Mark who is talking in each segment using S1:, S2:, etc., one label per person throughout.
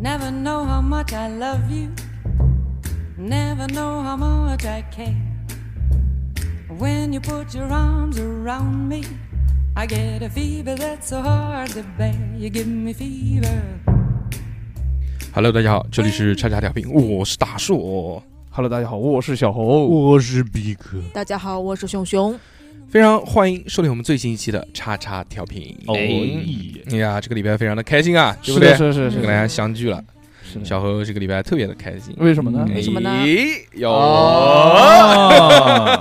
S1: Never know how much I love you. Never know how much I care. When you put your arms around me, I get a fever that's so hard to bear. You give me fever.
S2: Hello，大家好，这里是
S3: 哎
S2: 叉叉调频，我是大硕。
S4: Hello，大家好，我是小猴。
S5: 我是逼哥，
S3: 大家好，我是熊熊。
S2: 非常欢迎收听我们最新一期的叉叉调频。
S4: 哦
S2: 哎哎呀，这个礼拜非常的开心啊，对不
S4: 是
S2: 对
S4: 的，？是是是
S2: 跟大
S5: 嗯
S4: 的，
S2: 家相聚了。
S4: 是的。嗯
S2: 小何这个礼拜特别的开心，
S4: 为什么呢？
S5: 嗯
S3: 为什么呢
S2: 咦，有、
S5: 哦，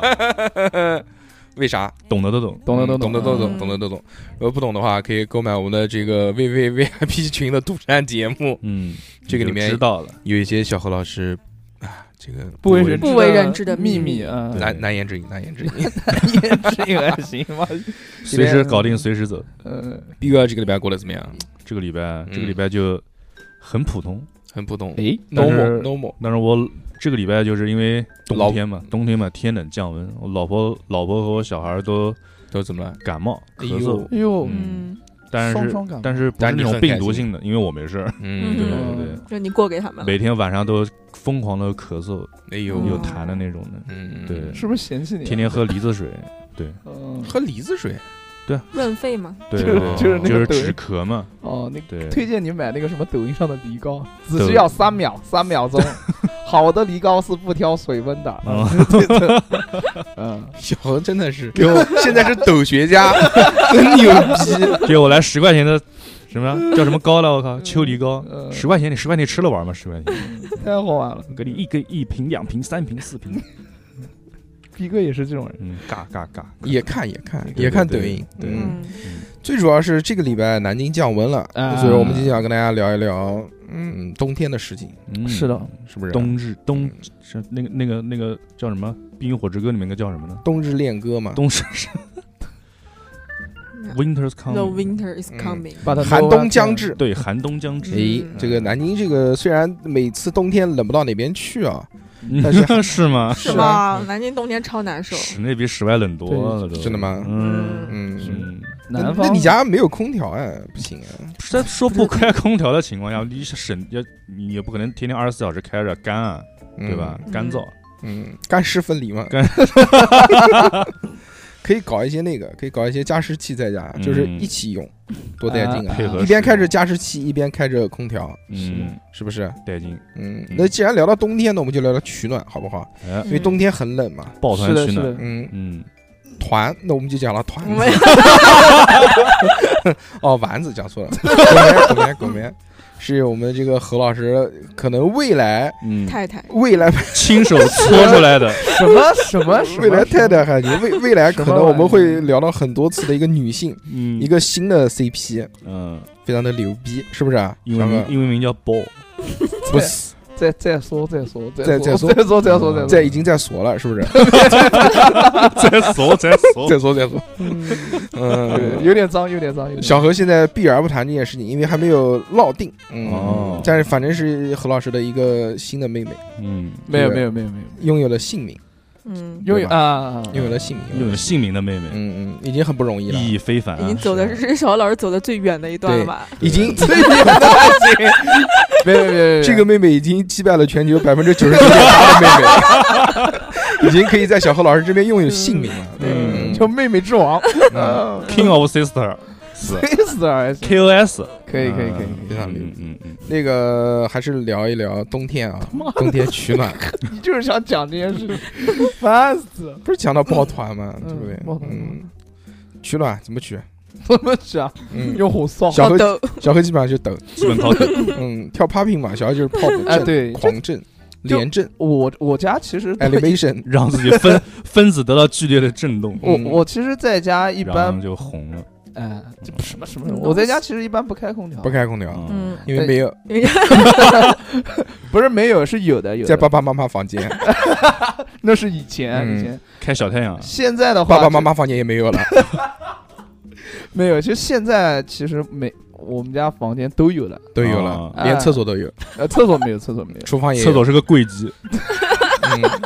S2: 为啥？
S5: 懂得都懂，
S4: 懂了
S2: 嗯
S4: 懂
S2: 懂
S4: 了
S2: 得都懂，
S3: 嗯
S2: 懂得都懂。如果不懂的话，可以购买我们的这个 V V V I P 群的独占节目，
S5: 嗯，
S2: 这个里
S5: 你就
S2: 面
S5: 知道了，
S2: 有一些小何老师啊，这个
S4: 不为人
S3: 不为人知的
S4: 秘
S3: 秘密
S4: 啊！
S5: 对
S2: 难难言之隐，难言之隐。
S5: 嗯
S4: 这个还行 吧。
S5: 随时搞定，随时走。
S4: 呃，
S5: 嗯
S2: 逼哥这个礼拜过得怎么样？
S5: 这个礼拜，
S2: 嗯
S5: 这个礼拜就很普通，
S2: 很普通
S4: 哎，
S5: 但是
S2: ，normal normal。
S5: 但是我这个礼拜就是因为
S2: 老
S5: 冬天嘛，冬天嘛，天冷降温，我老婆、老婆和我小孩都
S2: 都怎么了？
S5: 感冒
S2: 哎呦
S5: 咳嗽，
S4: 哎呦，
S3: 嗯
S5: 嗯，但
S4: 双
S5: 是
S4: 双感冒
S5: 但是不
S2: 但
S5: 是
S2: 是你
S5: 那种
S2: 很开
S5: 病毒
S2: 心
S5: 性的，因为我没事儿，
S2: 嗯，
S5: 对
S2: 对
S3: 嗯
S5: 对对，
S3: 就你过给他们了，
S5: 每天晚上都疯狂的咳嗽，
S2: 哎呦，
S3: 嗯
S5: 有痰的那种的，
S2: 嗯，
S5: 对
S4: 是不是嫌弃你啊？
S5: 天天喝梨子水，
S4: 嗯
S2: 喝梨子水，
S3: 润肺嘛。
S5: 对
S4: 就是
S5: 对对，
S4: 就是那
S5: 就
S4: 个
S5: 是
S4: 抖
S5: 止
S4: 音
S5: 咳嘛，
S4: 哦，那
S5: 对，
S4: 推荐你买那个什么抖音上的梨膏，只
S5: 抖
S4: 需要三秒，三秒 钟。好的梨膏是不挑水温的。
S5: 嗯
S4: 嗯 对对 嗯，
S2: 小何真的是 给我现在是抖学 家，真牛逼！
S5: 给我来十块钱的什 么叫什么膏了？我靠，秋梨膏，
S4: 嗯
S5: 十块钱你十块钱吃了玩吗？十块钱
S4: 太好玩了。
S5: 给你一个一瓶、两瓶、三瓶、四瓶，
S4: 逼哥也是这种人。
S5: 嗯，嘎嘎嘎，
S2: 也看也看
S5: 对
S2: 也看抖
S5: 对
S2: 音，
S5: 对
S2: 嗯
S3: 嗯，
S2: 最主要是这个礼拜南京降温了，
S4: 啊
S2: 所以我们今天要跟大家聊一聊，嗯，冬天的事情，
S5: 嗯
S4: 是的，
S2: 是不是？
S5: 冬日冬是那个那个那个叫什么《冰与火之歌》里面那个叫什么呢？
S2: 冬日恋歌嘛，
S5: 冬是 是 Winter's
S3: The
S5: coming，
S3: winter is coming。
S4: 把它
S2: 寒
S4: 弄
S2: 冬
S4: 完
S2: 将至。
S5: 啊对，寒冬将至，
S2: 哎
S3: 嗯，
S2: 这个南京这个虽然每次冬天冷不到哪边去啊，
S5: 嗯
S2: 但 是
S5: 是是吗？
S3: 是
S2: 是啊
S3: 吗？南京冬天超难受。
S5: 室内比室外冷多了都，
S2: 真的吗
S5: 嗯
S2: 嗯，
S5: 嗯，
S4: 南
S2: 那
S4: 方，
S2: 那你家没有空调哎，不行啊，
S5: 在说不开空调的情况下，你省要你也不可能天天二十四小时开着干啊，
S2: 嗯
S5: 对吧？干燥，
S2: 嗯，干湿分离嘛，
S5: 干
S2: 可以搞一些那个，可以搞一些加湿器在家，
S5: 嗯
S2: 就是一起用，多带劲
S5: 啊配合
S2: 一边开着加湿器，一边开着空调，
S5: 嗯，
S2: 是不是？
S5: 带劲，
S2: 嗯，
S5: 嗯
S2: 那既然聊到冬天呢，我们就聊聊取暖，好不好？
S5: 哎，
S2: 因为冬天很冷嘛。
S5: 抱团
S4: 是的，
S5: 取
S4: 是
S5: 暖，
S4: 的，
S2: 嗯，
S5: 嗯，
S2: 团，那我们就讲了团
S3: 我。们
S2: 哦，丸子讲错了，狗棉，狗棉，狗棉，是我们这个何老师可能未来
S5: 嗯，
S3: 太太
S2: 未来
S5: 亲手搓出来的，
S4: 什么什 么什么
S2: 未来太太还行，未未来可能我们
S4: 什么玩
S2: 会
S4: 意儿
S2: 聊到很多次的一个女性，
S5: 嗯
S2: 一，个新的 CP，
S5: 嗯，
S2: 非常的牛逼，是不是啊？
S5: 英文
S2: 小
S5: 名
S2: 哥
S5: 英文名叫 ball，
S2: 不是，
S4: 再再说再说
S2: 再
S4: 再
S2: 再说
S4: 再说再说再
S2: 在
S4: 说，
S2: 已经在锁了，是不是？
S5: 再缩再缩，
S2: 在锁在锁。
S4: 对，
S2: 嗯，
S4: 有点脏，有点脏，有点
S2: 小何现在避而不谈这件事情，因为还没有落定。嗯
S5: 哦，
S2: 但是反正是何老师的一个新的妹妹，
S5: 嗯，
S4: 没有
S2: 对
S4: 没有没有没有，
S2: 拥有了姓名，
S3: 嗯，
S4: 拥
S2: 对
S4: 有
S2: 吧
S4: 啊啊，啊
S2: 拥有了姓名，
S5: 拥有姓名的妹妹，
S2: 嗯嗯，已经很不容易了，
S5: 意义非凡啊，
S3: 已经走的是小何老师走的最远的一段了吧？
S2: 已经
S4: 没有没有没有没有
S2: 这个妹妹已经击败了全球百分之九十九点八的 妹妹，已经可以在小何老师这边拥有姓名 了。
S4: 嗯
S2: 嗯，
S4: 叫妹妹之 王，
S2: 嗯
S4: 啊
S5: King of Sister 是
S4: 推死而已
S5: KOS，
S4: 可以可以
S5: 嗯
S4: 可以，
S2: 非常牛
S5: 嗯嗯嗯，
S2: 那个还是聊一聊冬天啊，冬天取 暖，
S4: 你就是想讲这件事情，烦死了，
S2: 不是讲到抱团吗？对不对
S4: 抱？团
S2: 嗯，取暖怎么取？
S4: 怎么讲？
S2: 嗯，
S4: 用火烧，
S2: 小
S3: 好
S2: 何
S3: 的，
S2: 小何基本上就 抖，
S5: 基本靠腿，
S2: 嗯，跳 popping 嘛，小何就是泡
S4: 哎
S2: 震、
S4: 对，就
S2: 狂震、
S4: 就
S2: 连 震、
S4: 我我家其实
S2: 哎 elevation，
S5: 让自己分分子得到剧烈的震动，
S4: 我
S2: 嗯
S4: 我其实在家一
S5: 然后
S4: 般，
S5: 就红了，
S4: 哎，这什么什么
S3: 嗯，
S4: 我在家其实一般不开空调
S2: 不，开空调，
S5: 嗯，
S3: 嗯，
S2: 因为没有
S4: 不是没有，是有的有的，
S2: 在爸爸妈妈房 间，
S4: 那是以前
S2: 嗯
S4: 以前，
S5: 开小太阳，
S4: 现在的话
S2: 爸爸妈妈房间也没有了。
S4: 没有，其实现在其实每我们家房间都有了，
S2: 都有了，
S4: 啊
S2: 连厕所都有，
S4: 呃，厕所没有，厕所没 有。
S2: 厨房也有
S5: 厕所是个柜机，
S2: 嗯
S4: 我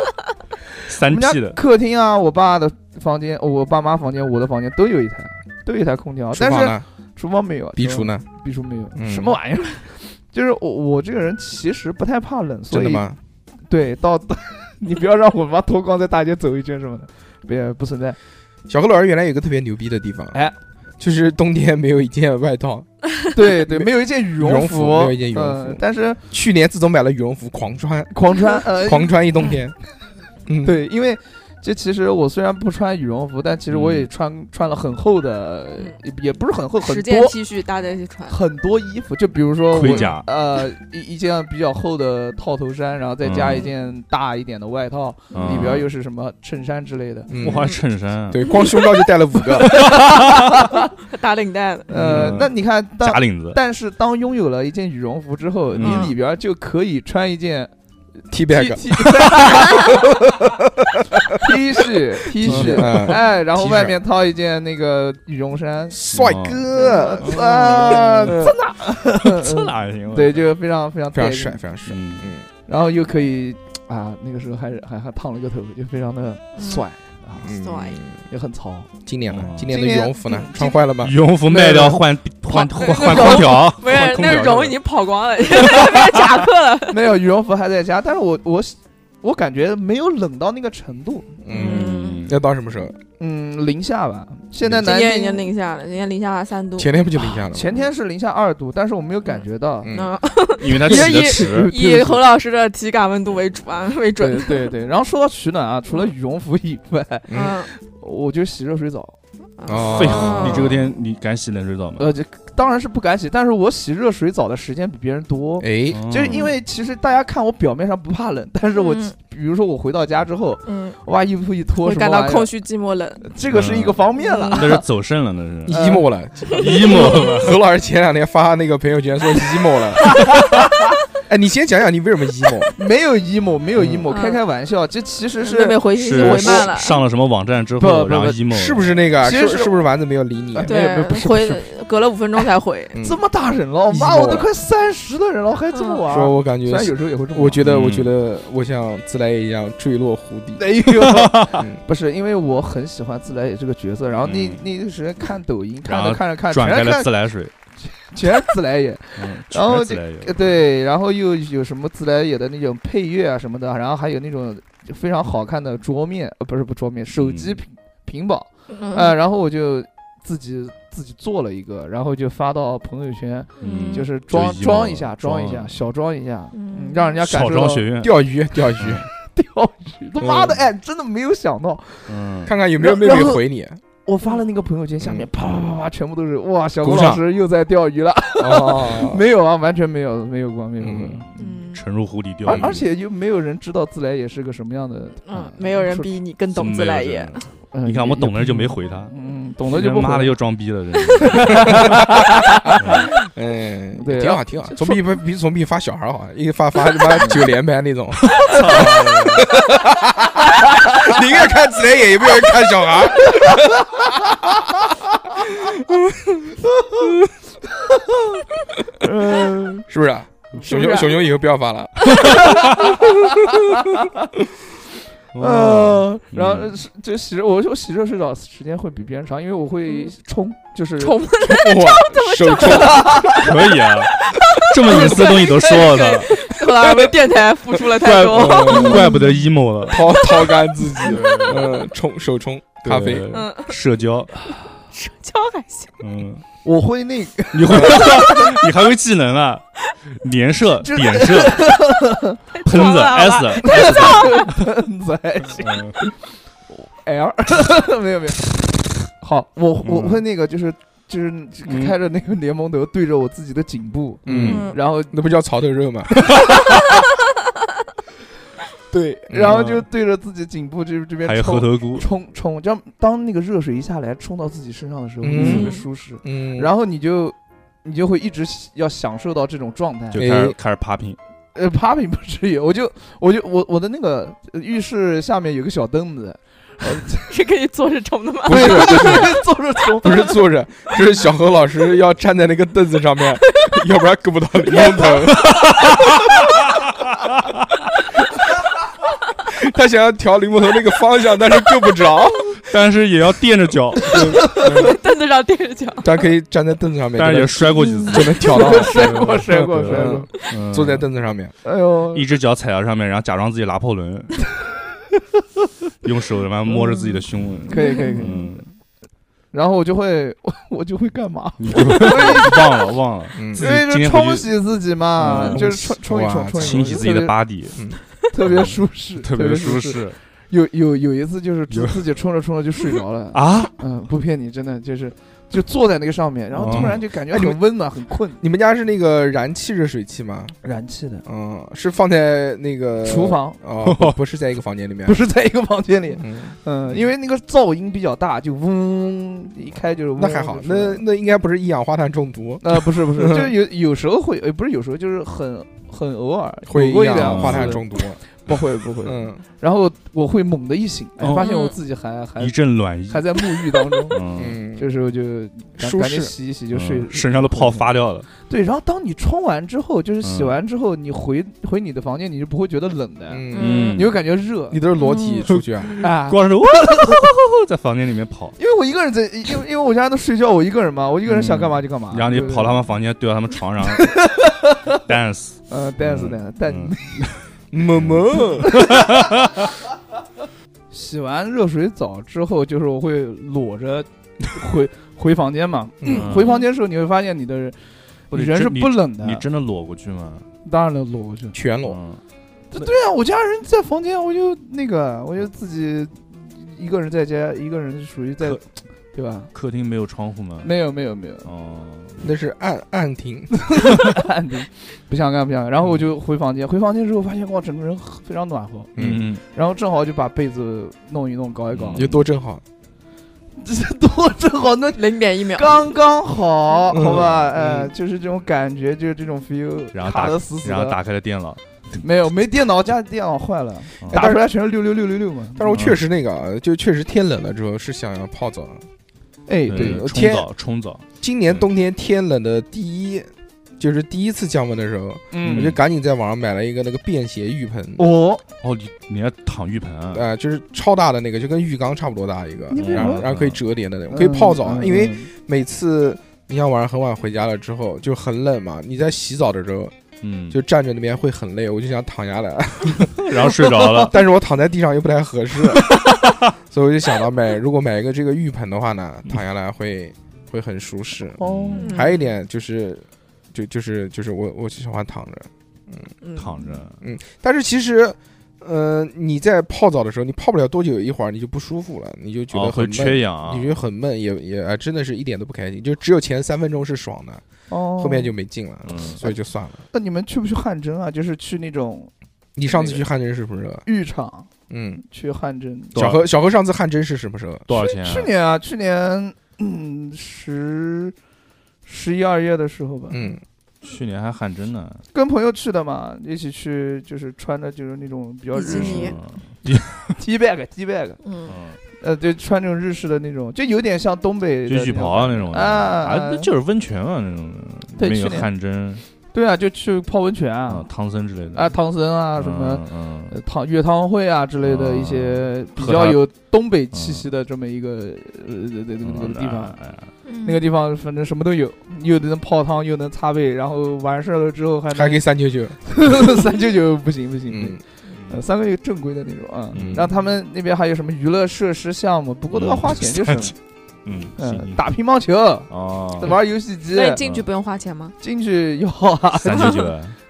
S5: 三
S4: 们家
S5: P 的，
S4: 客厅啊，我爸的房间，我爸妈房间，我的房间都有一台，都有一台空调，
S2: 厨
S4: 但
S2: 房
S4: 是
S2: 呢？
S4: 厨房没有，
S2: 壁橱呢？
S4: 厨房，壁橱没有，
S2: 嗯
S4: 什么玩意儿？ 就是我我这个人其实不太怕冷，所
S2: 真
S4: 以
S2: 的吗？
S4: 对到 你不要让我妈脱光在大街走一圈什么的，别不存在。
S2: 小何老师原来有个特别牛逼的地方，啊
S4: 哎，
S2: 就是冬天没有一件外套。
S4: 对对，没有一件羽
S2: 绒服
S4: 服，
S2: 没有一件羽绒
S4: 呃
S2: 服
S4: 但是
S2: 去年自从买了羽绒服，狂穿，
S4: 狂穿，呃，
S2: 狂穿一冬天。嗯，，
S4: 对，因为这其实我虽然不穿羽绒服，但其实我也
S5: 嗯
S4: 穿、穿了很厚的，也也不是很厚，很
S3: 十件
S4: 多
S3: T 恤搭在一起穿，
S4: 很多衣服，就比如说我
S5: 盔甲
S4: 呃，一一件比较厚的套头衫，然后再加一
S3: 嗯
S4: 件大一点的外套，
S5: 嗯
S4: 里边又是什么衬衫之类的。
S2: 嗯
S5: 我还衬衫，
S2: 对，光胸罩就带了五个。
S3: 打领带的，
S4: 呃，
S5: 嗯
S4: 那你看，但
S5: 假领子，
S4: 但是当拥有了一件羽绒服之后，你
S5: 嗯
S4: 里边就可以穿一件
S2: T
S4: T
S2: bag，
S4: T T 恤 T 恤，
S2: 嗯
S4: 哎，然后
S2: T 恤
S4: 外面套一件那个羽绒衫，
S2: 帅哥
S4: 嗯
S2: 啊，
S4: 嗯
S2: 真的
S5: 这哪还行？
S4: 对，，就非常非常
S2: 非常
S4: 带劲
S2: 帅，，非常帅。
S5: 嗯，
S2: 嗯，
S4: 然后又可以啊，那个时候还是还还烫了个头，就非常的帅啊，
S2: 嗯
S3: 帅
S4: 也很潮。
S2: 今年呢
S5: 哦？
S2: 今年的
S4: 今
S2: 羽
S4: 年
S2: 绒服呢
S4: 嗯？
S2: 穿坏了吗？
S5: 羽绒服卖掉换换换换空调，
S3: 不是
S5: 换空
S3: 那
S5: 调
S3: 绒已经跑光了，变夹克了。
S4: 没有羽绒服还在家，但是我我我感觉没有冷到那个程度，
S2: 嗯，
S5: 嗯，
S2: 要到什么时候？
S4: 嗯，零下吧。现在
S3: 今
S4: 南
S3: 天已经
S4: 京
S3: 零下了，今天零下三度。
S2: 前天不就零下了吗？
S4: 前天是零下二度，但是我没有感觉到。
S2: 嗯
S3: 那
S5: 因为它起得迟，
S3: 以侯老师的体感温度为主啊，
S4: 对
S3: 为准。
S4: 对对，然后说到取暖啊，除了羽绒服以外，
S2: 嗯，
S3: 嗯，
S4: 我就洗热水澡。
S2: 哦
S5: 废
S2: 哦
S5: 话，你这个天你敢洗冷水澡吗？
S4: 呃，这当然是不敢洗，但是我洗热水澡的时间比别人多，
S2: 哎，
S5: 哦嗯
S4: 就是因为其实大家看我表面上不怕冷，但是我、
S3: 嗯
S4: 比如说我回到家之后，
S3: 嗯，
S4: 我把衣服一脱，
S3: 会
S4: 什么
S3: 感到
S4: 玩意儿
S3: 空虚、寂寞、冷。
S4: 这个是一个方面了。
S5: 那是走肾了，那是
S2: emo 了。
S5: emo
S2: 何老师前两天发那个朋友圈说 emo 了。哎，你先讲讲你为什么 emo？
S4: 没有 emo，没有
S5: 嗯
S4: emo，、
S3: 嗯
S4: 开开玩笑，这其实
S3: 妹
S4: 是
S3: 妹嗯回信息
S5: 是
S3: 回慢了，
S5: 上了什么网站之
S4: 不
S5: 后，
S4: 不
S5: 然后
S4: 不
S5: emo
S2: 是不是那个？啊
S4: 其实
S2: 是
S4: 是
S2: 是不是丸子没有理你？啊
S4: 没有
S3: 对
S4: 没有不是，不是
S3: 回隔了五分钟才回。
S2: 嗯
S4: 这么大人了，
S2: emo
S4: 妈，我都
S2: 了
S4: 快三十的人了，还这么
S3: 嗯
S4: 玩
S2: 说
S4: 儿？
S2: 我感觉
S4: 啊虽，然有时候也会这么玩儿，
S2: 我觉得，
S5: 嗯
S2: 我觉得我像自来也一样坠落湖底。
S4: 哎呦，
S2: 嗯
S4: 不是因为我很喜欢自来也这个角色，然后那
S5: 嗯
S4: 那段时间看抖音，看
S5: 然
S4: 着
S5: 后
S4: 看着看，
S5: 转开
S4: 全是
S5: 了
S4: 看
S5: 自来水，
S4: 全是自来也，
S5: 嗯，
S4: 然后
S5: 全是自来
S4: 呃
S5: 水，
S4: 对，然后又有什么自来也的那种配乐啊什么的，然后还有那种非常好看的桌面，呃，不是不桌面，手机
S5: 嗯
S4: 屏屏保，呃，
S3: 嗯，
S4: 然后我就自己自己做了一个，然后就发到朋友圈，
S3: 嗯
S4: 就是装
S5: 就 emo
S4: 装一下，
S5: 了
S4: 装一
S5: 装
S4: 下，
S5: 了
S4: 小装一下，
S3: 嗯
S4: 嗯，让人家感
S5: 少
S4: 受
S5: 装
S4: 到
S5: 学院，
S2: 钓鱼，钓鱼，
S4: 钓鱼。他妈的，
S5: 嗯
S4: 哎，真的没有想到，
S5: 嗯，
S2: 看看有没有妹妹回 你。
S4: 我发了那个朋友圈，下面
S2: 嗯
S4: 啪啪啪啪，全部都是哇，小
S2: 鼓
S4: 郭
S2: 掌
S4: 老师又在钓鱼了，
S2: 哦，
S4: 没有啊，完全没有，没有过，没有过。
S2: 嗯
S3: 嗯
S5: 沉入湖底钓
S4: 而
S5: 鱼，
S4: 而且又没有人知道自来也是个什么样的，
S3: 嗯，没有人
S4: 说
S3: 比你更懂
S5: 没
S3: 自
S5: 有
S3: 来
S5: 这
S3: 也
S5: 样。你看我懂的人就没回他
S4: 嗯，懂的就不
S5: 妈
S4: 回
S5: 的
S4: 了
S5: 又装逼了，真 是。
S2: 嗯，
S4: 对
S2: 挺好，挺好。总比不比总比发小孩好，啊一发发他妈九连拍那 种。你应该看自来也，也不要看小 孩。
S4: 嗯，
S2: 是不是啊？
S4: 是
S2: 熊
S4: 不
S2: 熊
S4: 是
S2: 熊熊以后不要发了。啊
S5: 哦
S4: 呃，然后是就洗热，我就洗热水澡时间会比别人长，因为我会冲，就是
S3: 宠
S2: 哇，手冲
S5: 可以啊，这么隐私的东西都说 了，
S3: 后来为电台付出了
S5: 怪
S3: 太多。
S5: 不怪不得 emo 了，
S2: 掏掏干自己， 嗯，冲手冲咖啡，
S5: 对
S3: 嗯，
S5: 社交，
S3: 社交还行，
S5: 嗯，
S4: 我会那个，
S5: 你会 你还会技能啊？连射、
S4: 这
S5: 点射、喷
S3: 装
S5: 子、
S3: 了好
S5: S，
S3: 吧
S5: S，
S4: 在
S5: 嗯
S4: L，没 有没有。好，我我
S5: 嗯
S4: 会那个，就是就是
S5: 嗯
S4: 开着那个联盟头对着我自己的颈部，
S2: 嗯，
S3: 嗯
S4: 然后
S2: 那不叫槽头肉吗？
S4: 对，
S2: 嗯
S4: 然后就对着自己颈部这这边
S5: 还有猴
S4: 冲
S5: 头菇，
S4: 冲冲，这样当那个热水一下来冲到自己身上的时候，
S2: 嗯
S4: 我就特别舒适，
S2: 嗯，
S4: 然后你就你就会一直要享受到这种状态
S5: 就。开始
S2: 哎
S5: 开始 popping，
S4: 呃，popping 不至于，我就我就我我的那个呃浴室下面有个小凳子，
S3: 是可以坐着冲的吗？
S2: 不是不是
S4: 坐着冲，，
S2: 不是坐着，就是小何老师要站在那个凳子上面， 要不然够不到柠檬 头。他想要调柠檬头那个方向，但是够不着。
S5: 但是也要垫着脚，
S3: 凳子上垫着脚，
S2: 但可以站在凳子上面，
S5: 但是也
S2: 就
S5: 摔过几次
S2: 能，就能挑到
S4: 摔过摔过
S5: 对
S4: 摔过，
S5: 嗯
S2: 嗯坐在凳子上面。
S4: 哎呦，
S5: 一只脚踩到上面，然后假装自己拿破仑，用手他妈摸着自己的胸，
S4: 可以可以可以。
S5: 嗯，
S4: 然后我就会我我就会干嘛？
S5: 你 忘了忘 了，
S2: 嗯
S5: 自
S4: 因
S5: 己
S4: 为
S5: 今
S4: 是
S5: 天
S4: 冲
S5: 回去
S4: 洗自己嘛，
S5: 嗯
S4: 就是冲冲一冲
S2: 哇
S4: 冲一
S5: 清
S4: 冲，
S5: 洗自己的 body，
S4: 特别舒适，
S5: 特
S4: 别
S5: 别舒
S4: 适。
S5: 适
S4: 有有有一次就是
S5: 有
S4: 自己冲着冲着就睡着了，
S5: 啊！
S4: 嗯，不骗你，真的就是就坐在那个上面，然后突
S5: 哦
S4: 然就感觉
S2: 哎你们
S4: 很温暖，很困，
S2: 你们家是那个燃气热水器吗？
S4: 燃气的
S2: 嗯，是放在那个
S4: 厨房。
S2: 哦，不不是在一个房间里面
S4: 不。是在一个房间里，
S2: 嗯，
S4: 嗯，因为那个噪音比较大，就嗡一开就是嗡。
S2: 那还好
S4: 就，是
S2: 那那应该不是一氧化碳中毒，
S4: 呃不是 不是，就有有时候会，呃不是有时候就是很很偶尔
S2: 会
S4: 有过
S2: 一
S4: 一两
S2: 氧化
S4: 次
S2: 碳中毒。
S4: 不会不会，
S2: 嗯，
S4: 然后我会猛地一醒，哎
S5: 哦
S4: 发现我自己还还
S5: 一阵暖意
S4: 还，在沐 浴当中，
S5: 嗯，
S2: 嗯，
S4: 这时候就赶
S2: 舒
S4: 赶紧
S2: 适
S4: 洗一洗就睡
S5: 嗯。身上的泡发掉了，
S4: 对，然后当你冲完之后，就是洗
S5: 嗯
S4: 完之后，你回回你的房间，你就不会觉得冷的，
S2: 嗯，
S3: 嗯
S4: 你会感觉热
S2: 你都是裸体出去啊？
S4: 啊。
S5: 光是哇在房间里面跑，
S4: 因为我一个人在，因为因为我家都睡觉，我一个人嘛，我一个人
S5: 嗯
S4: 想干嘛就干嘛。
S5: 然后你
S4: 啊对不对
S5: 跑他们房间，对到他们床 上 dance，
S4: 呃，dance dance，但
S5: 嗯
S2: 萌萌，
S4: 洗完热水澡之后，就是我会裸着回 回房间嘛。
S5: 嗯
S4: 回房间的时候，你会发现你的
S5: 不
S4: 你
S5: 你
S4: 人
S5: 真
S4: 是
S5: 你
S4: 不冷的
S5: 你。真的裸过去吗？
S4: 当然能裸过去。
S2: 全裸。
S5: 嗯
S4: 对啊，我家人在房间，我就那个，我就自己一个人在家，一个人属于在
S5: 可，
S4: 对吧？
S5: 客厅没有窗户吗？
S4: 没有没有没有，
S5: 哦，
S2: 那是暗暗停，
S4: 安迪不想干不想干。然后我就回房间，回房间之后发现哇，整个人非常暖和。
S2: 嗯，
S5: 嗯，
S4: 然后正好就把被子弄一弄，搞 一搞，
S2: 有多正好。
S4: 这多正好那
S3: 零点一 秒，
S4: 刚刚好，
S2: 嗯
S4: 好吧？
S2: 嗯
S4: 呃，就是这种感觉，就是这种 feel，
S5: 然后打
S4: 卡的死死
S5: 然后
S4: 的。
S5: 打开了电脑，
S4: 没有没电脑，家里电脑坏了，哎
S5: 嗯
S4: 打出来全是六六六六六嘛。
S2: 但是我确实那个啊，就确实天冷了之后是想要泡澡。
S4: 哎，对
S5: 对，冲
S2: 天
S5: 澡冲澡，
S2: 今年冬天天冷的第一，就是第一次降温的时候，我
S5: 嗯
S2: 就赶紧在网上买了一个那个便携浴盆，
S4: 哦，
S5: 哦，你你要躺浴盆啊，
S2: 啊，就是超大的那个，就跟浴缸差不多大一个，
S4: 你为
S2: 然
S4: 什
S2: 后
S4: 么
S2: 然后可以折叠的那种，可以泡澡。
S4: 嗯
S2: 因为
S4: 嗯
S2: 每次你像晚上很晚回家了之后就很冷嘛，你在洗澡的时候
S5: 嗯，
S2: 就站着那边会很累，我就想躺下来，
S5: 然后睡 着了，
S2: 但是我躺在地上又不太合适， 所以我就想到买，如果买一个这个浴盆的话呢，躺下来会会很舒适。
S4: 哦，
S3: 嗯
S2: 还有一点就是，就就是就是我我喜欢躺着，
S3: 嗯
S5: 躺着，
S2: 但是其实。呃，你在泡澡的时候，你泡不了多久，一会儿你就不舒服了，你就觉得
S5: 哦
S2: 很
S5: 会
S2: 闷，
S5: 缺氧
S2: 你，觉得很闷，也也哎真的是一点都不开心，就只有前三分钟是爽的，
S4: 哦，
S2: 后面就没劲了，
S5: 嗯，
S2: 所以就算了。
S4: 那你们去不去汗蒸啊？就是去那种
S2: 你上次去汗蒸是什么时候？
S4: 浴场
S2: 嗯，
S4: 去汗蒸。
S5: 多
S2: 小
S5: 少
S2: 何小何上次汗蒸是什么时候？
S5: 多少钱啊？
S4: 去年啊，去年嗯十十一二月的时候吧，
S2: 嗯，
S5: 去年还汗蒸呢，
S4: 跟朋友去的嘛，一起去就是穿的就是那种比较
S3: 比
S4: 日
S3: 基
S4: 式
S3: 尼
S4: T bag T bag，
S3: 嗯，
S5: 嗯，
S4: 呃，对，穿那种日式的那种，就有点像东北的
S5: 就浴
S4: 那种
S5: 袍啊那种的
S4: 啊啊啊
S5: 啊，就是温泉嘛那种的，
S4: 对
S5: 没
S4: 去
S5: 有
S4: 年
S5: 汗蒸
S4: 对啊，就去泡温泉
S5: 啊
S4: 啊，，
S5: 汤森之类的
S4: 啊，唐僧啊，什么，
S5: 嗯
S4: 呃汤月汤会啊之类的
S5: 啊嗯
S4: 一些比
S5: 喝
S4: 较
S5: 它
S4: 有东北气息的这么一个呃那
S5: 嗯
S4: 个那个地
S5: 哎
S4: 方。，
S3: 嗯
S4: 那个地方反正什么都有，又能泡汤，又能擦背，然后完事儿了之后还能
S2: 还可以三九九。
S4: 三九九不行不行，不行
S2: 嗯，
S4: 呃，三个月正规的那种啊。
S5: 嗯
S4: 然后他们那边还有什么娱乐设施项目，不过都要花钱，就是
S5: 嗯
S4: 嗯，
S5: 嗯，
S4: 打乒乓球、
S5: 哦，
S4: 玩游戏机
S3: 所，以进去不用花钱吗？
S4: 进去要啊，
S5: 三九九，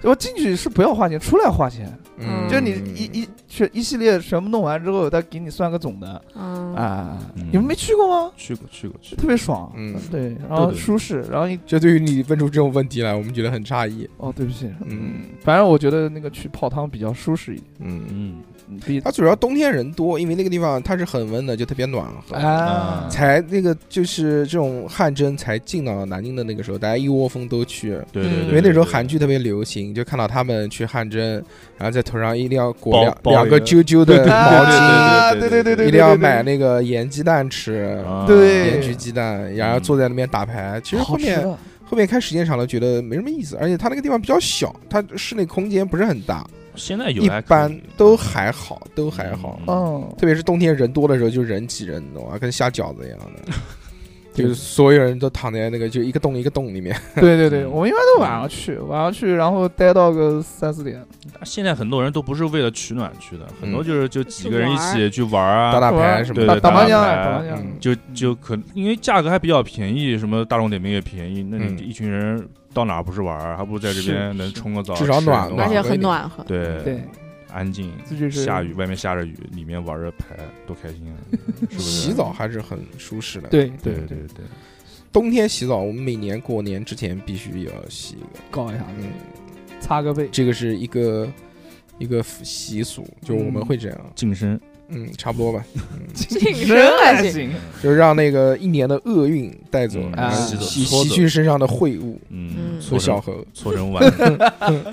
S4: 我进去是不要花钱，出来花钱，
S3: 嗯
S4: 就是你一一全一系列全部弄完之后，再给你算个总的
S3: 嗯，
S4: 啊
S5: 嗯。
S4: 你们没去过吗？
S5: 去过去过去过，
S4: 特别爽，
S2: 嗯
S4: 对，然后
S5: 对
S4: 舒适，然后一
S2: 就对于你问出这种问题来，我们觉得很诧异。
S4: 哦，对不起，
S2: 嗯
S4: 嗯，反正我觉得那个去泡汤比较舒适一点，
S2: 嗯，
S5: 嗯，
S4: 嗯比
S2: 它主要冬天人多，因为那个地方它是很温的，就特别暖和。
S4: 啊
S5: 啊，
S2: 才那个就是这种汗蒸才进到南京的那个时候，大家一窝蜂都去，
S5: 对对对，
S2: 因为那时候韩
S5: 剧
S2: 剧特别流行，就看到他们去汗蒸，然后在头上一定要裹
S5: 包
S2: 两
S5: 包一
S2: 两个
S5: 个
S2: 揪揪的
S5: 对对
S2: 毛巾，
S4: 啊
S5: 对对
S4: 对
S5: 对对对啊
S4: 对，
S2: 一定要买那个盐鸡蛋吃，
S4: 对
S5: 嗯
S2: 盐焗鸡蛋，然后坐在那边打牌。其实后面
S4: 好
S5: 啊
S4: 吃的
S2: 后面开时间长了，觉得没什么意思，而且它那个地方比较小，它室内空间不是很大，
S5: 现在有
S2: 一
S5: 还可以
S2: 般都还好，都还好。
S5: 嗯
S4: 哦，
S2: 特别是冬天人多的时候，就人挤人，你懂吗？跟下饺子一样 的，就是所有人都躺在那个就一个洞一个洞里面。
S4: 对对对，我们一般都晚上去，晚上去，然后待到个三四点，
S5: 现在很多人都不是为了取暖去的，很多
S2: 嗯
S5: 就是就几个人一
S3: 去
S5: 起去玩儿啊，
S2: 打打
S4: 玩
S2: 牌
S4: 儿
S2: 什么
S5: 对
S4: 打
S2: 的，
S5: 对
S4: 打麻将
S5: 打
S4: 啊打麻
S5: 牌
S4: 将
S2: 嗯
S5: 就就可因为价格还比较便宜，什么大众点评也便宜，那
S2: 嗯
S5: 你一群人到哪儿不是玩儿，还不如在这边
S4: 是
S5: 能冲个澡，
S2: 至少
S5: 吃个
S2: 暖
S5: 东西
S3: 而
S2: 暖
S3: 且
S2: 和一
S3: 很
S2: 点
S3: 暖和。
S5: 嗯对
S4: 对，
S5: 安静，
S4: 这就是
S5: 下雨外面下着雨，里面玩着牌，多开心啊！是不是？
S2: 洗澡还是很舒适的。，
S4: 对
S5: 对
S4: 对
S5: 对对，
S2: 冬天洗澡，我们每年过年之前必须要洗一个。
S4: 搞一下，
S2: 嗯，
S4: 擦 个背，
S2: 这个是一个一个习俗，就我们会这样。
S5: 净身
S2: 嗯，差不多吧，
S3: 净
S4: 人
S3: 身还
S4: 还
S3: 行，
S4: 行，
S2: 就是让那个一年的厄运带走，
S5: 嗯
S2: 然后
S4: 洗
S5: 澡
S2: 洗
S5: 搓
S2: 洗
S5: 澡
S2: 去身上的秽物
S5: 嗯，
S2: 和
S3: 嗯
S5: 搓
S2: 小
S5: 成
S2: 猴。
S5: 搓成丸子，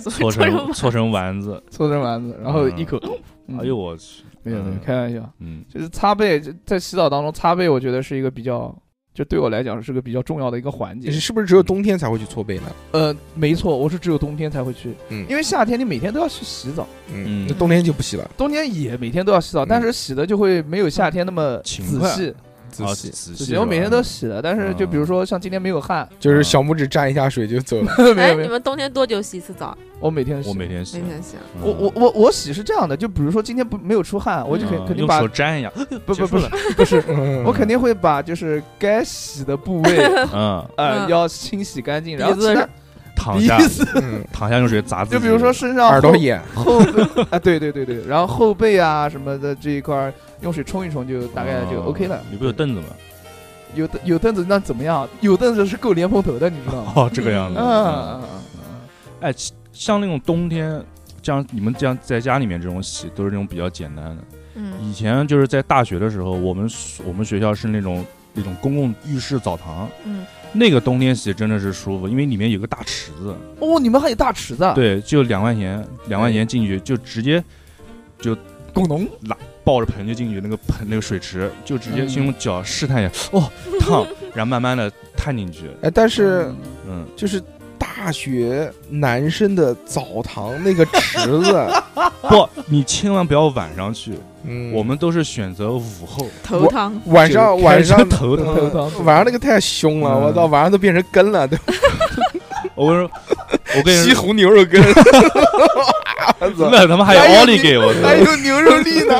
S5: 搓成
S3: 搓成
S5: 搓成丸子，
S4: 搓成丸子，然后一口，嗯
S5: 哎呦，我去，
S4: 没有没有，
S5: 嗯
S4: 开玩笑，
S5: 嗯，
S4: 就是擦背，就在洗澡当中擦背，我觉得是一个比较，就对我来讲是个比较重要的一个环节
S2: 你。是不是只有冬天才会去搓背呢？
S4: 呃，没错，我是只有冬天才会去，
S2: 嗯
S4: 因为夏天你每天都要去洗澡，
S2: 嗯，
S5: 嗯
S2: 那冬天就不洗了，
S4: 冬天也每天都要洗澡，
S2: 嗯
S4: 但是洗的就会没有夏天那么
S5: 勤
S4: 仔
S5: 快
S4: 细。
S2: 仔
S5: 啊
S2: 细
S5: 仔
S4: 仔
S5: 细
S4: 细，我每天都
S5: 是吧
S4: 洗的，但是就比如说像今天没有 汗，
S5: 啊
S2: 就是小拇指沾一下水就走 了。
S4: 没
S3: 哎，
S4: 有没
S3: 你
S4: 有，
S3: 们冬天多久洗一次澡？
S4: 我每天洗，
S5: 我每天洗
S3: 每，天洗。
S5: 嗯
S4: 我我我我洗是这样的，就比如说今天不没有出汗，我就肯
S5: 嗯
S4: 肯定
S5: 用
S4: 把
S5: 手沾 一下，
S4: 不不
S5: 结束
S4: 不
S5: 了
S4: 是不 是，
S2: 嗯
S4: 我肯定会把就是该洗的部 位
S5: 嗯，
S4: 呃
S3: 嗯
S4: 要清洗干净，然后
S3: 鼻子
S4: 其他
S5: 躺
S4: 鼻
S5: 下
S4: 子，
S2: 嗯
S5: 躺下用水砸自己，
S4: 就比如说身上
S2: 耳朵
S5: 哦
S4: 后
S2: 眼，
S4: 后背啊，对对对对，然后后背啊什么的这一块儿用水冲一冲就大概就
S5: 哦
S4: OK 了。
S5: 你不是有凳子吗？
S4: 有凳有凳子那怎么样？有凳子是够莲蓬头的，你知道吗？
S5: 哦，这个样子，
S4: 嗯嗯嗯嗯
S5: 哎，其像那种冬天，这样你们这样在家里面这种洗，都是那种比较简单的。
S3: 嗯
S5: 以前就是在大学的时候，我们宿我们学校是那种那种公共浴室澡堂，
S3: 嗯，
S5: 那个冬天洗真的是舒服，因为里面有个大池子，
S4: 嗯哦，你们还有大池子啊？
S5: 对，就两块钱，两块钱进去就直接
S4: 拱农
S5: 抱着盆就进去，那个盆那个水池就直接
S4: 嗯
S5: 先用脚试探一下，哦，烫，然后慢慢的探进去，
S2: 哎，但是
S5: 嗯，
S2: 就是大学男生的澡堂那个池子，
S5: 不，你千万不要晚上去，
S2: 嗯，
S5: 我们都是选择午后，
S3: 头汤。
S2: 晚上
S5: 就
S2: 晚上嗯
S5: 开始头疼
S4: 头疼
S2: 晚上那个太凶了，
S5: 嗯
S2: 我操，晚上都变成根了， 都
S5: 我 跟你说，我跟你
S2: 西
S5: 说，
S2: 湖牛肉 根，
S5: 那他妈还有
S4: 哎
S2: 还有
S5: 奥利
S2: 你
S5: 给我操，
S2: 还有牛肉粒呢。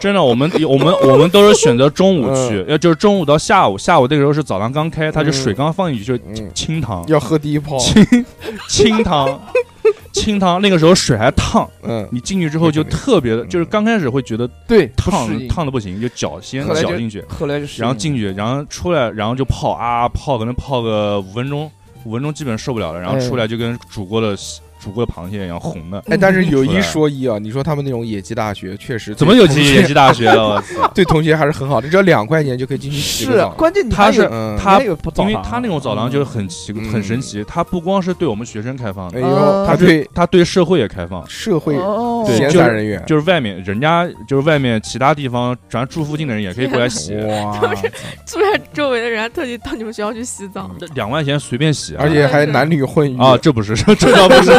S5: 真的，我们我们我们都是选择中午
S4: 嗯
S5: 去，要就是中午到下午，下午那个时候是澡堂刚开，它就水刚放进去就是
S2: 嗯，
S5: 清汤，
S2: 要喝第一泡，
S5: 清清汤，清汤，那个时候水还烫，
S2: 嗯，
S5: 你进去之后就特别的，就是刚开始会觉得
S4: 对不适
S5: 烫
S4: 应，
S5: 烫的不行，就脚先
S4: 后来就
S5: 脚进去，
S4: 后来就适应
S5: 然后进去，然后出来，然后就泡啊泡，可能泡个五分钟，五分钟基本受不了了，然后
S4: 哎
S5: 出来就跟煮过的煮过的螃蟹一样红的，
S2: 哎，但是有
S5: 出
S2: 一
S5: 来
S2: 说一啊，你说他们那种野鸡大学确实
S5: 怎么有
S2: 对
S5: 机
S2: 同
S5: 野
S2: 学
S5: 鸡大学啊了？我 操！
S2: 对同学还是很好的，只要两块钱就可以进去洗个
S4: 是
S2: 澡。
S4: 关键你
S5: 他
S4: 还
S5: 是
S4: 有
S2: 嗯，
S5: 他
S4: 因为
S5: 因为他那种澡堂就是很奇、
S2: 嗯
S5: 很神奇，他不光是对我们学生开放
S2: 哎
S5: 的，
S2: 呦，他
S4: 他
S2: 对
S5: 他对社会也开放。
S2: 社会
S4: 哦
S5: 对
S2: 闲
S5: 就是
S2: 散人员，
S5: 就是外面人家就是外面其他地方，咱住附近的人也可以过来 洗，
S2: 哇，
S3: 突然周围的人还特地到你们学校去洗澡，
S5: 这
S4: 嗯
S5: 两块钱随便洗、啊，
S2: 而且还男女混浴
S5: 啊，这不是 这 倒不是，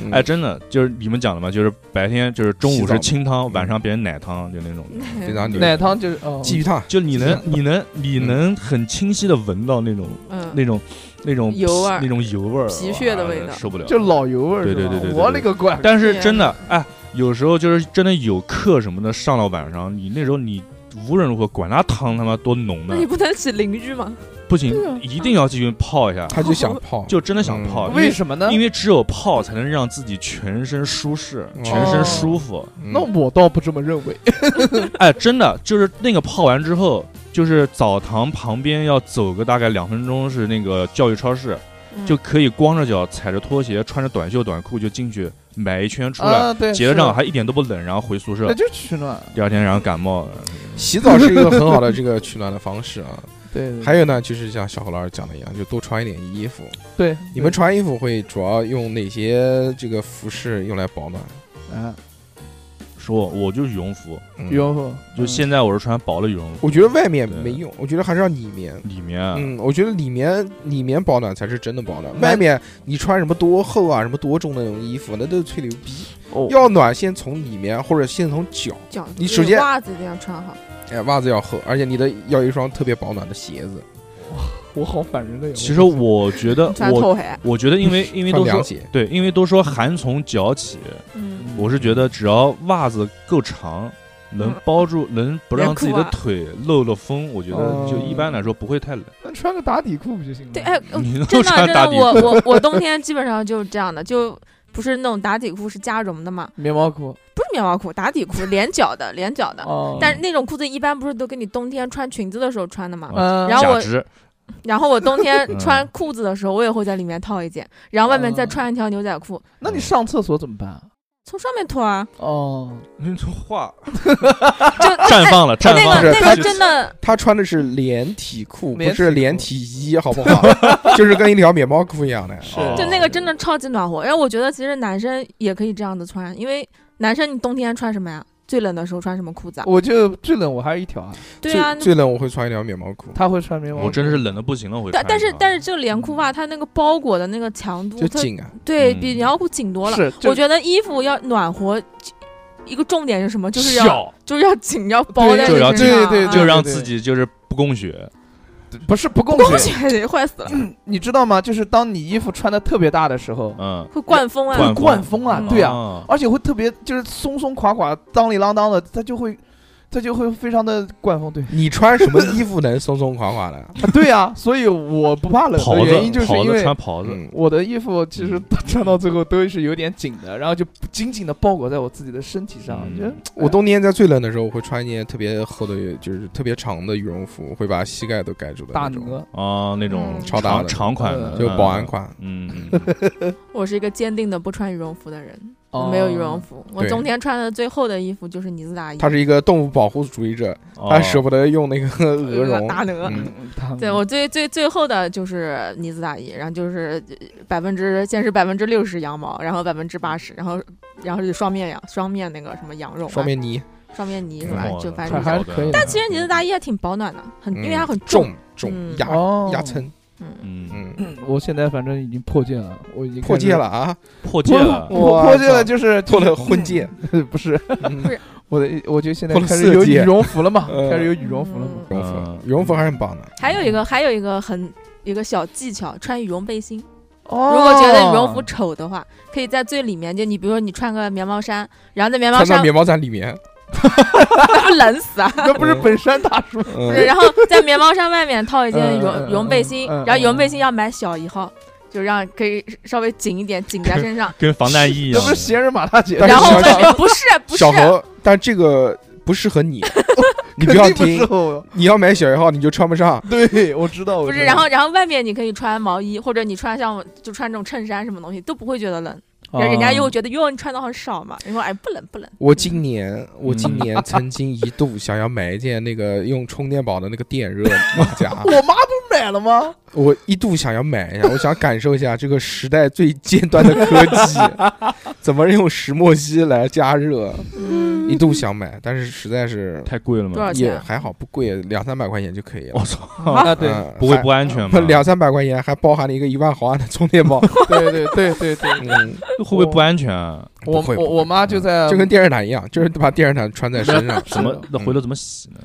S2: 嗯
S5: 哎，真的就是你们讲的嘛，就是白天就是中
S2: 洗
S5: 午
S2: 澡
S5: 是
S2: 嘛嗯
S5: 清汤，晚上变成奶汤，嗯就那嗯种，
S2: 非常牛。
S4: 奶汤就是哦，
S2: 鲫鱼汤，
S5: 就你 能你能你
S2: 嗯
S5: 能很清晰的闻到那种
S3: 嗯，
S5: 那种那种
S3: 油味儿
S5: 那种油味儿，
S3: 皮屑的味道
S5: 哇受不了，
S4: 就老油味儿是吧，
S5: 对对对对对对
S4: 我勒个乖！
S5: 但是
S3: 对
S5: 真的，哎，有时候就是真的啊有课什么的，上到晚上，你那时候你无论如何管他汤他妈多浓
S3: 那
S5: 的
S3: 你，不能洗淋浴吗？
S5: 不行
S4: 对啊，
S5: 一定要进去泡一下，
S2: 他就想泡，
S5: 就真的想
S2: 嗯
S5: 泡，因
S4: 为什么呢？
S5: 因为只有泡才能让自己全身舒适，
S2: 哦
S5: 全身舒服。
S2: 嗯
S4: 那我倒不这么认为，
S5: 哎，真的就是那个泡完之后，就是澡堂旁边要走个大概两分钟，是那个教育超市，
S3: 嗯
S5: 就可以光着脚踩着拖鞋，穿着短袖短裤就进去买一圈出来，
S4: 啊，对，
S5: 结了
S4: 是的
S5: 账还一点都不冷，然后回宿舍
S4: 那。就取暖，
S5: 第二天然后感冒了，
S2: 洗澡是一个很好的这个取暖的方式 啊。
S4: 对，对
S2: 还有呢，就是像小何老师讲的一样，就多穿一点衣服。
S4: 对
S2: 你们穿衣
S4: 哎
S2: 服会主要用哪些这个服饰用来保暖？
S4: 啊，
S5: 说我就是羽绒服，
S2: 嗯
S4: 羽绒服
S5: 就
S4: 嗯
S5: 现在我是穿薄的羽绒服，
S2: 我觉得外面
S5: 对
S2: 没用，我觉得还是要里面。
S5: 里面啊
S2: 嗯，我觉得里面里面保暖才是真的保暖，
S4: 那
S2: 外面你穿什么多厚啊、什么多重的那种衣服，那都是吹牛逼。
S4: 哦
S2: 要暖先从里面，或者先从脚，
S3: 脚，
S2: 你首先
S3: 袜子一定要穿好，
S2: 哎，袜子要厚，而且你的要一双特别保暖的鞋子，
S4: 我好反人类。
S5: 其实我觉得
S3: 你嗯穿
S5: 我
S3: 透嗯黑。
S5: 我觉得因为因为
S2: 穿
S5: 都
S2: 凉
S5: 说
S2: 鞋。
S5: 对，因为都说寒从脚起，
S3: 嗯，
S5: 我是觉得只要袜子够长，能
S3: 嗯啊
S5: 包住，能不让自己的
S3: 连裤袜
S5: 腿漏了风，我觉得
S3: 哦
S5: 就一般来说不会太冷。
S4: 那穿个打底裤不就行了？
S3: 对，哎，嗯
S5: 你都
S3: 真的真
S5: 穿打
S3: 的，
S5: 底
S3: 我
S5: 裤，
S3: 我我冬天基本上就是这样的，就不是那种打底裤，是加绒的嘛，
S4: 棉毛裤
S3: 不是棉毛裤，打底裤，连脚的，连脚的。
S4: 哦，
S3: 但是那种裤子一般不是都给你冬天穿裙子的时候穿的嘛？
S4: 嗯，
S3: 然后
S5: 假
S3: 我
S5: 肢
S3: 然后我冬天
S5: 嗯
S3: 穿裤子的时候，我也会在里面套一件，然后外面再穿一条牛仔裤，
S4: 那你上厕所怎么办？
S3: 从上面脱啊。
S4: 哦，
S5: 你这话
S3: 就
S5: 绽放了，绽
S3: 哎那
S5: 放
S3: 个
S5: 了。
S3: 那
S2: 他
S3: 个真的，
S2: 他穿哦的是连体裤，
S4: 连
S2: 不
S4: 体
S2: 是
S4: 裤
S2: 连体衣，好 不好？就是跟一条棉毛裤一样的。
S5: 哦
S3: 就那个真的超级暖和。然后我觉得其实男生也可以这样子穿，因为男生你冬天穿什么呀？最冷的时候穿什么裤子啊？
S4: 我就最冷，我还是一条啊。
S3: 对啊，
S2: 最最冷我会穿一条棉毛裤，
S4: 他会穿棉毛裤，
S5: 我真的是冷的不行了，我
S3: 但但是但
S5: 是
S3: 是这个连裤袜它那个包裹的那个强度，
S2: 就
S3: 它
S2: 紧啊，
S3: 对
S5: 嗯
S3: 比棉袄裤紧多了。
S4: 是，就
S3: 我觉得衣服要暖和，一个重点是什么？就是要
S5: 笑，
S3: 就是要紧，要包在
S5: 就
S3: 你
S5: 要
S3: 身上啊。
S4: 对对对
S5: 就让
S4: 对
S5: 自己就是不供血，
S4: 不是不供
S3: 光
S4: 血，
S3: 血坏死了，
S4: 你知道吗？就是当你衣服穿的特别大的时候，
S5: 嗯，
S3: 会灌风啊
S5: 灌。
S4: 灌风啊，
S3: 嗯
S4: 对啊，
S5: 啊，
S4: 而且会特别就是松松垮垮、当里啷当的，它就会，它就会非常的灌风，对，
S2: 你穿什么衣服能松松垮垮 的？
S4: 啊对啊，所以我不怕冷
S5: 袍
S4: 的嗯
S5: 子
S4: 原因就是
S5: 袍
S4: 因
S5: 子
S4: 为
S5: 穿袍子，
S2: 嗯，
S4: 我的衣服其实 穿到最后都是有点紧的，然后就紧紧的包裹在我自己的身体上，
S5: 嗯
S4: 我觉得
S2: 我冬天在最冷的时候，我会穿一件特别厚的，就是特别长的羽绒服，会把膝盖都盖住的
S4: 大
S2: 那种，
S4: 鹅，
S5: 啊那种
S3: 嗯
S2: 超大
S5: 长
S2: 的
S5: 长款的，
S4: 鹅
S2: 就保安
S5: 嗯，
S2: 款。
S5: 嗯，嗯嗯
S3: 我是一个坚定的不穿羽绒服的人，我
S4: 哦
S3: 没有羽绒，服。我
S2: 对
S3: 冬天穿的最厚的衣服就是呢子大衣，
S2: 他是一个动物保护主义者，他
S5: 哦
S2: 舍不得用那个鹅绒。
S3: 大啊鹅。
S2: 嗯
S4: 嗯大鹅
S3: 对我最最最厚的就是呢子大衣，然后就是百分之先是百分之六十羊毛，然后百分之八十，然后然后是双面羊双面那个什么羊绒啊，
S2: 双面泥，
S3: 双面呢是
S5: 挺
S3: 吧
S5: 好？的
S3: 嗯就反
S5: 挺
S3: 正
S4: 还嗯还是
S5: 好
S3: 就是
S5: 的
S4: 可以的
S5: 但
S3: 其实呢子大衣还挺保暖的，很嗯因为它很
S2: 重嗯重
S3: 嗯
S2: 压
S4: 哦
S2: 压撑，
S3: 嗯，
S5: 嗯，
S2: 嗯，
S4: 我现在反正已经破戒了，我已经
S2: 破戒
S4: 开始
S2: 了，啊，
S4: 嗯
S5: 破戒
S4: 不
S5: 了，
S4: 我
S2: 哇
S4: 破戒
S2: 操
S4: 了就是
S2: 破了婚戒，
S4: 不是
S2: 嗯
S3: 不是
S4: 我的，我就现在
S2: 破了
S4: 开始
S2: 色
S4: 有羽
S2: 戒
S4: 绒服了嘛，
S2: 嗯
S4: 开始有羽绒服了嘛，
S2: 羽绒
S5: 嗯。
S2: 服，羽绒服还是很棒的。
S3: 还有一个还有一个很一个小技巧，穿羽绒背心。
S4: 哦
S3: 如果觉得羽绒服丑的话，可以在最里面，就你比如说你穿个棉毛衫，然后在棉毛
S2: 穿
S3: 衫
S2: 到棉毛衫里面，
S3: 那 不冷死啊？
S4: 哦那不是本山大叔，
S2: 嗯
S3: 不是，然后在棉毛衫外面套一件
S4: 嗯嗯嗯
S3: 羽绒羽绒背心，
S4: 嗯嗯
S3: 然后羽绒背心要买小一号，就让可以稍微紧一点，紧在身上
S5: 跟防弹 衣一
S4: 那
S5: 样
S4: 不是
S5: 的，
S4: 闲人马大姐，
S2: 但是
S3: 然后
S2: 小
S3: 外面不是不是
S2: 小，猴，但这个不适合你，你
S4: 肯
S2: 不要
S4: 定不适
S2: 听，
S4: 合我。
S2: 你要买小一号你就穿不上。
S4: 对，我知道，我
S3: 不
S4: 知
S3: 是，
S4: 道，
S3: 然后然后外面你可以穿毛衣，或者你穿像我就穿这种衬衫什么东西都不会觉得冷，
S5: 啊哦
S3: 然后人家又会觉得哟你穿的好少嘛，你说哎不冷不冷，
S2: 我今年，我今
S5: 嗯
S2: 年曾经一度想要买一件那个用充电宝的那个电热马甲
S4: 我妈不是买了吗？
S2: 我一度想要买一下，我想感受一下这个时代最尖端的科技，怎么用石墨烯来加热，
S3: 嗯
S2: 一度想买，但是实在是
S5: 太贵了
S3: 多
S5: 嘛，
S3: 少
S2: 也
S3: 钱？啊
S2: 还好，不贵，两三百块钱就可以了
S5: 我。操，
S4: 啊，对
S2: 嗯
S5: 不会
S2: 还
S5: 不安全吗？
S2: 两三百块钱还包含了一个一万毫安的充电宝，
S4: 对对对对对，
S2: 嗯，
S5: 会不会不安全啊？
S4: 我
S2: 不会不
S4: 我
S2: 会嗯
S4: 我妈就在
S2: 就跟电热毯一样，就是把电热毯穿在身 上。
S5: 怎么那
S2: 嗯
S5: 回头怎么洗呢？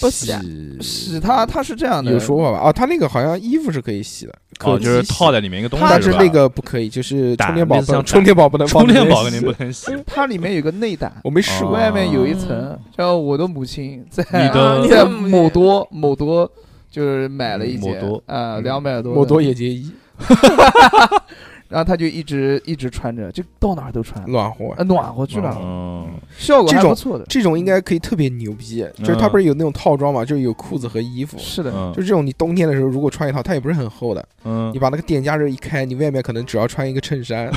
S3: 不洗啊
S4: 洗她，她是这样的，
S2: 有说法吧？哦，他那个好像衣服是可以洗的，可
S5: 哦，
S2: 以
S5: 就是
S2: 洗
S5: 套在里面一个东西，
S2: 但是
S5: 吧
S2: 那个不可以，就是
S5: 胆
S2: 充电宝
S5: 类似像
S2: 不，充电宝不能放
S5: 充电宝
S2: 里
S5: 肯
S2: 面
S5: 定不能洗，
S4: 它里面有个内胆，
S2: 我没试过，
S4: 外面有一层
S3: 嗯，
S4: 叫我的母亲在
S5: 你的
S3: 啊
S4: 在
S3: 母
S4: 某多某多就是买了一件
S5: 某多
S4: 啊两百
S5: 哦
S4: 多的
S2: 我多野结衣，
S4: 然后她就一直一直穿着，就到哪儿都穿，
S2: 暖和
S4: 啊。暖和去哪儿，
S5: 嗯，
S4: 效果还
S2: 这种
S4: 不错的，
S2: 这种应该可以特别牛逼，就是它
S5: 嗯
S2: 不是有那种套装嘛，就是有裤子和衣服。
S4: 是的，
S5: 嗯
S2: 就这种，你冬天的时候如果穿一套，它也不是很厚的，
S5: 嗯
S2: 你把那个电加热一开，你外面可能只要穿一个衬 衫，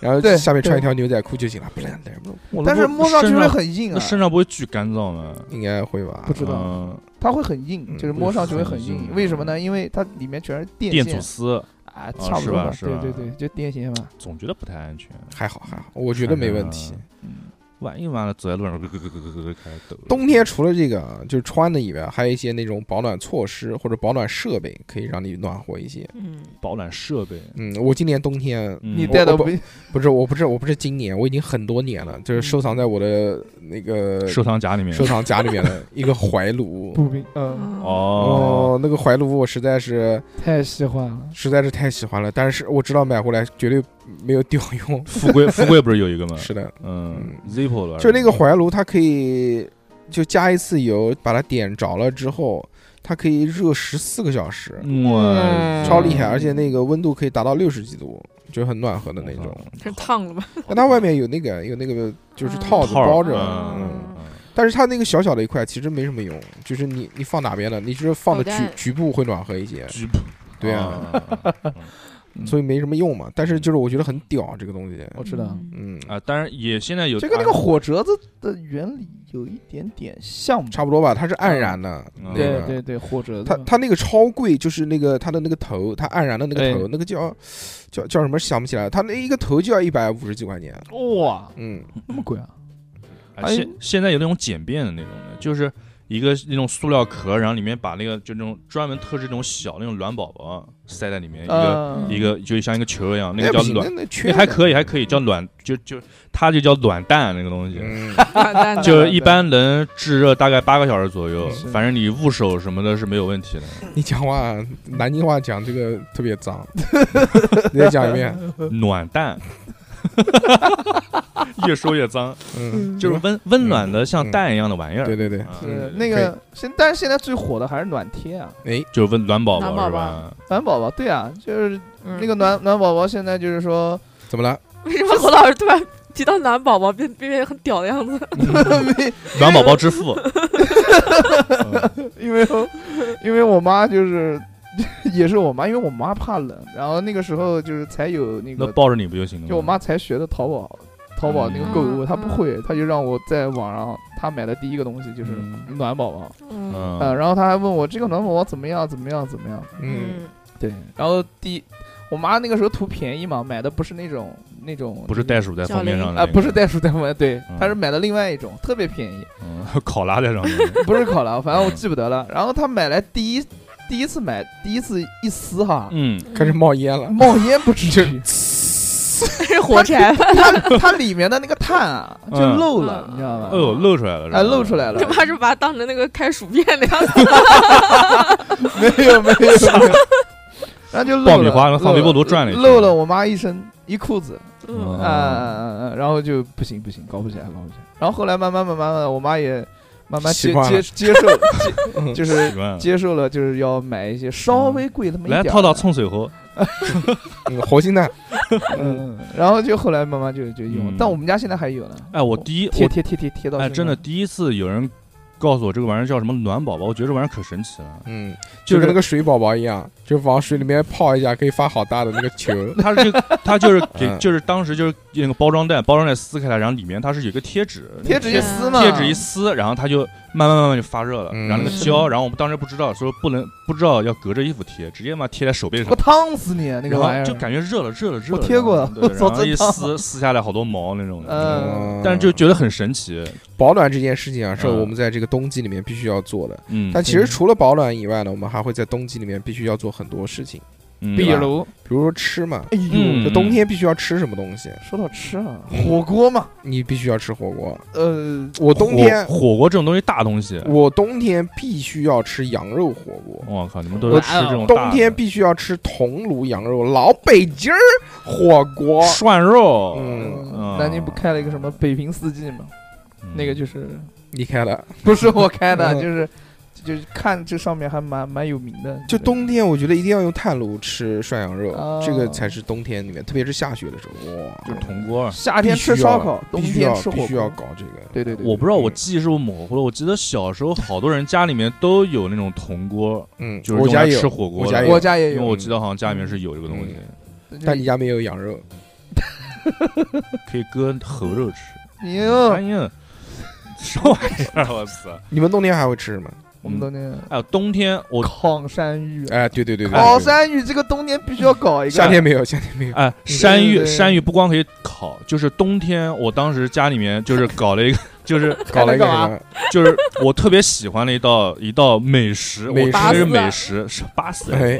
S2: 然后
S4: 对
S2: 下面穿一条牛仔裤就行了，不然不
S5: 我
S4: 但是摸上去
S5: 身
S4: 会
S5: 上
S4: 很硬
S5: 那
S4: 啊，
S5: 身上不会巨干燥吗？
S2: 应该会吧
S4: 不？知道。
S5: 嗯，
S4: 它会很硬，
S2: 嗯
S4: 就是摸上去会很
S5: 很
S4: 硬。
S5: 硬
S4: 为什么呢？因为它里面全是电
S5: 电
S4: 线
S5: 阻丝，
S4: 啊，差不
S5: 是
S4: 多
S5: 吧
S4: 吧。
S5: 是
S4: 对
S5: 吧
S4: 对对，就电线嘛。
S5: 总觉得不太安全。哎
S2: 还好还好，我觉得没问题
S5: 看着。万一完了走在路上，咯咯咯咯咯咯开始抖。
S2: 冬天除了这个就是穿的以外，还有一些那种保暖措施或者保暖设备，可以让你暖和一些。
S3: 嗯，
S5: 保暖设备，
S2: 嗯，我今年冬天
S5: 嗯
S4: 你带的
S2: 我
S4: 不
S2: 不是，我不是，我不是今年，我已经很多年了，就是收藏在我的那个
S5: 收藏夹里面
S2: 收藏夹里面 的一个怀炉。
S4: 步兵，嗯，
S3: 哦，
S5: 哦，
S2: 哦，那个怀炉我实在是
S4: 太喜欢了。
S2: 实在是太喜欢了，但是我知道买回来绝对没有屌用。
S5: 富贵富贵不是有一个 吗？
S2: 是的，
S5: 嗯，Zippo 了，
S2: 就那个怀炉，它可以就加一次油，把它点着了之后，它可以热十四个小时，
S5: 嗯哇，
S2: 嗯超厉害，而且那个温度可以达到六十几度，就很暖和的那
S5: 嗯
S2: 种。
S3: 这烫了吧？
S2: 但它外面有那个有那个就是
S3: 嗯
S2: 套子
S5: 套儿
S2: 包着，
S5: 嗯
S2: 嗯。但是它那个小小的一块其实没什么用，就是你你放哪边了，你只是放的
S3: 口
S2: 局
S3: 袋
S2: 局部会暖和一些，
S5: 局部，
S2: 对啊，
S5: 啊
S2: 所以没什么用嘛。但是就是我觉得很屌这个东西，
S4: 我知道，
S2: 嗯，
S5: 啊，当然也现在有啊
S4: 这跟那个火折子的原理有一点点像吧，
S2: 差不多吧，它是黯然的，
S5: 嗯
S2: 那
S4: 对
S2: 个
S4: 对对，火折子
S2: 它它那个超贵，就是那个它的那个头，它黯然的那个头，
S4: 哎
S2: 那个叫叫叫什么想不起来，它那一个头就要一百五十几块钱，
S4: 哇，
S2: 嗯，
S4: 那么贵啊！
S5: 啊现现在有那种简便的那种的，就是一个那种塑料壳，然后里面把那个就那种专门特制那种小那种卵宝宝塞在里面，一个
S4: 呃，
S5: 一个就像一个球一样，那
S2: 也哎不
S5: 个叫
S2: 行
S5: 卵
S2: 那，那缺
S5: 那还
S2: 的
S5: 可以还可以叫卵，就就它就叫卵蛋那个东西。
S2: 嗯，
S3: 嗯，
S5: 就是一般能炙热大概八个小时左右
S4: 是，
S5: 反正你捂手什么的是没有问题的。
S2: 你讲话南京话讲这个特别脏， 你再讲一遍，
S5: 暖蛋， 越说越脏，
S2: 嗯，
S5: 就是温温暖的像
S2: 嗯
S5: 蛋一样的玩意儿。
S2: 对对对，
S5: 啊
S4: 是
S2: 嗯
S4: 那个现，但是现在最火的还是暖贴啊，
S2: 哎，
S5: 就是温暖宝
S3: 暖
S5: 宝
S3: 宝
S5: 是吧？
S4: 暖宝宝，对啊，就是
S3: 那
S4: 那个暖暖宝宝，现在就是说
S2: 怎么了？
S3: 嗯为什么何老师突然提到暖宝宝，变变很屌的样子？
S4: 没
S5: 暖宝宝之父，
S4: 因为我因为我妈就是 也是我妈，因为我妈怕冷，然后那个时候就是才有那
S5: 那
S4: 个，
S5: 抱着你不就行了吗？
S4: 就我妈才学的淘宝。淘宝那个购物，
S3: 嗯
S4: 她不会，她就让我在网上，她买的第一个东西就是
S5: 嗯
S4: 暖宝宝，
S3: 嗯
S4: 嗯，
S5: 嗯，
S4: 然后她还问我这个暖宝宝怎么样，怎么样，怎么样，
S2: 嗯，
S4: 对，然后第，我妈那个时候图便宜嘛，买的不是那种那种
S5: 不是袋鼠在封面上的
S4: 啊、
S5: 那个
S4: 不是袋鼠蛋粉，对
S5: 嗯，
S4: 她是买的另外一种，特别便宜，
S5: 嗯 考拉在上面，
S4: 不是烤了，反正我记不得了。然后她买来第一第一次买第一次一撕哈，
S5: 嗯，
S2: 开始冒烟了，
S4: 冒烟不至于，
S3: 是火柴，
S4: 它它里面的那个碳啊就
S5: 嗯
S4: 漏了，
S3: 嗯
S4: 你知道吧？
S5: 哦呦，露出来了是吧，
S4: 哎露出 来了
S3: 他妈是把它当成那个开薯片那样 子。
S4: 没有没有，没有然后就漏了
S5: 爆米花放
S4: 漏
S5: 微
S4: 了
S5: 波炉转了一圈
S4: 漏了我妈一身一裤子，
S3: 嗯
S4: 啊啊啊！然后就不行不行，搞不起来，搞不起来。然后后来慢慢慢慢的，我妈也慢慢
S2: 习
S4: 接
S2: 惯
S4: 接
S2: 了
S4: 接受， 接就是
S5: 习惯了
S4: 接受了，就是要买一些稍微贵那么一
S5: 来
S4: 点儿的。
S5: 套套冲水猴，
S2: 嗯，活性炭，
S4: 嗯，然后就后来慢慢就就用
S5: 嗯
S4: 了，但我们家现在还有呢。
S5: 哎，我第一
S4: 贴
S5: 我
S4: 贴贴贴贴到
S5: 哎
S4: 身
S5: 真的
S4: 上
S5: 第一次有人告诉我这个玩意儿叫什么暖宝宝，我觉得这玩意儿可神奇了，
S2: 嗯，
S5: 就
S2: 就跟那
S5: 是。
S2: 个水宝宝一样，就往水里面泡一下，可以发好大的那个球，
S5: 它是这个，它就是给，
S2: 嗯
S5: 就是当时就是那个包装袋，包装袋撕开来，然后里面它是有一个贴纸，
S4: 贴纸一
S3: 也
S4: 撕嘛，
S5: 贴纸一撕，然后它就慢慢慢慢就发热了，
S2: 嗯
S5: 然后那个胶，然后我们当时不知道，说不能不知道要隔着衣服贴，直接嘛贴在手背上
S4: 我，烫死你啊那个玩意
S5: 然
S4: 儿，
S5: 后就感觉热了热了热了，
S4: 我贴过
S5: 然后对
S4: 我
S5: 然后
S4: 真
S5: 一
S4: 烫
S5: 撕撕下来好多毛那种的，
S4: 嗯，
S2: 嗯
S5: 呃但是就觉得很神奇，
S2: 保暖这件事情啊，是
S5: 嗯
S2: 我们在这个冬季里面必须要做的。
S5: 嗯，
S2: 但其实除了保暖以外呢，我们还会在冬季里面必须要做很多事情，
S5: 嗯
S4: 比如
S2: 比如说吃嘛，
S4: 哎
S5: 嗯
S4: 呦，
S2: 就冬天必须要吃什么东西，
S4: 说到吃啊，火锅嘛，
S2: 你必须要吃火锅。
S4: 呃，
S5: 嗯
S2: 我冬天，
S5: 火火锅这种东西大东西，
S2: 我冬天必须要吃羊肉火锅。
S5: 我靠，你们都是吃这种大
S2: 冬
S5: 的
S2: 天必须要吃桐炉羊肉，老北京儿火锅。
S5: 涮肉，
S2: 嗯
S5: 嗯
S4: 南京不开了一个什么北平四季嘛，那个就是
S2: 你开了，
S4: 不是我开 的，
S2: 嗯
S4: 就是就是看这上面还蛮蛮有名的，
S2: 就冬天我觉得一定要用炭炉吃涮羊肉，
S4: 哦
S2: 这个才是冬天里面，特别是下雪的时候，哇，
S5: 就是铜锅。
S4: 夏天吃烧烤，冬
S2: 必须
S4: 天
S2: 要
S4: 吃火
S2: 必须要搞
S4: 锅，
S2: 这个。
S4: 对对对，
S5: 我不知道我记忆是不是模糊了，我记得小时候好多人家里面都有那种铜锅，
S2: 嗯，
S5: 就是
S2: 我
S5: 用
S2: 家
S5: 来
S2: 也
S5: 吃
S2: 有，
S5: 火锅
S2: 我家
S5: 的
S2: 也有
S4: 我家也
S5: 因
S4: 有，
S5: 为
S4: 哎
S5: 我记得好像家里面是有这个东西，
S2: 但你家没有羊肉。
S5: 可以割猴肉吃。
S4: 你哟
S5: 哎呀，什么玩意儿？我操！
S2: 你们冬天还会吃什么？
S4: 我们冬天
S5: 哎呦，冬天我
S4: 抗山啊芋，
S2: 哎，对对对对，
S4: 烤
S2: 对
S4: 山芋这个冬天必须要搞一个。
S2: 夏天没有，夏天没 有，
S5: 哎，
S4: 对
S5: 山
S4: 对
S5: 芋
S4: 对
S5: 山芋不光可以烤，就是冬天我当时家里面就是搞了一个，就是
S2: 搞了一个
S3: 干
S2: 什
S3: 嘛
S2: 么？
S5: 就是我特别喜欢的一道一道美食，
S2: 美食
S5: 我吃的是美食是巴斯，
S2: 哎，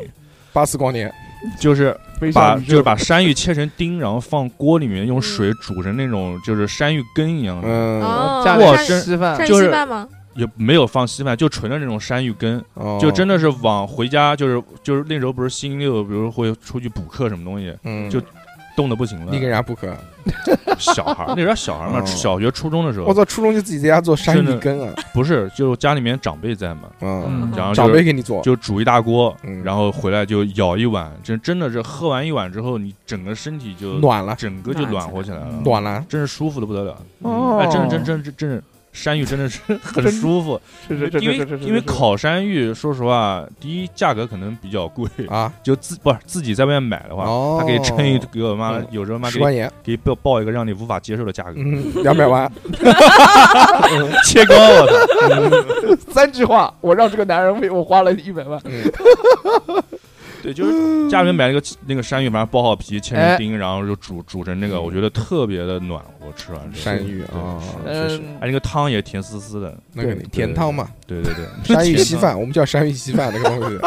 S2: 八四光年，
S5: 就是
S4: 飞
S5: 把
S4: 向宇宙
S5: 就是把山芋切成丁，然后放锅里面用水煮成那种就是山芋羹一样的，
S2: 嗯，
S3: 哦，
S4: 家
S5: 哇
S4: 里
S3: 山
S5: 真
S4: 吃饭
S3: 山
S5: 就
S3: 西
S5: 是
S3: 饭吗？
S5: 也没有放稀饭，就纯的那种山芋羹，
S2: 哦
S5: 就真，的是往回家就是就是那时候不是星期六，比如会出去补课什么东西，
S2: 嗯，
S5: 就冻得不行了
S2: 你。给人家不可，
S5: 小孩儿那时候小孩儿嘛，
S2: 哦
S5: 小学初中的时
S2: 我
S5: 候
S2: 操，初中就自己在家做山
S5: 真的
S2: 芋羹啊，
S5: 不是，就家里面长辈在嘛，
S2: 嗯，
S4: 嗯
S5: 然后就
S2: 长辈给你做，
S5: 就煮一大锅，
S2: 嗯
S5: 然后回来就舀一碗，真真的是喝完一碗之后，你整个身体就
S2: 暖了，
S5: 整个就暖和起来了，
S2: 暖了，
S5: 真是舒服的不得了。
S4: 哦
S5: 哎，真的真真真真是山芋真的是 很
S4: 真
S5: 舒服，
S4: 是是是
S5: 因为
S4: 是是是
S5: 因为
S4: 是
S5: 烤山芋，说实话，第一价格可能比较贵，
S2: 啊，
S5: 就自不是自己在外面买的话，
S2: 哦，
S5: 他可以称一个妈
S2: 嗯
S5: 有时候妈
S2: 十
S5: 给
S2: 块钱，
S5: 给报报一个让你无法接受的价格，
S2: 嗯，两百万，
S5: 切糕 我操！
S4: 三句话，我让这个男人为我花了一百万。
S2: 嗯
S5: 对，就是家里面买了一个那个山芋，反正剥好皮切
S4: 哎
S5: 成丁，然后就煮煮成那个，我觉得特别的暖和，吃完之后
S2: 嗯山芋
S5: 对
S2: 啊
S5: 是
S2: 确实
S4: 嗯
S5: 哎，，那个汤也甜丝丝的，
S2: 那个
S5: 对
S2: 甜汤嘛，，
S5: 对对对 对，
S2: 山芋
S5: 甜
S2: 稀
S5: 汤，
S2: 饭，我们叫山芋稀饭那个东 西，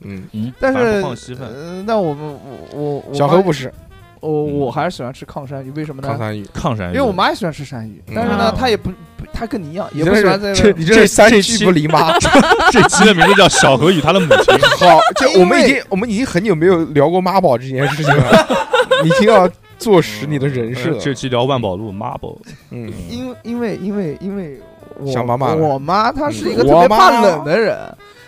S2: 嗯，
S5: 嗯，
S4: 但
S5: 反正
S4: 是
S5: 不放稀饭，
S4: 呃那我们我我我
S2: 小
S4: 妈
S2: 何不是嗯
S4: 我我还是喜欢吃抗山芋，为什么
S2: 抗
S4: 呢？
S2: 山芋，
S5: 抗山芋，
S4: 因为我妈也喜欢吃山芋，
S2: 嗯
S4: 但是呢，
S5: 啊
S4: 她也不不她跟你一样，
S2: 你
S4: 也
S2: 真
S4: 不喜欢
S2: 是
S4: 在
S2: 这，你这是三
S5: 这
S2: 句
S5: 期
S2: 不离 妈。
S5: 这期的名字叫《小何与他的母 亲》，
S2: 好，就我们已
S4: 因
S2: 经我们已经很久没有聊过妈宝这件事情了， 你一定要坐实你的人设
S4: 嗯
S5: 呃。这期聊万宝路 Marble，
S2: 嗯，
S4: 因为因为因为因为我
S2: 想妈妈了
S4: 我妈她是一
S2: 嗯
S4: 个特别
S2: 我妈
S4: 怕冷的人，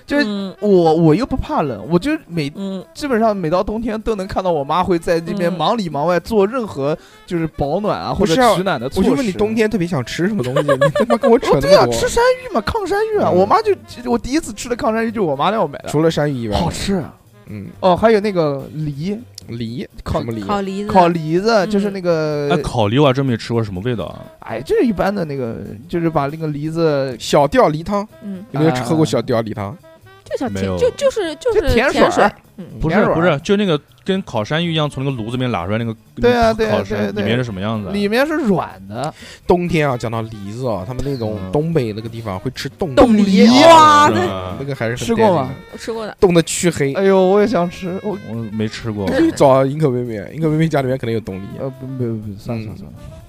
S4: 就是
S3: 嗯
S4: 我我又不怕冷，我就每
S3: 嗯
S4: 基本上每到冬天都能看到我妈会在那边
S3: 嗯
S4: 忙里忙外做任何就是保暖啊或
S2: 不
S4: 者
S2: 是啊
S4: 取暖的措
S2: 我
S4: 施。
S2: 就问你冬天特别想吃什么东西，你他妈跟我扯
S4: 哦，对
S2: 那
S4: 呀、
S2: 么
S4: 吃
S2: 多。
S4: 山芋嘛，抗山芋啊！
S2: 嗯
S4: 我妈就我第一次吃的抗山芋就是我妈让我买的，
S2: 除了山芋以外，
S4: 好吃啊。
S2: 嗯，
S4: 哦，还有那个梨，
S2: 梨
S4: 烤
S2: 什么梨？
S3: 烤梨子，
S4: 烤梨子，
S3: 嗯
S4: 就是那
S5: 哎，
S2: 啊
S4: 个，
S5: 烤梨我还真没吃过，什么味道啊？
S4: 哎，就是一般的那个，就是把那个梨子
S2: 小吊梨汤，
S3: 嗯，
S2: 有没有吃
S4: 啊
S2: 喝过小吊梨汤？
S3: 就小
S5: 没
S3: 甜，
S5: 有
S3: 就就是就
S4: 就是甜
S3: 甜
S4: 水儿
S3: 嗯，
S5: 不
S4: 甜
S5: 是
S4: 软
S5: 不是，就那个跟烤山芋一样，从那个炉子里面拉出来那个，
S4: 对啊
S5: 那个
S4: 对啊
S5: 烤
S4: 对
S5: 山
S4: 啊对啊
S5: 里面是什么样子啊？
S4: 里面是软的，
S2: 冬天啊，讲到梨子啊，他们那种
S5: 嗯
S2: 东北那个地方会吃冻
S3: 冻梨
S2: 啊
S5: 哦
S3: 哇
S5: 是
S3: 那
S5: 吧
S2: 那个还是很
S4: 吃过
S2: 带
S4: 吗
S2: 劲的
S3: 我吃过的，
S2: 冻得黢黑。啊
S4: 哎呦，我也想吃，哦我
S5: 我没吃过
S2: 你，可以找银可妹妹，银可妹妹家里面肯定有冻梨，
S4: 呃不不不，算了
S2: 嗯
S4: 算了算了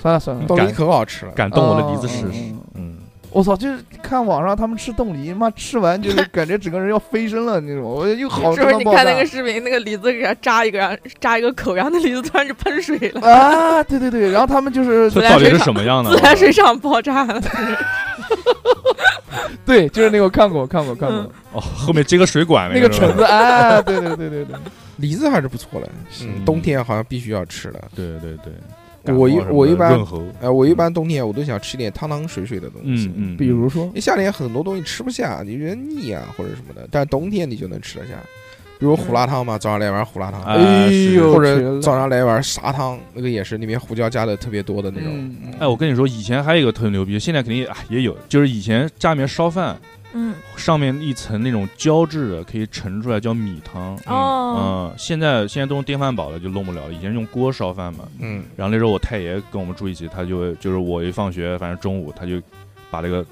S4: 算了算了，
S2: 冻梨可好吃了。
S5: 敢动我的梨子试试。
S4: 嗯。嗯嗯
S5: 嗯，
S4: 我操！就是看网上他们吃冻梨，妈吃完就是 感觉整个人要飞升了那种，我又好
S3: 是不
S4: 吃
S3: 是
S4: 到
S3: 你
S4: 爆
S3: 看
S4: 炸
S3: 那个视频，那个梨子给它扎一个，然后扎一个口，然后那梨子突然就喷水了，
S4: 啊，对对对，然后他们就是
S5: 这到底是什么
S4: 哦
S5: 样的？
S3: 自来水厂爆炸了。
S4: 对，就是那个我看过看过看过
S3: 嗯
S5: 哦，后面接个水管
S4: 那个
S5: 是吧
S4: 橙子，哎，对对对对对，
S2: 梨子还是不错的，嗯，
S5: 嗯
S2: 冬天好像必须要吃的。
S5: 对对对，感
S2: 我一
S5: 冒什么
S2: 我一
S5: 的
S2: 般
S5: 润喉，
S2: 哎，我一般冬天我都想吃点汤汤水水的东西
S5: 嗯，嗯，
S4: 比如说
S2: 因为夏天很多东西吃不下，你觉得腻啊或者什么的，但是冬天你就能吃得下，比如胡辣汤嘛，早上来一碗胡辣汤，
S5: 哎
S4: 哎呦
S2: 或
S4: 天
S2: 者
S4: 呐
S2: 早上来一碗砂汤，那个也是里面胡椒加的特别多的那种，
S4: 嗯，
S5: 哎，我跟你说，以前还有一个特别牛逼，现在肯定也哎也有，就是以前家里面烧饭，
S3: 嗯
S5: 上面一层那种胶质的可以盛出来叫米汤。
S3: 哦，
S5: 嗯，现在现在都用电饭煲了，就弄不了了。以前用锅烧饭嘛，
S2: 嗯，
S5: 然后那时候我太爷跟我们住一起，他就会就是我一放学，反正中午他就把那个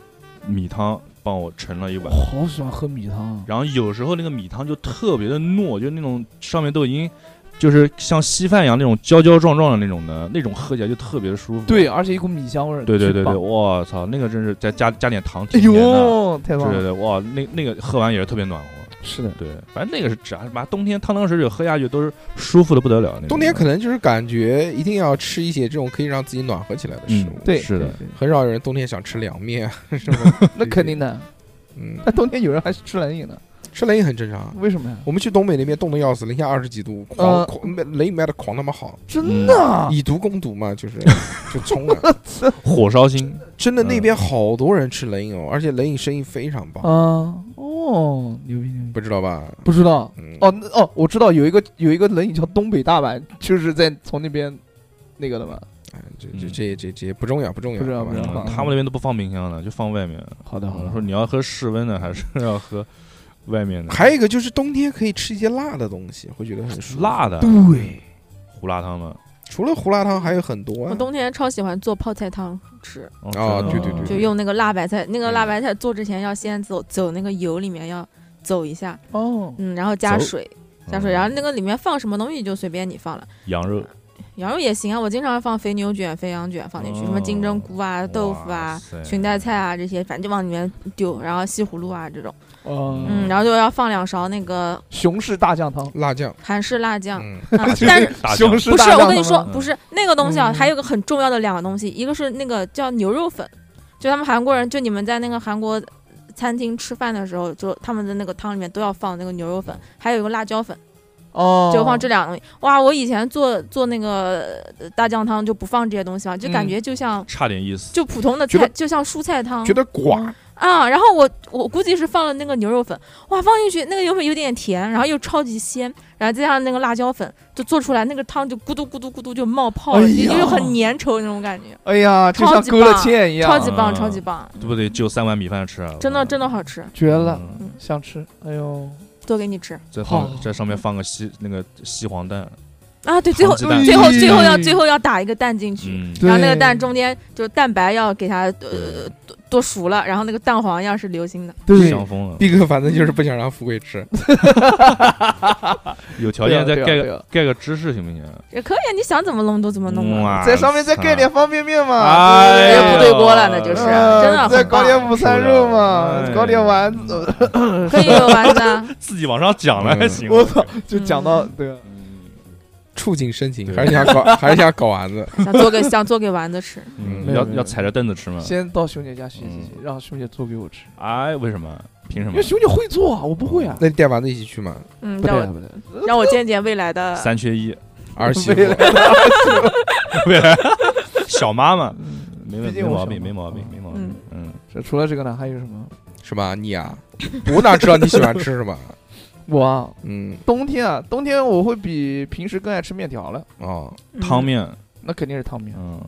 S5: 米汤帮我盛了一碗。
S4: 好喜欢喝米汤，啊
S5: 然后有时候那个米汤就特别的糯，就那种上面都已经就是像稀饭一样那种胶胶状状的那种的，那种喝起来就特别的舒服。
S4: 对，而且一股米香味儿，
S5: 对对对
S4: 巨
S5: 对，
S4: 棒
S5: 我操，那个真是再加加点糖，
S4: 哎
S5: 挺甜的。
S4: 呦，太
S5: 对
S4: 棒了，
S5: 对对，哇，那那个喝完也是特别暖和。
S4: 是的，
S5: 对，反正那个是只要是把冬天汤汤水水喝下去都是舒服的不得了。那种
S2: 冬天可能就是感觉一定要吃一些这种可以让自己暖和起来的食
S5: 嗯
S2: 物，
S4: 对，
S5: 是的
S4: 对，
S2: 很少有人冬天想吃凉面，是吧？
S4: 对那肯定的。
S2: 嗯，
S4: 但冬天有人还是吃冷饮的，
S2: 吃冷饮很正常。啊
S4: 为什么呀？
S5: 嗯
S2: 我们去东北那边冻得要死，零下二十几度，狂
S4: 呃
S2: 狂卖冷饮卖的狂他妈好，
S4: 真的啊，
S5: 嗯
S2: 以毒攻毒嘛，就是就冲啊！
S5: 火烧心，
S2: 真的那
S5: 嗯
S2: 边好多人吃冷饮哦，而且冷饮生意非常棒，
S4: 啊，
S5: 嗯
S4: 哦，牛逼牛逼，
S2: 不知道吧？
S4: 不知道。
S2: 嗯，
S4: 哦那哦，我知道有一个有一个冷饮叫东北大碗，就是在从那边那个的嘛。
S2: 嗯哎这这这这这不重要，不重要，
S4: 不重要
S2: 好吧
S4: 不重要放
S5: 嗯他们那边都不放冰箱的，就放外面。
S4: 好的好
S5: 我
S4: 的
S5: 说，你要喝室温的，还是要喝外面的？
S2: 还有一个就是冬天可以吃一些辣的东西，会觉得很舒服。
S5: 辣的
S4: 对，
S5: 胡辣汤嘛。
S2: 除了胡辣汤还有很多
S3: 我
S2: 啊，
S3: 冬天超喜欢做泡菜汤吃，
S2: 啊
S4: 哦
S5: 真的
S2: 对对对
S3: 就用那个辣白菜，那个
S4: 嗯
S3: 辣白菜做之前要先走走那个油里面要走一下，
S4: 哦，
S3: 嗯，然后加
S5: 走
S3: 水加
S4: 嗯
S3: 水，然后那个里面放什么东西就随便你放了，
S5: 羊肉
S3: 羊肉也行啊，我经常放肥牛卷、肥羊卷放进去，
S5: 哦
S3: 什么金针菇啊、豆腐啊、，
S5: 哇塞
S3: 裙带菜啊这些，反正就往里面丢，然后西葫芦啊这种，
S4: 嗯
S5: 哦
S3: 嗯，，然后就要放两勺那个
S4: 熊市大酱汤，
S2: 辣酱，
S3: 韩式辣酱。
S2: 嗯，
S3: 啊但是
S5: 大酱
S4: 熊市
S3: 不是
S4: 大酱
S3: 我
S4: 汤
S3: 跟你说
S4: 吗，
S3: 不是那个东西啊，
S4: 嗯
S3: 还有个很重要的两个东西，一个是那个叫牛肉粉，就他们韩国人，就你们在那个韩国餐厅吃饭的时候，就他们的那个汤里面都要放那个牛肉粉，还有一个辣椒粉，
S4: 哦，
S3: 就放这两个东西。哇，我以前做做那个呃大酱汤就不放这些东西啊嘛，就感觉就像。
S5: 差点意思。
S3: 就普通的
S2: 觉得
S3: 菜，就像蔬菜汤
S2: 觉得寡，
S3: 啊，然后我我估计是放了那个牛肉粉，哇，放进去那个牛肉粉有点甜，然后又超级鲜，然后再加上那个辣椒粉，就做出来那个汤就咕嘟咕嘟咕嘟就冒泡了，
S4: 哎
S3: 就
S4: 呀
S3: 就很粘稠那种感觉，
S4: 哎呀，就像
S3: 超级
S4: 勾了
S3: 棒
S4: 芡一样，
S3: 超级棒，
S5: 嗯
S3: 超级棒，
S5: 对不对？就三碗米饭吃啊，
S3: 真的
S5: 我
S3: 真的好吃，
S4: 绝了，
S5: 嗯
S4: 想吃，哎呦，
S3: 做给你吃
S5: 再
S4: 好
S5: 放在上面放个西那个西黄蛋，
S3: 啊！对，最后
S5: 糖鸡蛋
S3: 最后
S2: 哎
S4: 嗯
S3: 最后要最后要打一个蛋进去，
S5: 嗯，
S3: 然后那个
S4: 对
S3: 蛋中间就是蛋白要给它呃
S5: 对
S3: 剁剁熟了，然后那个蛋黄要是流心的，
S4: 对
S5: 香疯了。
S2: 毕哥反正就是不想让富贵吃，
S5: 有条件再
S4: 对啊
S5: 盖
S4: 对
S5: 个
S4: 啊
S5: 盖个芝士行不行？
S3: 也可以，啊，你想怎么弄都怎么弄啊嘛，
S5: 哇
S4: 在上面再盖点
S5: 塞
S4: 方便面嘛，
S5: 哎
S3: 哎
S5: 呀
S3: 呀不对锅了，那就是啊
S4: 嗯
S3: 真的
S4: 再
S3: 很
S4: 搞
S3: 棒，
S4: 点午餐肉嘛，
S5: 哎
S4: 搞点呃丸子，
S5: 嗯
S3: 可以有丸子啊，
S5: 自己往上讲了还行。
S4: 嗯我操，就讲到对啊，
S2: 促进深情，
S5: 对
S2: 还是想搞， 还是想搞丸子。
S3: 想做给想做给丸子吃，
S5: 嗯
S4: 没有
S5: 要
S4: 没有
S5: 要踩着凳子吃吗？
S4: 先到熊姐家学习
S5: 嗯
S4: 学习，让熊姐做给我吃，
S5: 哎，为什么？凭什
S4: 因
S5: 么
S4: 为？熊姐会做，啊，我不会啊，
S2: 那你带丸子一起去嘛？
S3: 嗯，
S4: 不
S3: 让
S4: 对
S3: 我
S4: 啊不对啊，
S3: 让我见见未来 的
S5: 三缺 一，
S2: 儿媳妇
S4: 没了
S5: 小妈妈，没问
S4: 毕
S5: 没
S4: 竟我
S5: 毛
S4: 小
S5: 病，
S4: 妈
S5: 没
S4: 妈
S5: 毛病，没毛病。嗯，
S4: 这除了这个呢，还有什么？
S2: 是吧？你啊，我哪知道你喜欢吃什么？
S4: 我啊，
S2: 嗯，
S4: 冬天啊，冬天我会比平时更爱吃面条了，
S2: 哦，
S3: 嗯
S5: 汤，面，
S4: 那肯定是汤面。
S5: 嗯，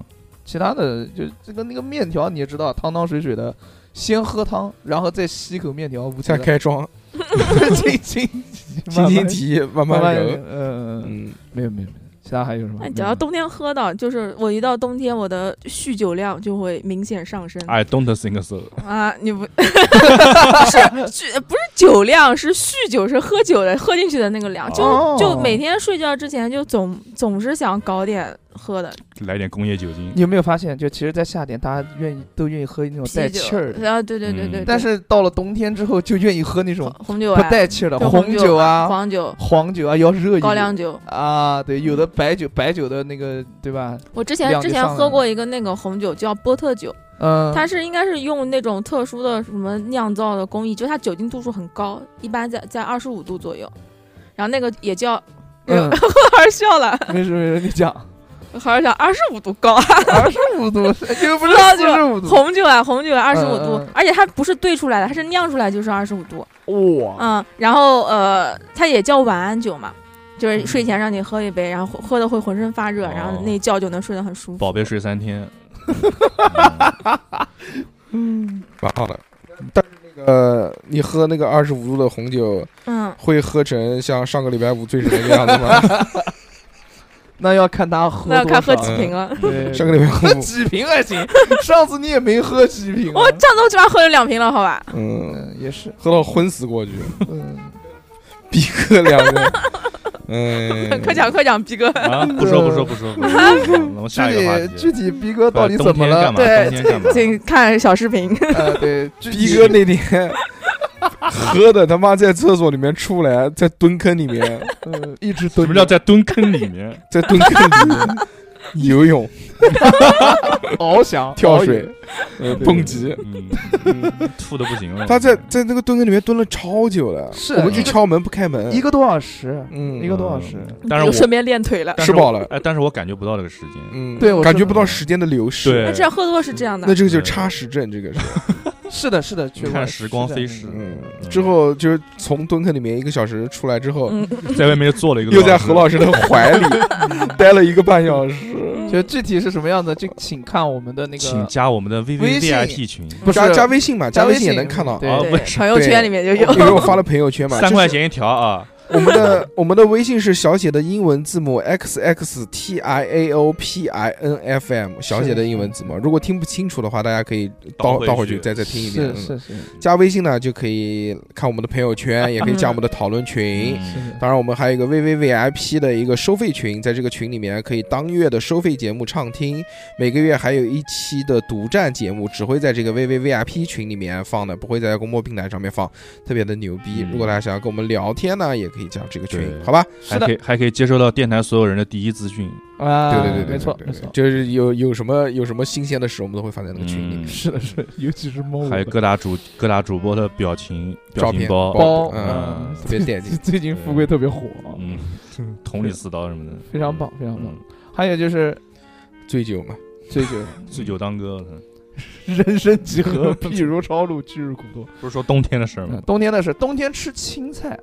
S4: 其他的就这个那个面条你也知道，汤汤水水的，先喝汤，然后再吸一口面条，无
S2: 再
S4: 再
S2: 开窗，
S4: 轻轻
S2: 轻轻提，慢
S4: 慢慢
S2: 揉。
S4: 嗯，
S2: 嗯，
S4: 没有没有没有，其他还有什么
S3: 那？只要
S4: 动
S3: 冬天喝哎到，就是我一到冬天，我的酗酒量就会明显上升
S5: I don't think so。
S3: 啊！你不 是酗不是酒量，是酗酒，是喝酒的喝进去的那个量，就、
S4: 哦
S3: 就每天睡觉之前就总总是想搞点喝的
S5: 来点工业酒精
S4: 你，有没有发现，就其实，在夏天大家愿意都愿意喝那种带
S3: 啤
S4: 气
S3: 酒
S4: 儿，的，
S3: 然后对对对
S5: 嗯
S3: 对，对
S4: 但是到了冬天之后就愿意喝那种
S3: 红酒
S4: 不
S3: 啊，
S4: 带气儿的
S3: 对
S4: 红
S3: 酒
S4: 酒啊、
S3: 黄酒、
S4: 黄酒啊，要热一
S3: 高
S4: 点
S3: 粱酒。
S4: 啊。对，有的白酒，白酒的那个对吧？
S3: 我之前
S4: 量
S3: 之
S4: 就
S3: 前
S4: 上来
S3: 喝
S4: 了
S3: 过一个那个红酒，叫波特酒。
S4: 嗯，
S3: 它是应该是用那种特殊的什么酿造的工艺，就它酒精度数很高，一般在在二十五度左右。然后那个也叫，
S4: 嗯，
S3: 好笑了，
S4: 没事没事，你 讲。
S3: 好笑，二十五度高啊，
S4: 二十五 度，又不是
S3: 老
S4: 四
S3: 酒
S4: 十五度，
S3: 红酒啊，红酒二十五度，
S4: 嗯嗯嗯
S3: 而且它不是兑出来的，它是酿出来就是二十五度，
S4: 哇，
S3: 嗯，然后呃，它也叫晚安酒嘛，就是睡前让你喝一杯，然后喝的会浑身发热，
S5: 哦
S3: 然后那一觉就能睡得很舒服。
S5: 宝贝睡 三天。
S2: 蛮好的。但是那个，呃你喝那个二十五度的红酒，
S3: 嗯，
S2: 会喝成像上个礼拜五醉成那个样子 吗？
S4: 那要看他喝
S3: 那要看喝
S4: 多少嗯
S3: 几瓶了，
S4: 对
S2: 上个礼拜
S4: 喝
S2: 五，
S4: 几瓶还行，上次你也没喝几瓶啊。
S3: 我上次我起码喝了两瓶了，好吧？
S2: 嗯，
S4: 嗯，也是，
S2: 喝到昏死过去，
S4: 嗯，
S2: 逼哥两个，嗯，
S3: 快讲快讲，逼哥，
S5: 啊，不说不说不说，不说那我
S4: 具
S5: 下一个话
S4: 体具
S5: 题。
S4: 体逼哥到底怎么了？
S5: 冬
S3: 对
S5: 天
S4: 嗯
S5: 干嘛？冬天干嘛？
S3: 请看小视频。
S4: 呃，对，具体
S2: 逼哥那天喝的他妈在厕所里面出来，在蹲坑里面，
S4: 嗯一直
S5: 什
S4: 蹲
S5: 么叫
S4: 着
S5: 在蹲坑里面？
S2: 在蹲坑里面 游泳、
S4: 翱翔、
S2: 跳水、呃
S5: 对
S2: 蹦极。
S5: 嗯，吐的不行了。嗯
S2: 他在在那个蹲坑里面蹲了超久了，
S4: 是
S2: 我们去
S4: 一个
S2: 敲门不开门
S4: 翱翔，一个多小时，
S2: 嗯
S4: 一个多小时。
S5: 但是
S3: 就
S5: 我
S3: 顺便练腿了。
S5: 但是
S2: 吃饱
S5: 我
S2: 了
S5: 哎，但是我感觉不到这个时间。
S2: 嗯，
S4: 对我
S2: 感
S4: 知
S2: 觉
S4: 道
S2: 不到时间的流逝。
S5: 对
S3: 那这样喝多是这样的
S2: 那，这个就是差时症，这个是，
S4: 是的，是的，确实
S5: 看
S4: 是
S5: 时光
S4: 的
S5: 飞逝
S2: 嗯
S5: 嗯，
S2: 之后就是从蹲坑里面一个小时出来之后，
S3: 嗯，
S5: 在外面又坐了一个，嗯
S2: 又在何老师的怀里待了一个半小时，
S3: 嗯
S4: 就具体是什么样子，就请看我们的那
S5: 请
S4: 个
S5: 加我们的 V V
S4: 微
S5: V
S4: 信
S5: I P 群，
S4: 不是
S2: 加加微信嘛，
S4: 加
S2: 加
S4: 微
S2: 微信也
S4: 信嗯
S2: 能看到，哦
S4: 对
S5: 啊
S3: 对
S5: 不，是
S3: 朋友圈里面就有
S2: 因为我发了朋友圈嘛， 就
S5: 三
S2: 是
S5: 块钱一条啊，
S2: 我们的我们的微信是小写的英文字母 x x t i a o p i n f m，小写的英文字母。如果听不清楚的话，大家可以
S5: 倒
S2: 倒
S5: 回
S2: 倒回去
S5: 去
S2: 再再听一遍
S4: 是。
S2: 嗯
S4: 是是
S2: 加微信呢，就可以看我们的朋友圈，也可以加我们的讨论群。
S5: 嗯
S4: 是，
S2: 当然，我们还有一个 VVVIP 的一个收费群，在这个群里面可以当月的收费节目畅听，每个月还有一期的独占节目，只会在这个 VVVIP 群里面放的，不会在公播平台上面放，特别的牛逼。
S5: 嗯
S2: 如果大家想要跟我们聊天呢，也可以加入这个群，
S5: 对
S2: 好吧？
S5: 还
S4: 是
S5: 可
S4: 的
S5: 以还可以接收到电台所有人的第一资讯，
S4: 啊，
S2: 对对对对，
S4: 没错
S2: 对
S4: 没
S2: 对
S4: 错，
S2: 就是有有什么有什么新鲜的事，我们都会放在那个群里面。
S5: 嗯
S4: 是的是，的，尤其是猫
S5: 还有各大主各大主播的表情表
S2: 照
S5: 情
S2: 片
S5: 包，
S4: 包，
S2: 嗯
S4: 嗯
S2: 特别惦记
S4: 最近富贵特别火，
S5: 嗯， 捅你四刀什么的，
S4: 非常棒非常棒
S5: 嗯。，
S4: 还有就是
S2: 醉酒嘛，
S4: 醉 酒，
S2: 嗯
S5: 醉酒当歌，嗯
S4: 人生几何，譬如朝露，去如骨头。
S5: 不是说冬天的事儿
S4: 嗯
S5: 吗？
S4: 冬天的是冬天吃青菜，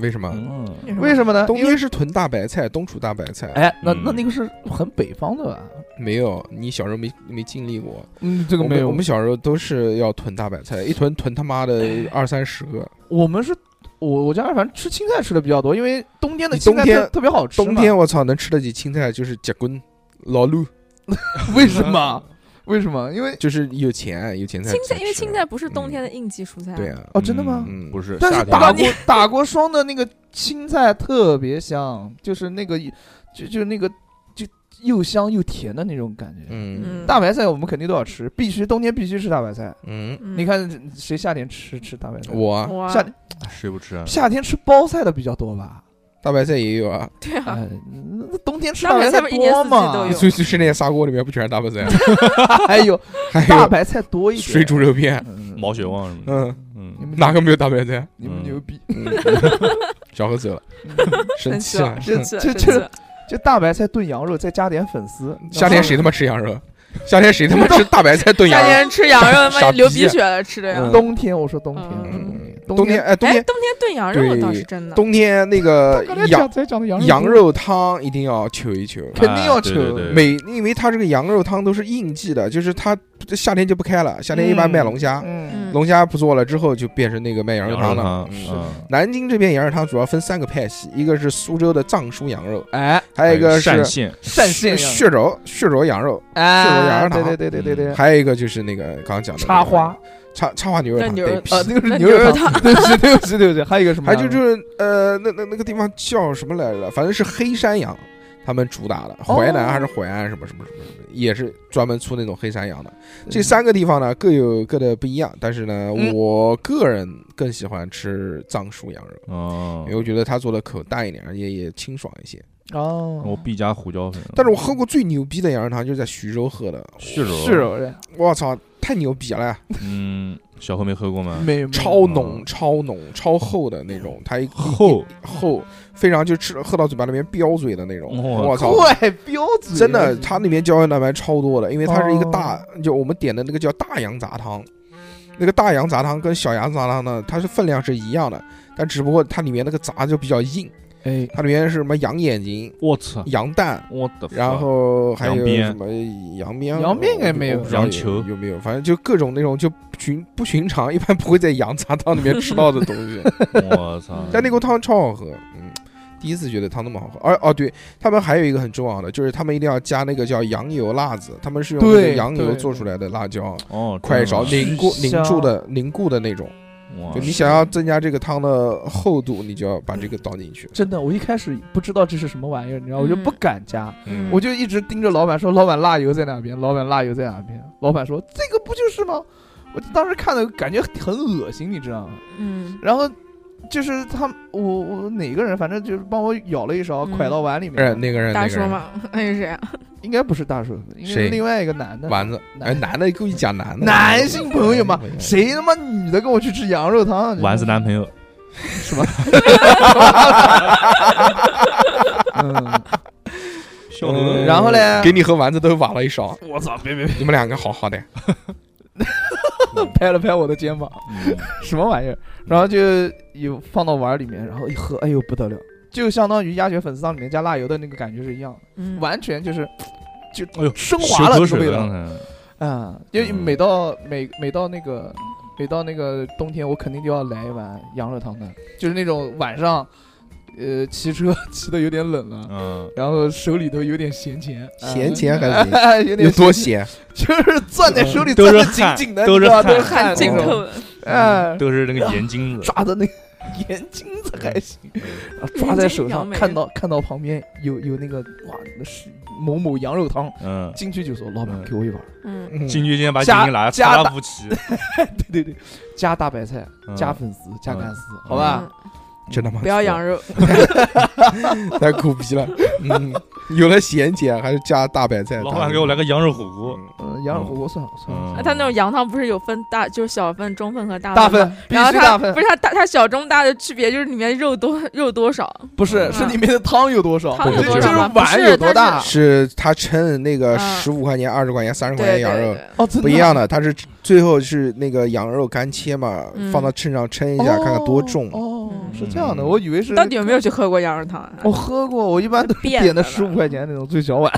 S2: 为什么？
S5: 嗯，
S4: 为什么呢？
S2: 冬
S4: 因为
S2: 天是囤大白菜，冬储大白菜。
S4: 哎，那那
S5: 嗯
S4: 那个是很北方的吧？
S2: 没有，你小时候没没经历过。
S4: 嗯，这个
S2: 我
S4: 没
S2: 们
S4: 有，
S2: 我们小时候都是要囤大白菜，一囤囤他妈
S3: 哎
S2: 的二三十个。
S4: 我们是，我我家反正吃青菜吃的比较多，因为冬天的
S2: 你
S4: 青
S2: 冬
S4: 菜
S2: 天
S4: 特特别好吃嘛。
S2: 冬天我操，能吃得起青菜就是结棍老陆，
S4: 为什么？
S5: 嗯
S4: 为什么？因为
S2: 就是有钱有钱才
S3: 青菜，
S2: 吃
S3: 因为青菜不是冬天
S2: 嗯
S3: 的应季蔬菜，
S2: 对，啊，
S4: 哦，真的吗？
S2: 嗯
S5: 不是，
S4: 但
S5: 夏
S4: 是
S5: 天
S4: 打
S3: 大
S4: 过打过霜的那个青菜特别香，就是那个就就那个就又香又甜的那种感觉。
S2: 嗯
S3: 嗯，
S4: 大白菜我们肯定都要吃，必须冬天必须吃大白菜。
S2: 嗯，
S3: 嗯
S4: 你看谁夏天吃吃大白菜？
S2: 我啊
S3: 哇，
S4: 夏
S5: 谁不吃啊？
S4: 夏天吃包菜的比较多 吧？
S2: 大白菜也有啊，
S3: 对啊，
S4: 哎，那冬天吃
S3: 大白
S4: 白
S3: 菜
S4: 菜
S3: 不是一年
S4: 多
S3: 四季
S4: 嘛
S3: 都？ 有
S2: 最最是那些砂锅里面不全是大白菜，啊
S4: 还 有
S2: 还
S4: 大
S2: 有
S4: 白菜多一点。
S2: 哎水煮肉片，
S4: 嗯
S5: 毛血，旺什么的，
S2: 嗯，
S4: 你
S5: 嗯，
S4: 们
S2: 哪个没有大白 菜？
S4: 你们
S5: 嗯
S4: 牛逼！
S2: 嗯小何走了，生
S3: 生
S2: 气
S3: 气
S2: 了
S3: 了，。生气
S4: 这
S3: 了，生
S4: 这
S3: 气了，
S4: 就大白菜炖羊肉，再加点粉丝。
S2: 夏天谁他妈吃羊肉？夏天谁他妈吃大白菜炖
S3: 夏
S2: 羊肉？
S3: 天吃羊肉，他
S2: 傻
S3: 妈
S2: 逼
S3: 流鼻血了，吃的呀
S2: 嗯。
S4: 冬天我说冬
S2: 嗯
S4: 天，，
S2: 冬天哎，冬
S3: 哎，
S2: 天
S3: 冬天炖羊肉
S2: 对
S3: 倒是真的，
S2: 冬天那个
S4: 刚才
S2: 嗯羊
S4: 讲才讲的羊肉
S2: 羊肉汤一定要求一求。
S4: 肯定要
S5: 啊对对
S4: 求
S5: 对
S2: 每因为它这个羊肉汤都是应季的，就是它夏天就不开了，夏天一般卖龙虾，
S4: 嗯
S3: 嗯
S2: 龙虾不做了之后就变成那个卖羊
S5: 羊
S2: 肉汤了。
S5: 汤，
S2: 嗯
S5: 嗯
S2: 南京这边羊肉汤主要分三个派系，一个是苏州的藏书羊肉，
S4: 哎，
S2: 还有一个
S5: 单
S2: 是
S5: 县，
S4: 单县羊
S2: 血肉血肉羊肉，羊
S4: 哎，
S2: 肉
S4: 对
S2: 汤
S4: 对对对对对，
S2: 还有一个就是那个刚刚讲的
S4: 插花
S2: 插插花牛肉
S3: 那
S2: 汤。
S3: 牛肉
S2: 对
S4: 啊，那个是
S3: 那
S4: 牛
S3: 牛肉
S4: 汤，对不起对不起对不起，还有一个什么
S2: 还
S4: 羊
S2: 就
S4: 肉？
S2: 就是呃，那那那个地方叫什么来着？反正是黑山羊，他们主打的，淮南还是淮安什么什么什么什么，也是专门出那种黑山羊的。
S5: 嗯
S2: 这三个地方呢，各有各的不一样，但是呢，
S4: 嗯
S2: 我个人更喜欢吃藏书羊肉，
S5: 哦嗯
S2: 因为，我觉得它做的口淡一点，而且也清爽一些。
S4: 哦
S5: 我，必加胡椒粉，
S2: 但是我喝过最牛逼的羊肉汤就是在徐州喝的，
S5: 血肉，
S4: 是哦，
S2: 我操，太牛逼了！
S5: 嗯，小何没喝过吗？
S4: 没有
S2: 超
S5: 嗯
S2: 浓、超浓、超厚的那种，它一
S5: 厚
S2: 厚，非常就吃喝到嘴巴里面飙嘴的那种。
S5: 哇
S2: 我操！
S4: 对标准，
S2: 真的，它里面胶原蛋白超多的，因为它是一个
S4: 哦
S2: 大，就我们点的那个叫大羊杂汤，那个大羊杂汤跟小羊杂汤呢，它是分量是一样的，但只不过它里面那个杂就比较硬，
S4: 哎，
S2: 它里面是什么羊眼睛、
S5: 我
S4: 啊
S5: 操，
S2: 羊蛋，
S5: 我的，
S2: 然后还有
S5: 羊鞭
S2: 什么羊鞭，
S4: 羊鞭应该没有
S2: 我不知道
S5: 羊球
S2: 有没有，反正就各种那种就寻不寻常，一般不会在羊杂汤里面吃到的东西。
S5: 我操，
S2: 但那锅汤超好喝，嗯，第一次觉得汤那么好喝。而哦，对他们还有一个很重要的，就是他们一定要加那个叫羊油辣子，他们是用那
S4: 对
S2: 个羊油
S4: 对
S2: 做出来的辣椒，啊
S5: 哦，
S2: 快勺
S5: 真的
S2: 凝固凝
S4: 香
S2: 住的凝固的那种。
S4: 哦
S5: 哇
S2: 就你想要增加这个汤的厚度，你就要把这个倒进去。
S4: 真的，我一开始不知道这是什么玩意儿，你知道，我就
S3: 嗯
S4: 不敢加，
S3: 嗯
S4: 我就一直盯着老板说，老板辣油在哪边？老板辣油在哪边？老板说这个不就是吗？我当时看的感觉很恶心，你知道吗？
S3: 嗯，
S4: 然后就是他，我我哪个人，反正就是帮我舀了一勺，
S3: 嗯
S4: 蒯到碗里
S2: 不是
S4: 面。
S2: 哎那个人，
S3: 大
S2: 那个
S3: 叔
S2: 人，
S3: 嘛，那是谁啊？
S4: 应该不是大叔，应该是
S2: 谁
S4: 另外一个男的。
S2: 丸子，哎，
S4: 男
S2: 男的故意讲男的，
S4: 男性朋友嘛
S2: 男性，朋友
S4: 谁他妈女的跟我去吃羊肉汤？啊
S5: 丸子男朋友，
S4: 什么？嗯，
S5: 小
S2: 嗯
S4: 然后嘞，
S2: 给你和丸子都挖了一勺，
S4: 我操，别别别，
S2: 你们两个好 好的，
S4: 拍了拍我的肩膀，
S5: 嗯
S4: 什么玩意儿？然后就有放到碗里面，然后一喝，哎呦不得了，就相当于鸭血粉丝汤里面加辣油的那个感觉是一样的，
S3: 嗯，
S4: 完全就是就
S5: 哎呦，
S4: 升
S5: 流
S4: 华了
S5: 口
S4: 这
S5: 水
S4: 个味
S5: 了
S4: 道
S5: 刚才
S4: 啊！就
S5: 嗯
S4: 每到每每到那个每到那个冬天，我肯定就要来一碗羊肉汤的，就是那种晚上，呃，骑车 骑的有点冷了，
S5: 嗯，
S4: 然后手里头有点闲钱，啊
S2: 闲钱还行
S4: 有
S2: 有
S4: 点
S2: 多
S4: 闲，
S2: 闲？
S4: 就是攥在手里
S5: 嗯都
S4: 攥
S5: 是
S4: 的紧
S5: 汗
S4: 紧的，
S5: 都
S4: 你
S5: 是
S4: 知道都是
S5: 汗嗯
S4: 汗
S3: 紧
S4: 那种
S3: 扣，
S4: 哎，
S5: 都是那个盐金 子，
S4: 抓的那个眼睛子还行，
S5: 嗯
S4: 然后抓在手上，
S3: 眼睛
S4: 看到看到旁边有有那个哇，那是某某羊肉汤，
S5: 嗯，
S4: 进去就说老板
S5: 嗯
S4: 给我一碗，
S3: 嗯，
S2: 嗯
S5: 进去今天把
S4: 加
S5: 金拿
S4: 加
S5: 加
S4: 大
S5: 夫奇，
S4: 对对对，加大白菜，
S5: 嗯
S4: 加粉丝，加
S5: 嗯
S4: 干丝，好吧，
S2: 真他妈
S3: 不要
S2: 错
S3: 羊肉，
S2: 太苦逼了。嗯，有了咸钱还是加大白菜。
S5: 老
S2: 大
S5: 板
S2: 白
S5: 给我来
S2: 菜
S5: 个羊肉火锅，
S4: 嗯，羊肉火锅算了算了，
S5: 嗯
S3: 啊他那种羊汤不是有分大，就是小份、中份和大
S4: 大
S3: 份
S4: 份
S3: 吗。
S4: 必
S3: 然后
S4: 须
S3: 它
S4: 大
S3: 不
S4: 份，
S3: 是它大它小中大的区别就是里面肉多肉多少，
S4: 不是
S3: 嗯
S4: 是里面的汤有多少，
S3: 汤
S2: 有
S4: 这
S2: 多
S4: 就
S2: 少
S4: 是
S3: 嘛不
S4: 碗
S3: 是
S4: 有多
S3: 它
S4: 大，
S2: 是他称那个
S3: 嗯
S2: 十五块钱、二十块钱、三十块
S3: 对
S2: 钱
S3: 对
S2: 羊肉。
S3: 对
S4: 哦，真的
S2: 不一样的，它是最后是那个羊肉干切嘛，
S3: 嗯
S2: 放到秤上称一
S4: 哦，
S2: 下，看看多重。
S4: 哦，是
S5: 嗯
S4: 这样的，我以为是
S3: 到底有没有去喝过羊肉汤啊？
S4: 我喝过，我一般都
S3: 变
S4: 点的
S3: 的了
S4: 十五块钱那种最小碗，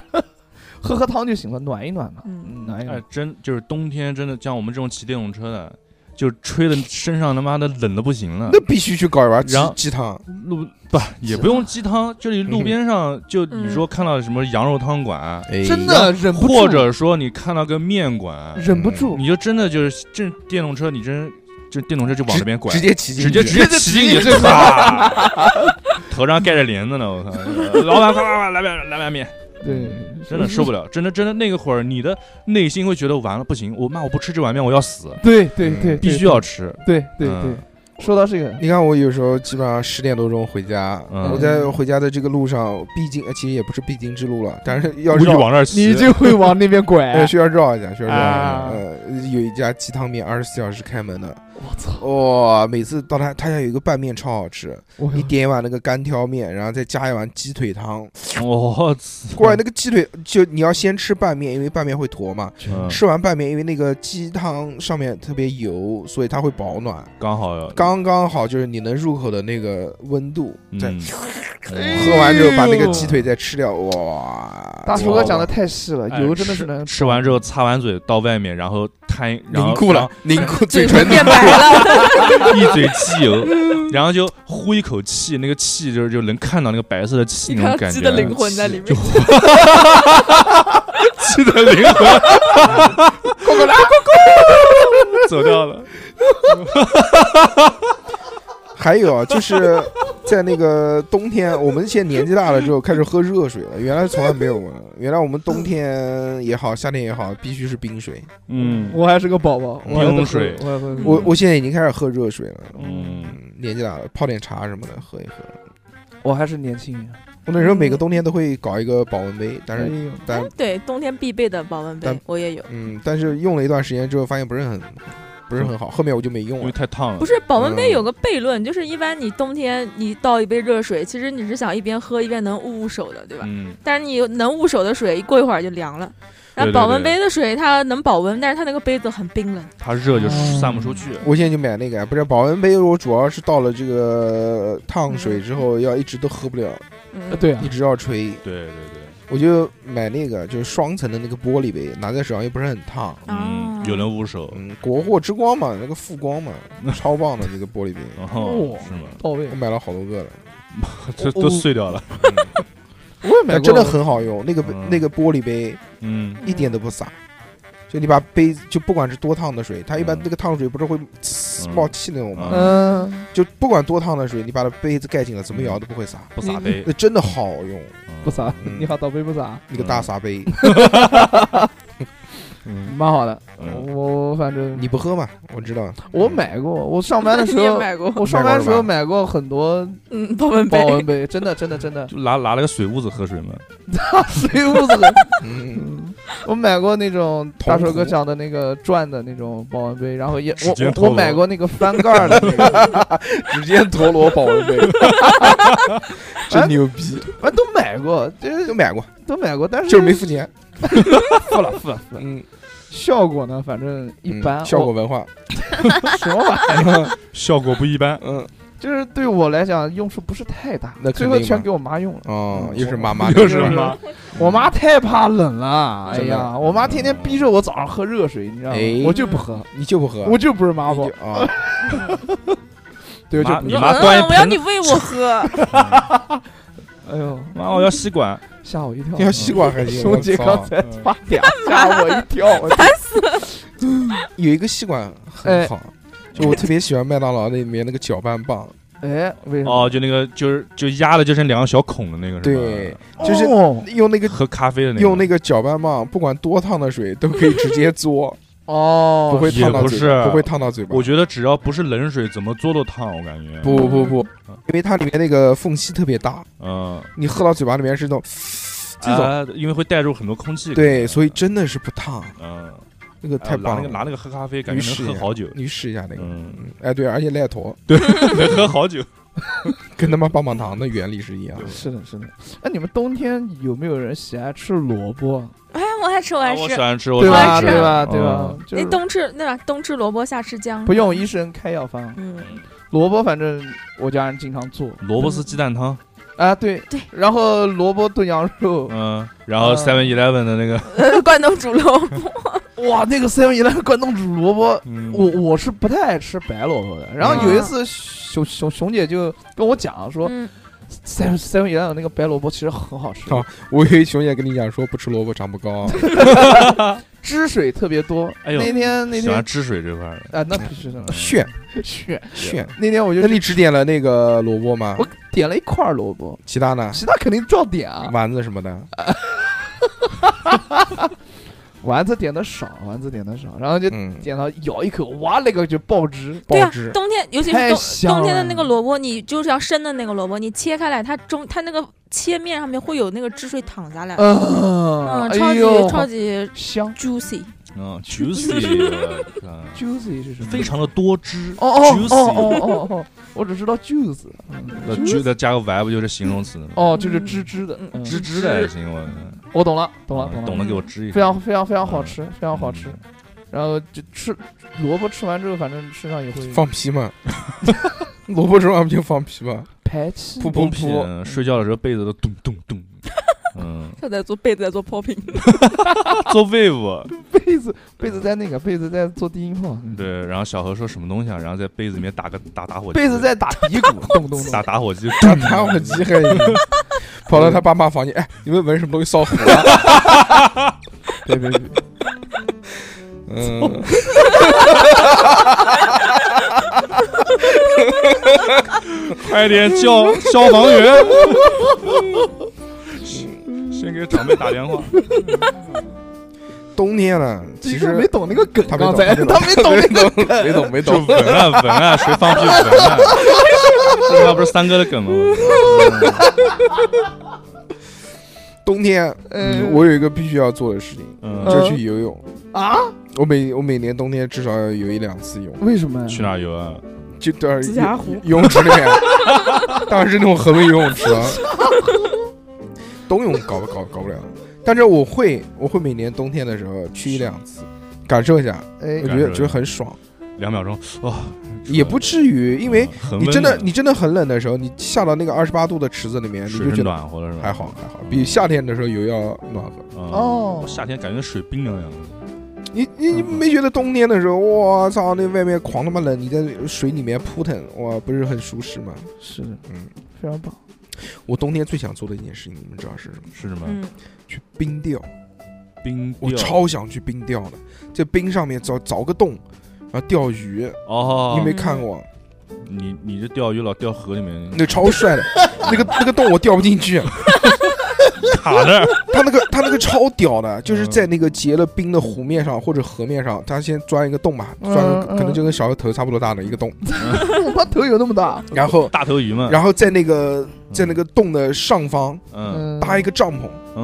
S4: 喝喝汤就行了，暖一暖嘛，
S3: 嗯
S4: 嗯，暖一
S5: 哎
S4: 暖。，
S5: 真就是冬天真的像我们这种骑电动车的，就吹的身上他妈的冷的不行了
S2: 那。必须去搞一碗鸡
S5: 然后
S2: 鸡汤，
S5: 路不也不用鸡汤，就是路边上就
S3: 嗯
S5: 你说看到什么羊肉汤馆，
S2: 哎
S4: 真的忍不住，
S5: 或者说你看到个面馆，
S4: 忍不住，
S5: 你就真的就是这电动车，你真就电动车就往那边拐
S2: 直，接骑进
S5: 直
S2: 去，
S5: 接直接骑进去，最好。头上盖着帘子呢，我靠！老板，快快快，来碗来碗面，
S4: 对，
S5: 真的受不了，真的真的那个会儿，你的内心会觉得完了，不行，我妈我不吃这碗面，我要死，
S4: 对对对，
S5: 嗯必须要吃。
S4: 对，对对
S5: 嗯
S4: 对。说到这个，
S2: 你看我有时候基本上十点多钟回家，
S5: 嗯
S2: 我在回家的这个路上必经，呃其实也不是必经之路了，但是要
S5: 故意
S2: 绕，
S5: 往那儿骑，
S4: 你就会往那边
S2: 呃
S5: 哎
S4: 拐。
S2: 需要绕一下，需要绕一下
S4: 啊。
S2: 呃，有一家鸡汤面二十四小时开门的，
S4: 我操！
S2: 哇，每次到他他家有一个拌面超好吃，
S4: 我
S2: 你点一碗那个干挑面，然后再加一碗鸡腿汤，
S5: 我操！
S2: 过来那个鸡腿就你要先吃拌面，因为拌面会坨嘛。
S5: 嗯
S2: 吃完拌面，因为那个鸡汤上面特别油，所以它会保暖，
S5: 刚好
S2: 刚刚好就是你能入口的那个温度。再
S5: 嗯，
S2: 喝完之后把那个鸡腿再吃掉，哇！
S4: 大
S5: 厨
S4: 叔
S5: 哥
S4: 哥
S5: 讲
S4: 讲
S5: 得
S4: 的太细了，
S5: 哎
S4: 油真的
S5: 吃
S4: 是能
S5: 吃完之后擦完嘴到外面，然后摊，然后
S2: 凝固了，，凝固嘴
S3: 嘴
S2: 唇
S3: 唇
S2: 凝
S3: 变
S2: 固
S3: 白
S2: 了。
S3: 了，
S5: 一嘴汽油，然后就呼一口气，那个气就是就能看到那个白色的气
S3: 你
S5: 那种
S3: 看
S5: 感
S3: 鸡
S5: 觉，啊
S3: 的灵魂在里面
S5: 就 气的灵魂， 走掉了。
S2: 还有啊，就是 在那个冬天，我们现在年纪大了之后开始喝热水了，原来从来没有过。原来我们冬天也好，夏天也好，必须是冰水。
S5: 嗯，
S4: 我还是个宝宝，我还
S5: 冰
S4: 会
S5: 水
S4: 我还会喝
S2: 我我现在已经开始喝热水了，
S5: 嗯，
S2: 嗯，年纪大了，泡点茶什么的喝一喝。
S4: 我还是年轻人。
S2: 我那时候每个冬天都会搞一个保温杯，但是
S4: 是
S2: 但
S3: 对，冬天必备的保温杯
S2: 但
S3: 我也有，
S2: 嗯，但是用了一段时间之后，发现不是很不是很好，后面我就没用
S5: 因为
S2: 了。
S5: 太烫了。
S3: 不是保温杯
S2: 嗯
S3: 有个悖论，就是一般你冬天你倒一杯热水，其实你是想一边喝一边能捂捂手的，对吧？
S5: 嗯，
S3: 但是你能捂手的水，一过一会儿就凉了。然
S5: 对
S3: 后
S5: 对
S3: 保温
S5: 对
S3: 杯的水它能保温，但是它那个杯子很冰冷。
S5: 它热就
S2: 嗯
S5: 散不出去。
S2: 我现在就买那个，不是保温杯，我主要是到了这个呃烫水之后，要一直都喝不了，
S3: 嗯，
S4: 对啊
S2: 一，直要吹，
S5: 对对对，
S2: 我就买那个就是双层的那个玻璃杯，拿在手上又不是很烫。
S3: 啊
S5: 嗯，有人捂手，
S2: 嗯，国货之光嘛，那个富光嘛，超棒的那个玻璃杯，
S5: 然
S2: 哦
S5: 后是吗？
S4: 到位
S2: 我。买了好多个了，
S5: 这都碎掉了。
S4: 我也买
S2: 但哎
S4: 过，
S2: 真的很好用。那个
S5: 嗯
S2: 那个玻璃杯，
S5: 嗯，
S2: 一点都不洒。就你把杯子，就不管是多烫的水，它一般
S5: 嗯
S2: 那个烫水不是会呲
S5: 嗯
S2: 冒气那种吗？
S4: 嗯，
S2: 就不管多烫的水，你把它杯子盖紧了，怎么摇都不会洒。
S5: 不洒杯
S2: 那，真的好用，
S5: 嗯
S4: 不洒
S2: 嗯，
S4: 你好，倒杯不洒，
S2: 那个大洒杯，
S5: 嗯
S4: 蛮好的。
S5: 嗯
S4: 我我反正
S2: 你不喝嘛？我知道，
S4: 我买过，我上班的时
S3: 你也
S4: 候，
S3: 买过，
S4: 我上班的时候买过很多
S3: 嗯，保温杯
S4: 保温杯，真的真的真 的，
S5: 就拿拿了个水壶子喝水嘛。
S4: 水屋子很
S2: 嗯，
S4: 嗯，我买过那种
S2: 铜
S4: 大手哥
S2: 壶
S4: 讲的那个转的那种保温杯，然后也
S5: 直接
S4: 我
S5: 脱
S4: 我
S5: 落
S4: 我买过那个翻盖儿的那个，
S2: 直接陀螺保温杯，真牛逼，
S4: 反正啊都买过，这
S2: 都啊买过，
S4: 都买过， 但是
S2: 就是没付钱。
S4: 付了付 了付了。
S2: 嗯，
S4: 效果呢，反正一
S2: 嗯
S4: 般。
S2: 效
S4: 我
S2: 果文化，
S4: 什么玩意儿？
S5: 效果不一般，
S2: 嗯，
S4: 就是对我来讲用处不是太大，
S2: 那
S4: 最
S2: 肯定
S4: 后
S2: 嘛
S4: 全给我妈用了。
S2: 哦，
S4: 嗯
S2: 又是妈 妈，
S5: 又是妈，
S4: 我妈太怕冷了，哎
S2: 嗯真的
S4: 呀，我妈天天逼着我早上喝热水，你知道吗
S2: 哎？
S4: 我就不喝，
S2: 你就不喝，
S4: 我就不是妈
S2: 你
S4: 宝
S2: 就，啊，
S4: 对，我就
S5: 妈
S4: 不
S5: 你
S3: 说
S5: 妈
S3: 嗯
S5: 端一
S3: 我要
S5: 盆
S3: 你喂我喝，
S4: 哎呦，
S5: 妈，我要吸管，
S4: 吓我一跳！
S2: 要吸管还 行，
S4: 兄弟
S2: 我操
S4: 刚才发嗲，吓我一跳！我操
S2: 有一个吸管很好，就我特别喜欢麦当劳那里面那个搅拌棒，嗯
S4: 哎，为什么？
S5: 哦，就那个就是就压的就剩两个小孔的那个，
S2: 对，，就是
S4: 哦
S2: 用那个
S5: 喝咖啡的那个，
S2: 用那个搅拌棒，不管多烫的水都可以直接嘬，
S4: 哦，
S2: 不会烫到
S5: 也不
S2: 嘴
S5: 是
S2: 巴，不会烫到嘴巴
S5: 我。觉得只要不是冷水，怎么做都烫，我感觉。，
S2: 不不不，因为它里面那个缝隙特别大，
S5: 嗯，
S2: 你喝到嘴巴里面是那种这种，
S5: 啊因为会带入很多空气。
S2: 对，所以真的是不烫，
S5: 嗯，
S2: 那个
S5: 哎
S2: 太
S5: 我拿那
S2: 棒
S5: 个拿
S2: 了。
S5: 那个喝咖啡，感
S2: 你
S5: 觉
S2: 试
S5: 能
S2: 一
S5: 喝
S2: 下
S5: 好久，
S2: 你试一下那个，
S5: 嗯，
S2: 嗯哎对，而且赖坨
S5: 能喝好久。
S2: 跟他妈棒棒糖的原理是一样的。
S4: 是的，是的。哎，你们冬天有没有人喜爱吃萝卜？
S3: 哎，我爱 吃，我爱
S5: 啊我
S3: 吃
S5: 喜。欢吃，我
S4: 对
S5: 喜
S4: 吧？
S5: 欢
S3: 是
S5: 吃，
S4: 对吧？对吧
S5: 嗯？
S4: 就
S3: 那
S4: 是
S3: 哎冬吃那啥，冬吃萝卜夏吃姜，
S4: 不用医生开药方，
S3: 嗯，
S4: 萝卜反正我家人经常做
S5: 嗯萝卜丝鸡蛋汤，
S4: 啊，对
S3: 对。
S4: 然后萝卜炖羊肉，
S5: 嗯，然
S2: 啊
S5: 后
S4: 嗯
S5: Seven Eleven 的那个，
S3: 关东煮萝卜，
S2: 嗯
S4: 哇，那个 seven eleven 关东煮萝卜
S5: 嗯
S4: 我我是不太爱吃白萝卜的。然后
S2: 嗯
S4: 有一次，熊熊熊姐就跟我讲 说
S3: 嗯，
S4: ，seven seven eleven 那个白萝卜其实很好吃，
S2: 好我以为熊姐跟你讲说不吃萝卜长不高，啊
S4: 汁水特别多。
S5: 哎呦
S4: 那天那
S5: 喜
S4: 天
S5: 欢汁水这块儿的，
S4: 啊，那必 须的，
S2: 炫
S4: 去。
S2: 炫。
S4: 那天我就
S2: 那你只点了那个萝卜吗
S4: 我？点了一块萝卜，
S2: 其他呢？
S4: 其他肯定照点啊。
S2: 丸子什么的？
S4: 丸子点的少，丸子点的少，然后就
S2: 嗯，
S4: 点到咬一口，哇，那个就爆汁。
S3: 对
S2: 爆
S3: 啊
S2: 汁，。
S3: 冬天尤其是
S4: 太
S3: 冬
S4: 香
S3: 冬天的
S4: 了
S3: 那个萝卜，你就是要生的那个萝卜，你切开来，它中它那个切面上面会有那个汁水淌下来，
S4: 嗯
S3: 嗯，超
S4: 哎
S3: 级
S4: 呦，
S3: 超级
S4: 香
S3: juicy，
S5: 嗯，juicy，我靠
S4: ，juicy 是什么？
S5: 非常的多汁，
S4: 哦哦哦
S5: juicy，
S4: 哦哦哦，我只知道 juice，
S5: 那 ju 再加个 y 不就是形容词吗？
S4: 哦，就是汁汁的
S3: 嗯，
S4: 嗯
S5: 汁汁的也行，我
S4: 我懂了，懂了，
S5: 嗯
S4: 懂
S5: 懂
S4: 了，
S5: 得给我支一下，
S4: 非常非常非常好吃，非常好吃
S5: 嗯。
S4: 然后就吃萝卜，吃完之后反正身上也会
S2: 放屁嘛，萝卜中不就放屁嘛？
S4: 排气
S2: 噗。
S5: 崩
S2: 噗
S5: 屁
S3: 啊
S2: 噗，
S5: 嗯睡觉的时候被子都咚咚咚，嗯，
S3: 他在做被子在做 popping，
S5: 做 wave，
S4: 被子被子在那个被子在做低音炮，嗯
S5: 对，然后小何说什么东西啊，然后在被子里面打个打打火机，
S4: 被子在打鼻鼓，咚咚
S5: 打
S4: 咚。
S5: 打火机，
S2: 打打火机还行跑到他爸妈房间，哎，你们闻什么东西啊烧火了？
S4: 别别别，
S2: 嗯，
S5: 快点叫消防员，先给长辈打电话，
S2: 冬天了，其
S4: 其实没
S2: 实
S4: 懂那个梗，
S2: 他没
S4: 刚
S2: 懂，
S4: 才
S2: 没
S4: 他没 懂那个
S2: 懂，没懂，没
S5: 就
S2: 懂。
S5: 闻啊闻啊，谁放屁闻啊？这他妈不是三哥的 梗吗？
S2: 冬天，嗯，我有一个必须要做的事情，
S5: 嗯
S2: 就是去游泳。
S4: 啊？
S2: 我每我每年冬天至少要游一两次泳，
S4: 为什么呀？
S5: 去哪儿游啊？
S2: 就当然
S3: 紫霞湖
S2: 游泳池里面， 当然是那种河北游泳池啊。冬泳搞不搞搞不了，但是我会我会每年冬天的时候去一两次，感受一下，
S4: 哎
S2: 我觉
S5: 感受
S2: 得
S5: 一下
S2: 觉得很爽，
S5: 两秒钟，哇，
S2: 也不至于，因为
S5: 嗯
S2: 你真的你真的很冷的时候，你下到那个二十八度的池子里面，你
S5: 水
S2: 就是觉得
S5: 暖和了是吧？
S2: 还好还好，比夏天的时候游要暖和。
S5: 嗯
S4: 哦
S5: 我夏天感觉水冰凉凉的，
S2: 你你
S4: 嗯
S2: 你没觉得冬天的时候，我操，那外面狂他妈冷，你在水里面扑腾，哇，不是很舒适吗？
S4: 是的，
S2: 嗯，
S4: 非常棒。
S2: 我冬天最想做的一件事情，你们知道是什么？
S5: 是吗？
S3: 嗯，
S2: 去冰钓，
S5: 冰钓
S2: 我超想去冰钓的，在冰上面凿凿个洞，然后钓鱼。
S4: 啊
S5: 哦，
S2: 你没看过？
S5: 你你这钓鱼老钓河里面
S2: 那超帅的， 那个那个洞我掉不进去。
S5: 卡那儿，
S2: 他那个他那个超屌的，就是在那个结了冰的湖面上或者河面上，他先钻一个洞嘛，
S4: 嗯
S2: 钻个可能
S4: 嗯
S2: 就跟小个头差不多大的一个洞，
S4: 他头有那么大？
S2: 然后
S5: 大头鱼嘛，
S2: 然后在那个在那个洞的上方
S5: 嗯
S2: 搭一个帐篷。
S5: 嗯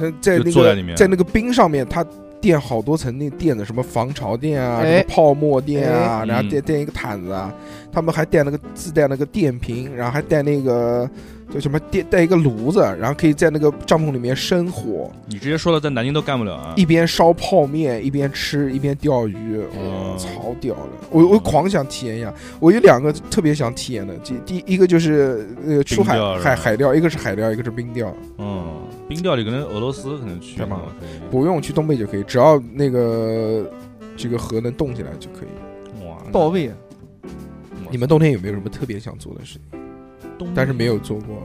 S2: 嗯，在
S5: 就
S2: 那
S5: 坐在
S2: 个
S5: 里面
S2: 那个冰上面，他垫好多层那垫子，什么防潮垫啊，
S4: 哎
S2: 什么泡沫垫啊，
S5: 哎
S2: 然后
S5: 嗯
S2: 垫垫一个毯子啊，他们还带那个自带那个电瓶，然后还带那个叫什么电带一个炉子，然后可以在那个帐篷里面生火，
S5: 你直接说了，在南京都干不了啊。
S2: 一边烧泡面一边吃一边钓鱼，哦
S5: 嗯
S2: 超屌的！我我狂想体验一下，我有两个特别想体验的，第第一个就是呃出海
S5: 冰钓是吧
S2: 海海钓，一个是海钓，一个是冰钓，
S5: 嗯，冰钓里可能俄罗斯可能去
S2: 干嘛
S5: 吧可以
S2: 不用去东北就可以，只要那个这个河能动起来就可以。
S5: 哇，
S4: 到位，啊
S5: 哇
S2: 你们冬天有没有什么特别想做的事情？
S5: 东
S2: 但是没有做过。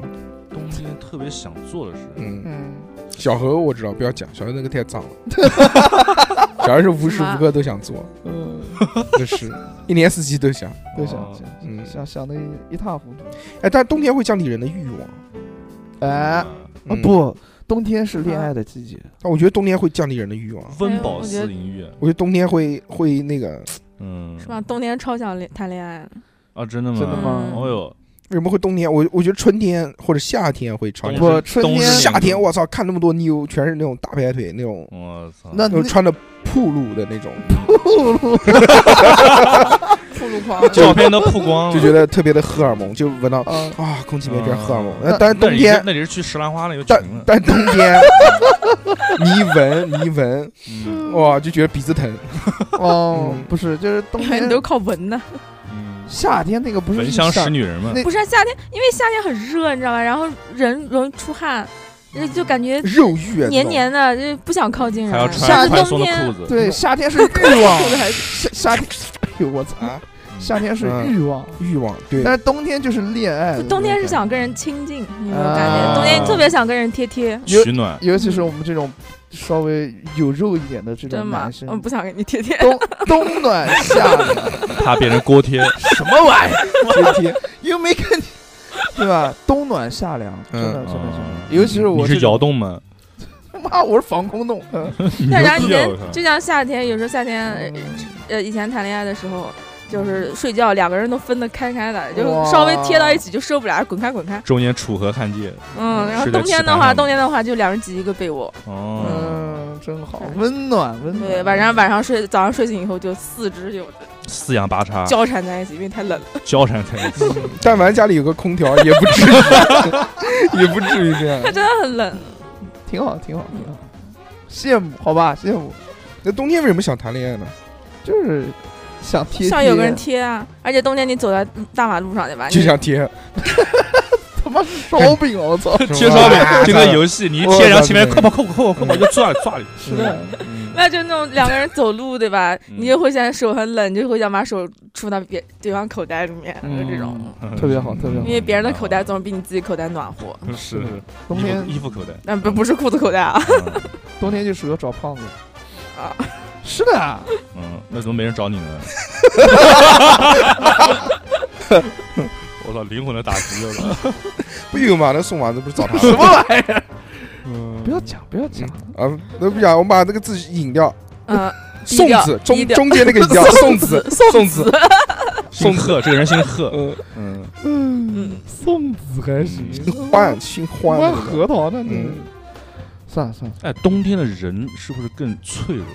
S5: 冬天特别想做的事，
S2: 嗯，
S4: 嗯，
S2: 小何我知道，不要讲，小何那个太脏了。小何是无时无刻都想做，
S4: 嗯，
S2: 就是一年四季都想。
S4: 都想
S5: 哦
S2: 嗯
S4: 想想想的一塌糊涂。
S2: 哎，但冬天会降低人的欲望。
S4: 哎，啊
S5: 嗯
S2: 嗯，
S4: 不，冬天是恋爱的季节，
S2: 但我觉得冬天会降低人的欲望。
S5: 温饱思淫欲，
S2: 我觉得冬天会会那个，
S5: 嗯，
S3: 哎是吧？冬天超想恋谈恋爱的，
S5: 啊，真的吗？
S4: 真的吗？
S3: 嗯
S5: 哦哟，
S2: 为什么会冬天？我我觉得春天或者夏天会超级
S5: 冬日
S4: 不春
S5: 冬日
S4: 天
S5: 恋
S2: 夏天
S5: 足
S2: 我操，看那么多妞，全是那种大白腿那种，
S5: 我操，
S4: 那
S2: 就
S4: 那
S2: 是穿的暴露的那种，
S4: 露露，
S3: 铺路狂，
S5: 照片都曝光了，
S2: 就觉得特别的荷尔蒙，就闻到
S4: 啊，
S2: 啊，空气里面全是荷尔蒙。
S5: 嗯嗯
S2: 那但是
S5: 那
S2: 冬
S5: 你
S2: 天
S5: 是，那你是去石兰花那个群
S2: 但
S5: 了，
S2: 但冬天，你一闻你一闻，
S5: 嗯
S2: 哇，就觉得鼻子疼。
S4: 哦
S2: 嗯，
S4: 不是，就是 冬
S3: 你
S4: 天
S3: 都靠闻呢。
S5: 嗯，
S4: 夏天那个不是
S5: 闻香识
S4: 夏
S5: 女人嘛
S4: 那，
S3: 不是啊夏天，因为夏天很热，你知道吧？然后人容易出汗，呃就感觉
S2: 肉欲啊，
S3: 黏黏的，就不想靠近人。
S5: 还要
S3: 但
S5: 穿
S3: 是
S5: 宽
S3: 冬
S5: 松的裤
S3: 天，
S5: 子，
S4: 对夏天是欲望
S3: 裤子还，
S4: 夏夏天，哎呦我操
S2: 这，种啊，
S4: 夏天是
S2: 嗯
S4: 欲望，
S2: 欲望 对
S4: 但。是冬天就是恋爱的那种感觉，
S3: 冬天是想跟人亲近，你有没有感
S4: 啊
S3: 觉？冬天特别想跟人贴贴，
S4: 有
S5: 取暖，
S4: 尤其是我们这种稍微有肉一点的这
S3: 真
S4: 种
S3: 吗
S4: 男？生
S3: 我，不想跟你贴贴。
S4: 冬冬暖夏凉，
S5: 怕变成锅贴，
S4: 什么玩意儿？天天又没跟你，对吧？冬暖夏凉，真的
S2: 嗯
S4: 真的真的
S3: 哦
S5: 嗯，
S4: 尤其是我
S5: 你是
S4: 这种
S5: 窑，洞吗？
S4: 妈，我是防 空洞，嗯哎
S3: 但然后
S5: 牛
S3: 以
S5: 逼啊
S3: 前
S5: 我靠
S3: 就像夏天，有时候夏天，呃，以前谈恋爱的时候，就是睡觉两个人都分得开开的，就
S4: 哇
S3: 稍微贴到一起就受不了，滚开滚开。
S5: 中间楚河汉界，
S3: 嗯，然后
S5: 睡在
S3: 冬天
S5: 棋盘
S3: 的话，
S5: 上
S3: 冬天的话就两人挤一个被窝，
S5: 哦，
S4: 嗯，真好，温暖温暖。
S3: 对，晚上晚上睡，早上睡醒以后就四肢就
S5: 四仰八叉，
S3: 交缠在一起，因为太冷了。
S5: 交缠在一起，
S2: 但凡家里有个空调，也不至于， 也不至于这样。
S3: 真的很冷，
S4: 挺好，挺好，挺好。羡慕，好吧，羡慕，
S2: 那冬天为什么想谈恋爱呢？
S4: 就是想贴，
S3: 像有个人，贴啊，而且冬天你走在大马路上对吧？
S2: 就
S3: 你
S2: 想 贴，
S4: 他妈是烧饼，我操！
S5: 贴烧饼就跟游戏，你一贴，然后前面扣吧扣吧扣吧扣
S4: 嗯
S5: 吧，就抓你 抓你，
S2: 是
S4: 的
S3: 那就那种两个人走路对吧？
S5: 嗯
S3: 你就会现在手很冷，你就会想把手触到别对方口袋里面，
S4: 嗯
S3: 就这种。
S4: 特别好，特别好
S3: 因。为别人的口袋总比你自己口袋暖和，
S5: 是是
S4: 冬
S5: 衣
S4: 天
S5: 服，衣嗯服口 袋，
S3: 那不不是裤子口袋啊，
S4: 冬天就适合找胖子。
S3: 啊，
S4: 是的，
S5: 嗯，那怎么没人找你 呢？我操，灵魂的打击了 吧！
S2: 不有吗？那送丸子不是找他
S4: 什么
S2: 吗？
S4: 玩意儿？
S5: 不
S4: 不要讲，不要讲。
S2: 啊，那不讲，我们把那个字引掉，
S3: 嗯，
S2: 送
S3: 低调
S2: 子
S3: 低
S2: 中
S3: 调
S2: 中间那个引 掉，送子送子，
S5: 姓贺，这个人姓贺，
S2: 嗯，
S5: 嗯，
S4: 嗯，送子还行，
S2: 欢姓欢
S4: 换
S2: 的那
S4: 核
S2: 个，
S4: 桃呢？那
S2: 嗯
S4: 算了算了，
S5: 哎，冬天的人是不是更脆弱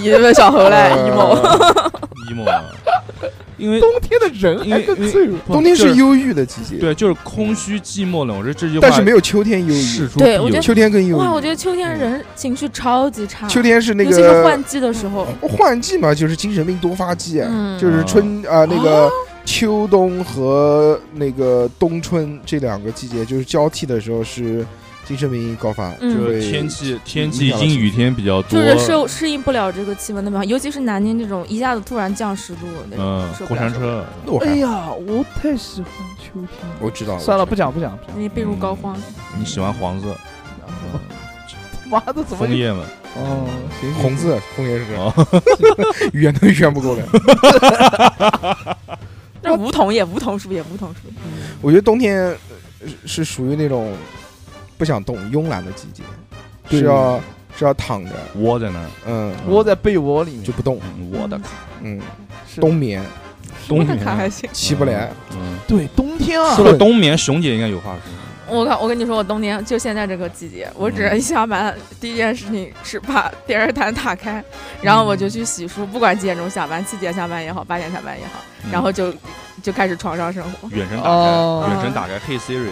S3: 也问小猴嘞
S2: 呃
S3: ，emo，
S5: ？emo，啊 因嗯为
S4: 冬天的人还更脆弱。
S2: 冬天
S5: 就是
S2: 忧郁的季节，
S5: 对，就是空虚寂寞冷，我觉得这句话
S2: 但是没有秋天忧
S5: 事
S2: 郁，
S5: 出
S3: 对
S5: 必
S3: 我
S5: 有
S3: 觉得
S2: 秋天更忧
S3: 哇，我觉
S2: 郁。
S3: 得秋天人情绪超级差，
S2: 秋天是那
S3: 尤其是
S2: 个嗯
S3: 换季的时候，
S2: 换季嘛，就是精神病多发季，啊
S3: 嗯，哦
S2: 就是春啊那个秋冬和那个冬春这两个季节，就是交替的时候是精神病高发，
S3: 嗯
S2: 就
S5: 就
S2: 会
S5: 是天气天
S2: 影
S5: 气
S2: 响了
S5: 阴雨天比较多，
S3: 就是适适应不了这个气温的变化，尤其是南京这种一下子突然降十度那种，
S5: 嗯，
S3: 受不
S5: 过
S3: 了
S5: 山
S3: 受不
S5: 车，
S2: 那我
S4: 哎
S2: 还
S4: 呀，我太喜欢秋天了。
S2: 我知道
S4: 算了，
S2: 我
S4: 不
S2: 知道
S4: 讲不讲不
S3: 那
S4: 讲。
S3: 你病入膏肓。
S5: 你喜欢黄色，嗯
S4: 妈的，怎么
S5: 枫叶嘛，
S4: 哦，行，
S2: 红字红也是
S5: 哦，
S2: 圆都圆不过来。
S3: 那梧桐也梧桐树也梧桐树，
S2: 我觉得冬天呃是属于那种不想动、慵懒的季节，
S4: 对
S2: 是要是要躺着，
S5: 窝在那儿，
S2: 嗯，
S4: 窝在被窝里面
S2: 就不动，
S5: 嗯我的卡，
S2: 嗯，
S4: 是
S2: 冬眠
S5: 冬
S3: 那他还
S5: 眠，
S3: 行。
S2: 起不来，
S5: 嗯，
S4: 对冬天啊
S2: 是
S5: 说，到冬眠，熊姐应该有话说，
S3: 我靠！我跟你说，我冬天就现在这个季节，我只
S5: 嗯
S3: 一下班第一件事情是把电热毯打开，
S2: 嗯
S3: 然后我就去洗漱，不管几点钟下班，七点下班也好，八点下班也好，然后就就开始床上生活。
S5: 嗯远程打
S4: 哦
S5: 开，远程打开，嘿 Siri，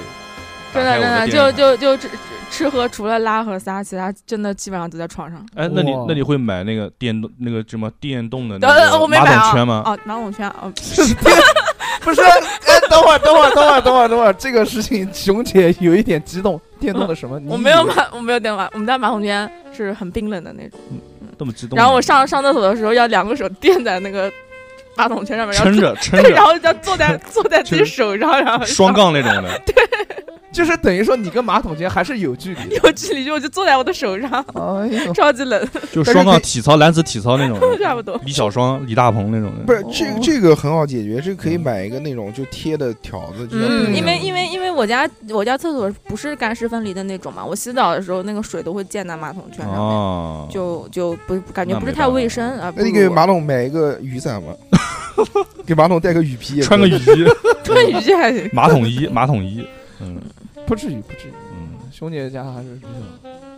S3: 真
S5: 打开我
S3: 的真的，
S5: 电
S3: 就
S5: 脑
S3: 就就吃吃吃喝，除了拉和撒，其他真的基本上都在床上。
S5: 哎，那你
S4: 哇
S5: 那你会买那个电动那个什么电动的那
S3: 呃，
S5: 个
S3: 我没
S5: 马
S3: 买啊。
S5: 桶圈吗？嗯
S3: 哦，马桶圈哦，
S4: 不是，哎，等会儿，等会儿，等会儿，等会儿，等会儿，这个事情熊姐有一点激动，电动的什么？你
S3: 我没有
S4: 以为
S3: 买，我没有电话。我们家马桶圈是很冰冷的那种。
S5: 这么激动？
S3: 然后我上上厕所的时候，要两个手垫在那个马桶圈上面，然后
S5: 撑着撑
S3: 对，然
S5: 着，
S3: 后要 坐在坐在自己手上，然后
S5: 双杠那 种的，
S4: 就是等于说你跟马桶间还是有距离的。
S3: 有距离，就我就坐在我的手上，
S5: 哦
S4: 哎呦，
S3: 超级冷，
S5: 就
S4: 但是
S5: 双杠
S4: 可以
S5: 体操男子体操那种的，
S3: 差不多。
S5: 李小双、李大鹏那种的。
S2: 不是这
S4: 哦
S2: 这个很好解决，这个可
S5: 嗯
S2: 以买一个那种就贴的条子，就像那个
S3: 嗯，因为因为因为我家我家厕所不是干湿分离的那种嘛，我洗澡的时候那个水都会溅在马桶圈上面，
S5: 哦，
S3: 就就不感觉
S5: 那
S3: 不是
S5: 没
S3: 太
S5: 办法
S3: 卫生啊。
S2: 那你
S3: 不
S2: 给
S3: 如
S2: 马桶买一个雨伞吧，给马桶带个雨披也可以，
S5: 穿个雨衣，
S3: 穿雨衣还 行，
S5: 马桶衣，马桶衣，嗯
S4: 不至于，不至于，
S5: 嗯，
S4: 熊姐家还是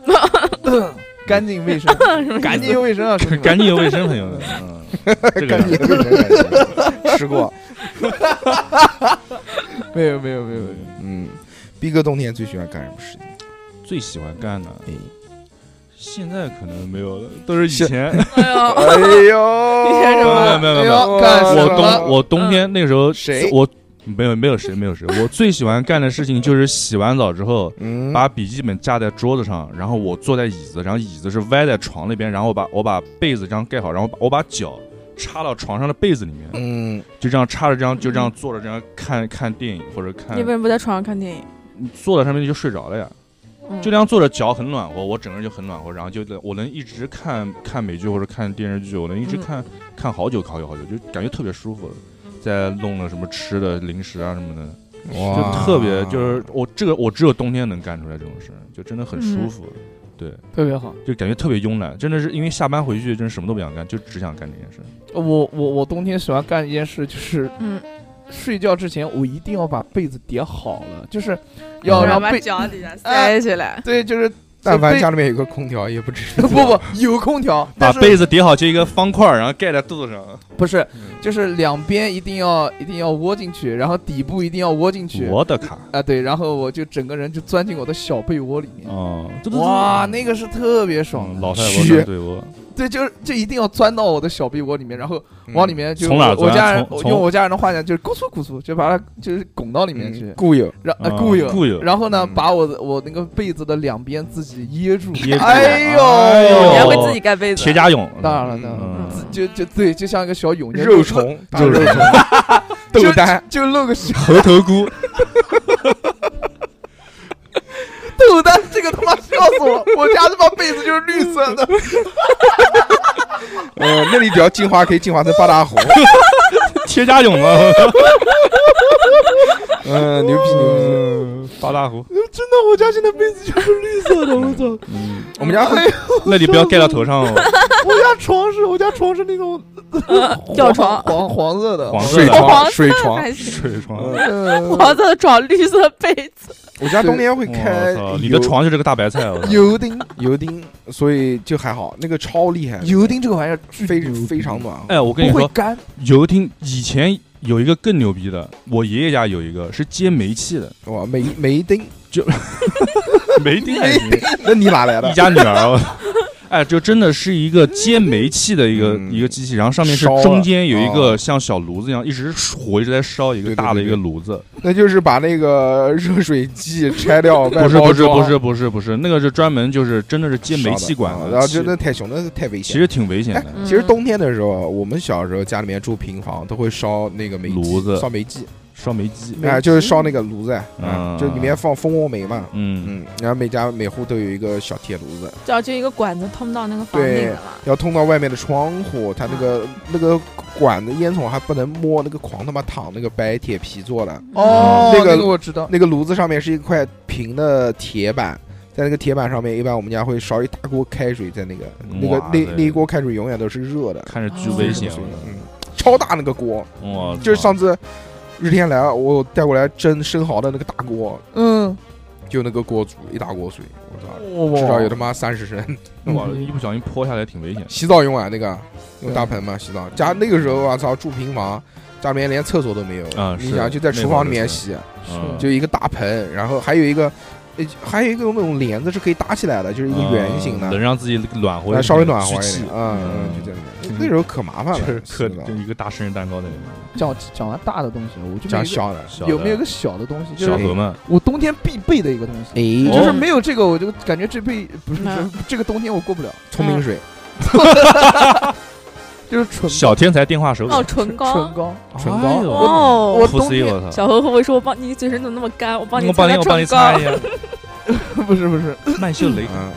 S4: 比较 干净卫生， 干净卫生啊，兄弟们
S5: 干净又卫生，朋友们，嗯，这个
S2: 干净
S5: 样
S2: 卫生感觉吃 过，
S4: 没有没有没有没有，
S5: 子
S2: 嗯，逼哥冬天最喜欢干什么事情？
S5: 最喜欢干的，
S2: 哎
S5: 现在可能没有了，都是以前。
S3: 哎呦，
S2: 哎
S3: 天什
S2: 呦，
S3: 么
S5: 没有没有没有没有
S4: 哎呦干什么
S5: 我冬我冬天那时候
S2: 嗯谁
S5: 我没有没有谁没有谁，我最喜欢干的事情就是洗完澡之后。
S2: 嗯，
S5: 把笔记本架在桌子上，然后我坐在椅子，然后椅子是歪在床那边，然后我把我把被子这样盖好，然后把我把脚插到床上的被子里面，
S2: 嗯，
S5: 就这样插着这样就这样坐着这样看看电影或者看
S3: 你为什么不在床上看电影？
S5: 坐在上面就睡着了呀。
S3: 嗯
S5: 就这样坐着，脚很暖和，我整个人就很暖和，然后就我能一直看看美剧或者看电视剧，我能一直看、看好久好久好久，就感觉特别舒服。再弄了什么吃的零食啊什么的，就
S2: 哇
S5: 特别就是我这个我只有冬天能干出来这种事，就真的很舒
S3: 嗯
S5: 服，
S4: 特别好。
S5: 就感觉特别慵懒，真的是因为下班回去真什么都不想干，就只想干这件事。
S4: 我我我冬天喜欢干一件事，就是
S3: 嗯，
S4: 睡觉之前我一定要把被子叠好了，就是要
S5: 嗯
S3: 然后
S4: 让
S3: 把
S4: 被
S3: 脚底下塞起来。
S4: 对，就是
S2: 但凡
S4: 被
S2: 家里面有个空调，也不至于
S4: 不不有空调，
S5: 把
S4: 但是
S5: 被子叠好就一个方块儿，然后盖在肚子上。
S4: 不是
S5: 嗯
S4: 就是两边一定要一定要窝进去，然后底部一定要窝进去。
S5: 我的卡
S4: 啊，对，然后我就整个人就钻进我的小被窝里面。
S5: 哦，
S4: 哇，那嗯个是特别爽
S5: 嗯
S4: 的，
S5: 老太婆
S2: 嘘
S5: 的对我
S4: 对，就是就一定要钻到我的小被窝里面，然后
S2: 嗯
S4: 往里面就
S5: 从哪儿
S4: 我
S5: 钻
S4: 家人
S5: 从
S4: 我
S5: 从
S4: 用我家人的话讲就是咕噜咕噜，就把它就是拱到里面去
S2: 嗯，，固有，
S4: 然
S5: 啊
S4: 后固有
S5: 固有
S4: 然后呢
S2: 嗯
S4: 把我的我那个被子的两边自己掖住，
S5: 掖住
S4: 哎呦，
S2: 哎呦
S3: 你还
S5: 哦
S3: 会自己盖被子
S5: 铁？甲勇，
S4: 当然了，当然了，
S5: 嗯
S3: 嗯
S4: 就就对，就像一个小蛹，就
S2: 肉，虫，
S4: 就
S2: 肉虫，
S4: 就
S2: 豆丹，
S4: 就露个小
S5: 猴头菇，
S4: 豆丹，这个他妈笑死我！我家他妈被子就是绿色的，
S2: 呃，那里只要进化可以进化成八大 红，
S5: 铁甲勇嘛，
S2: 嗯，牛逼牛逼。
S4: 嗯
S5: 八大湖，
S4: 真的，我家现在被子就是绿色的，我操！
S2: 我们家会
S4: 哎呦，
S5: 那你不要盖到头 上哦，
S4: 我家床是我家床是那种
S3: 嗯，吊 床，
S4: 黄黄色的，
S5: 黄
S2: 水
S3: 黄
S2: 床
S3: 色
S2: 水床，
S3: 还行。
S5: 水床。
S4: 呃
S3: 黄色床，绿色被子，
S2: 我家冬天会开
S5: 我操，你的床就是个大白菜，我操
S4: 油汀，
S2: 油汀，所以就还好，那个超厉害，
S4: 油汀这个玩意儿巨
S2: 非
S4: 牛逼
S2: 非常暖和。
S5: 哎，我跟你
S4: 不会
S5: 说，
S4: 干，
S5: 游艇以前有一个更牛逼的，我爷爷家有一个是接煤气的，
S2: 哇，煤煤丁，
S5: 煤钉还行，
S2: 那你哪来的
S5: 一？家女儿。我操 哎，就真的是一个接煤气的一个
S2: 嗯
S5: 一个机器，然后上面是
S2: 烧了
S5: 中间有一个
S2: 哦
S5: 像小炉子一样，一直火一直在烧一
S2: 对对
S5: 个大的
S2: 对
S5: 一
S2: 对
S5: 个炉子。
S2: 那就是把那个热水器拆掉，外
S5: 不是
S2: 包
S5: 不是
S2: 装啊
S5: 不是不是不是，那个是专门就是真的是接煤气管
S2: 烧的
S5: 的，
S2: 啊然后
S5: 其
S2: 就那太熊，那太危
S5: 其
S2: 险。
S5: 实挺危险的。
S2: 其实冬天的时候，我们小时候家里面住平房，都会烧那个煤气
S5: 炉子
S2: 烧煤气，
S5: 烧煤机，
S2: 哎，就是烧那个炉子，
S5: 嗯
S2: 啊，就里面放蜂窝煤嘛，
S5: 嗯，
S2: 嗯，然后每家每户都有一个小铁炉子，
S3: 啊就就一个管子通到那个房里面了。
S2: 要通到外面的窗户，它那个那个管子烟囱还不能摸，那个狂他妈淌那个白铁皮做的，
S4: 哦，
S2: 嗯那个
S4: 那个我知道，
S2: 那个炉子上面是一块平的铁板，在那个铁板上面，一般我们家会烧一大锅开水，在那个那个
S5: 哇
S2: 那
S5: 对
S2: 那一锅开水永远都是热的，
S5: 看着巨
S3: 哦
S5: 危险，
S2: 嗯，超大那个锅，
S5: 我操
S2: 就是上次日天来我带过来蒸生蚝的那个大锅，
S4: 嗯，
S2: 就那个锅煮一大锅水，我操，
S4: 哇嗯
S2: 至少有他妈三十升。
S5: 哇，一不小心泼下来挺危险的。
S2: 洗澡用啊那个用
S4: 对
S2: 大盆嘛洗澡，家那个时候我操住平房，家里面连厕所都没有，
S5: 啊
S2: 你
S5: 是
S2: 想就在
S5: 那
S2: 厨
S5: 会儿
S2: 房
S5: 就
S2: 里面
S5: 是
S2: 洗，啊
S5: 嗯
S2: 就一个大盆，然后还有一个，呃，还有一个那种帘子是可以搭起来的，就是一个圆形
S5: 嗯能
S2: 的，
S5: 让自己暖和一
S2: 那
S5: 点，
S2: 稍微暖和
S5: 聚
S2: 一
S5: 气
S2: 点，嗯嗯，就在里面
S5: 嗯。
S2: 那时候可麻烦
S5: 就是
S2: 了，洗
S5: 刻
S2: 澡
S5: 就一个大生日蛋糕在里面，
S4: 讲讲完大的东西，我就
S2: 讲
S4: 没有一个
S2: 小的，
S5: 小
S4: 有
S5: 的
S4: 没有一个小的东西，就
S5: 小
S4: 是
S5: 河嘛？
S4: 我冬天必备的一个东西。
S2: 诶
S5: 哦
S4: 就是没有这个，我就感觉这辈不是不
S3: 那
S4: 是这个冬天我过不了，
S2: 聪明水、
S4: 就是唇
S5: 小天才电话手
S3: 哦，
S5: 表，
S3: 唇膏
S4: 唇。膏，
S2: 唇膏
S5: 哎呦
S3: 哦，
S4: 我
S5: 不
S4: 冬
S5: 思议
S4: 天
S5: 我操！
S3: 小何会不会说我帮你嘴唇怎么那么干？我帮你
S5: 我帮你，我帮你
S3: 唇
S5: 擦
S3: 膏
S5: 一。下。
S4: 不是不是，
S5: 曼秀雷，
S2: 嗯，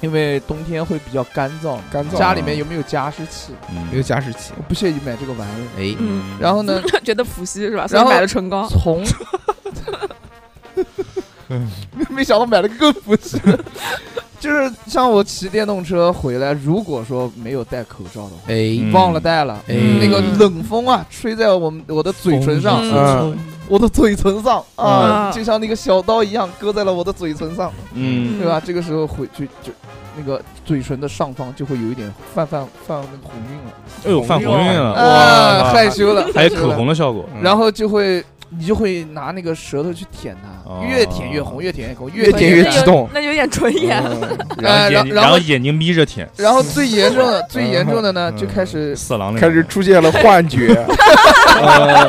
S4: 因为冬天会比较干燥，
S2: 干燥啊
S4: 家里面有没有加湿器？
S2: 没有
S5: 嗯
S2: 加湿器
S4: 我，不屑于买这个玩意儿。
S2: 诶，
S3: 嗯
S4: 然后呢，
S3: 觉得普西是吧？所
S4: 然
S3: 以
S4: 后哦
S3: 买了唇膏。
S4: 从 没想到买了个更不是， 就是像我骑电动车回来，如果说没有戴口罩的话，
S2: 诶，
S5: 嗯
S4: 忘了戴了，
S2: 嗯
S4: 那个冷风啊，吹在我们我的嘴唇上，
S3: 嗯
S2: 嗯，
S4: 我的嘴唇上啊，
S3: 嗯
S4: 就像那个小刀一样割在了我的嘴唇上，
S5: 嗯，
S4: 对吧？这个时候回去就那个嘴唇的上方就会有一点泛泛泛那个红晕了，
S5: 哎呦，犯红晕了，
S4: 啊，
S5: 哇，
S4: 害羞了，
S5: 还
S4: 害
S5: 有
S4: 羞
S5: 口
S4: 了
S5: 红的效果，嗯
S4: 然后就会你就会拿那个舌头去舔它，
S5: 哦
S4: 越舔越红，越舔越红，
S2: 越
S4: 舔
S2: 舔越
S3: 那
S2: 激
S3: 有
S2: 动。呃
S3: 那有点唇
S4: 嗯
S5: 嗯
S3: 炎。
S2: 嗯
S5: 然后
S4: 哎然
S5: 眼
S4: 然
S5: 然
S4: 后
S5: 后眼睛眯着舔，
S4: 然后最严重 的，最严重的呢，
S5: 嗯
S4: 就开始，
S5: 色狼那
S2: 开
S5: 种
S2: 始出现了幻觉，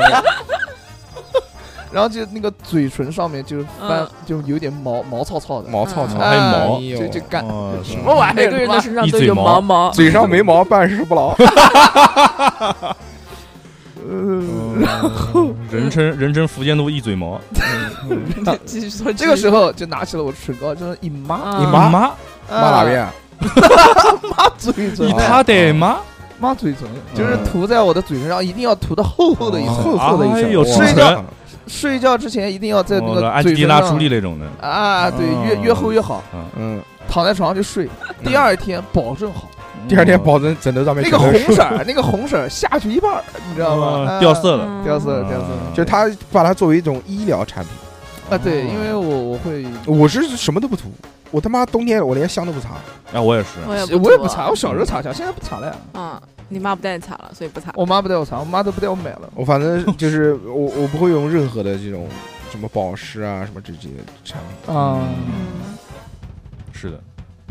S4: 然后就那个嘴唇上面就翻
S3: 嗯，
S4: 就有点毛毛糙糙的，
S2: 毛糙糙，
S5: 嗯还有
S4: 哎
S5: 毛
S4: 就就 干
S5: 哦
S4: 什
S5: 是
S4: 么玩意
S3: 每
S4: 儿？
S3: 个人的身上
S5: 一
S3: 都
S5: 嘴
S3: 有
S5: 毛
S3: 毛毛。
S2: 嘴上没毛，办事不 牢。呃
S5: 嗯人称人称福建路一嘴毛，
S3: 继续嗯说，
S4: 这个时
S3: 候
S4: 候就拿起了我的唇膏，就是一抹，
S3: 你
S2: 妈
S5: 妈，
S2: 骂哪
S4: 边？
S2: 边？
S4: 抹嘴唇
S5: 一，
S2: 啊
S5: 他的妈，
S4: 抹嘴唇，
S5: 嗯
S4: 就是涂在我的嘴唇上，一定要涂的厚厚的一层。
S2: 啊厚厚的一
S5: 哎
S2: 层，
S5: 呦
S2: 哇
S4: 吃着睡觉之前一定要在那
S5: 我的
S4: 个
S5: 安
S4: 嘴
S5: 吉
S4: 唇
S5: 拉朱
S4: 上
S5: 哦莉那种的，
S4: 啊，对，越越厚越好。
S2: 嗯，
S4: 躺在床上就睡，
S5: 嗯
S4: 第二天保证好。
S2: 第二天保证枕头上面
S4: 嗯那个
S2: 全
S4: 红
S2: 都是
S4: 色儿，那个红色儿下去一半儿，你知道吗？
S5: 哦
S4: 啊
S5: 掉色了，
S4: 掉色了，掉色
S5: 嗯
S4: 了。
S2: 就他把它作为一种医疗产品。
S4: 啊，对，因为我我会，
S2: 我是什么都不涂，我他妈冬天我连香都不擦。
S5: 啊，我也是，
S3: 我也啊
S4: 我也不擦，
S3: 擦
S4: 我小时候擦擦，现在不擦了呀。
S3: 啊，你妈不带你擦了，所以不擦。
S4: 我妈不带我擦，我妈都不带我买了。
S2: 我反正就是我我不会用任何的这种什么保湿啊什么这些产品。
S4: 啊，
S3: 嗯，
S5: 是的，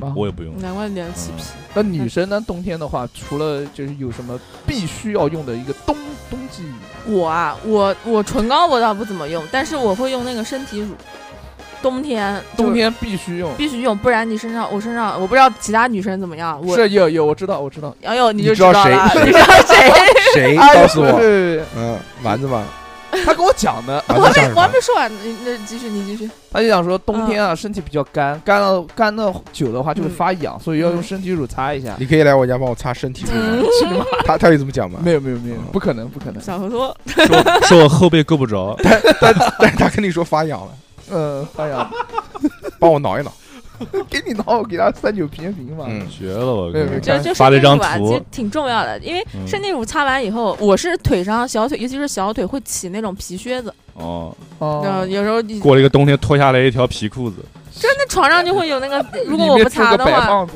S4: 然后
S5: 我也不用，
S3: 难怪脸起皮。
S4: 那女生呢？冬天的话，除了就是有什么必须要用的一个冬冬季
S3: 我啊，我我唇膏我倒不怎么用，但是我会用那个身体乳，冬天就是
S4: 冬天必须用？
S3: 必须用，不然你身上我身上我不知道其他女生怎么样，我
S4: 是有有，我知道我知道。
S3: 哎呦你
S2: 你
S3: 就
S2: 知道
S3: 了，
S2: 谁
S3: 你知道谁？ 啊
S2: 谁
S4: 哎
S2: 告诉
S4: 对
S2: 我？
S4: 对对
S2: 嗯，丸子吗？
S4: 对 她跟我讲的，
S2: 丸
S3: 我还
S2: 子讲什
S3: 没我还
S2: 么？
S3: 没说完，你那继续你继续。
S4: 她就想说冬天啊，身体比较干，干了干的久的话就会发痒，所以要用
S3: 嗯
S4: 身体乳擦一下。
S2: 你可以来我家帮我擦身体乳吗？
S4: 去你妈！
S2: 他他有这么讲吗？
S4: 没有没有没有，不可能不可能。
S3: 小何说
S5: 说我说我后背够不着，
S2: 但 是他跟你说发痒了，
S4: 嗯，发痒，
S2: 帮我挠一挠。
S4: 给你挠，我给他三九平平嘛。
S2: 嗯，
S5: 绝了，我
S4: 没有没有
S3: 就就
S5: 发了一
S3: 身体
S5: 张
S3: 乳啊，其
S5: 图
S3: 实，挺重要的，因为
S5: 嗯
S3: 身体乳擦完以后，我是腿上小腿，尤其是小腿会起那种皮靴子，
S5: 哦，
S3: 然后
S4: 哦，
S3: 有时候你
S5: 过了一个冬天脱下来一条皮裤子，
S3: 真的床上就会有那个，如果
S4: 里
S3: 我
S4: 面
S3: 不
S4: 住个
S3: 擦的
S4: 白
S3: 话，
S4: 胖子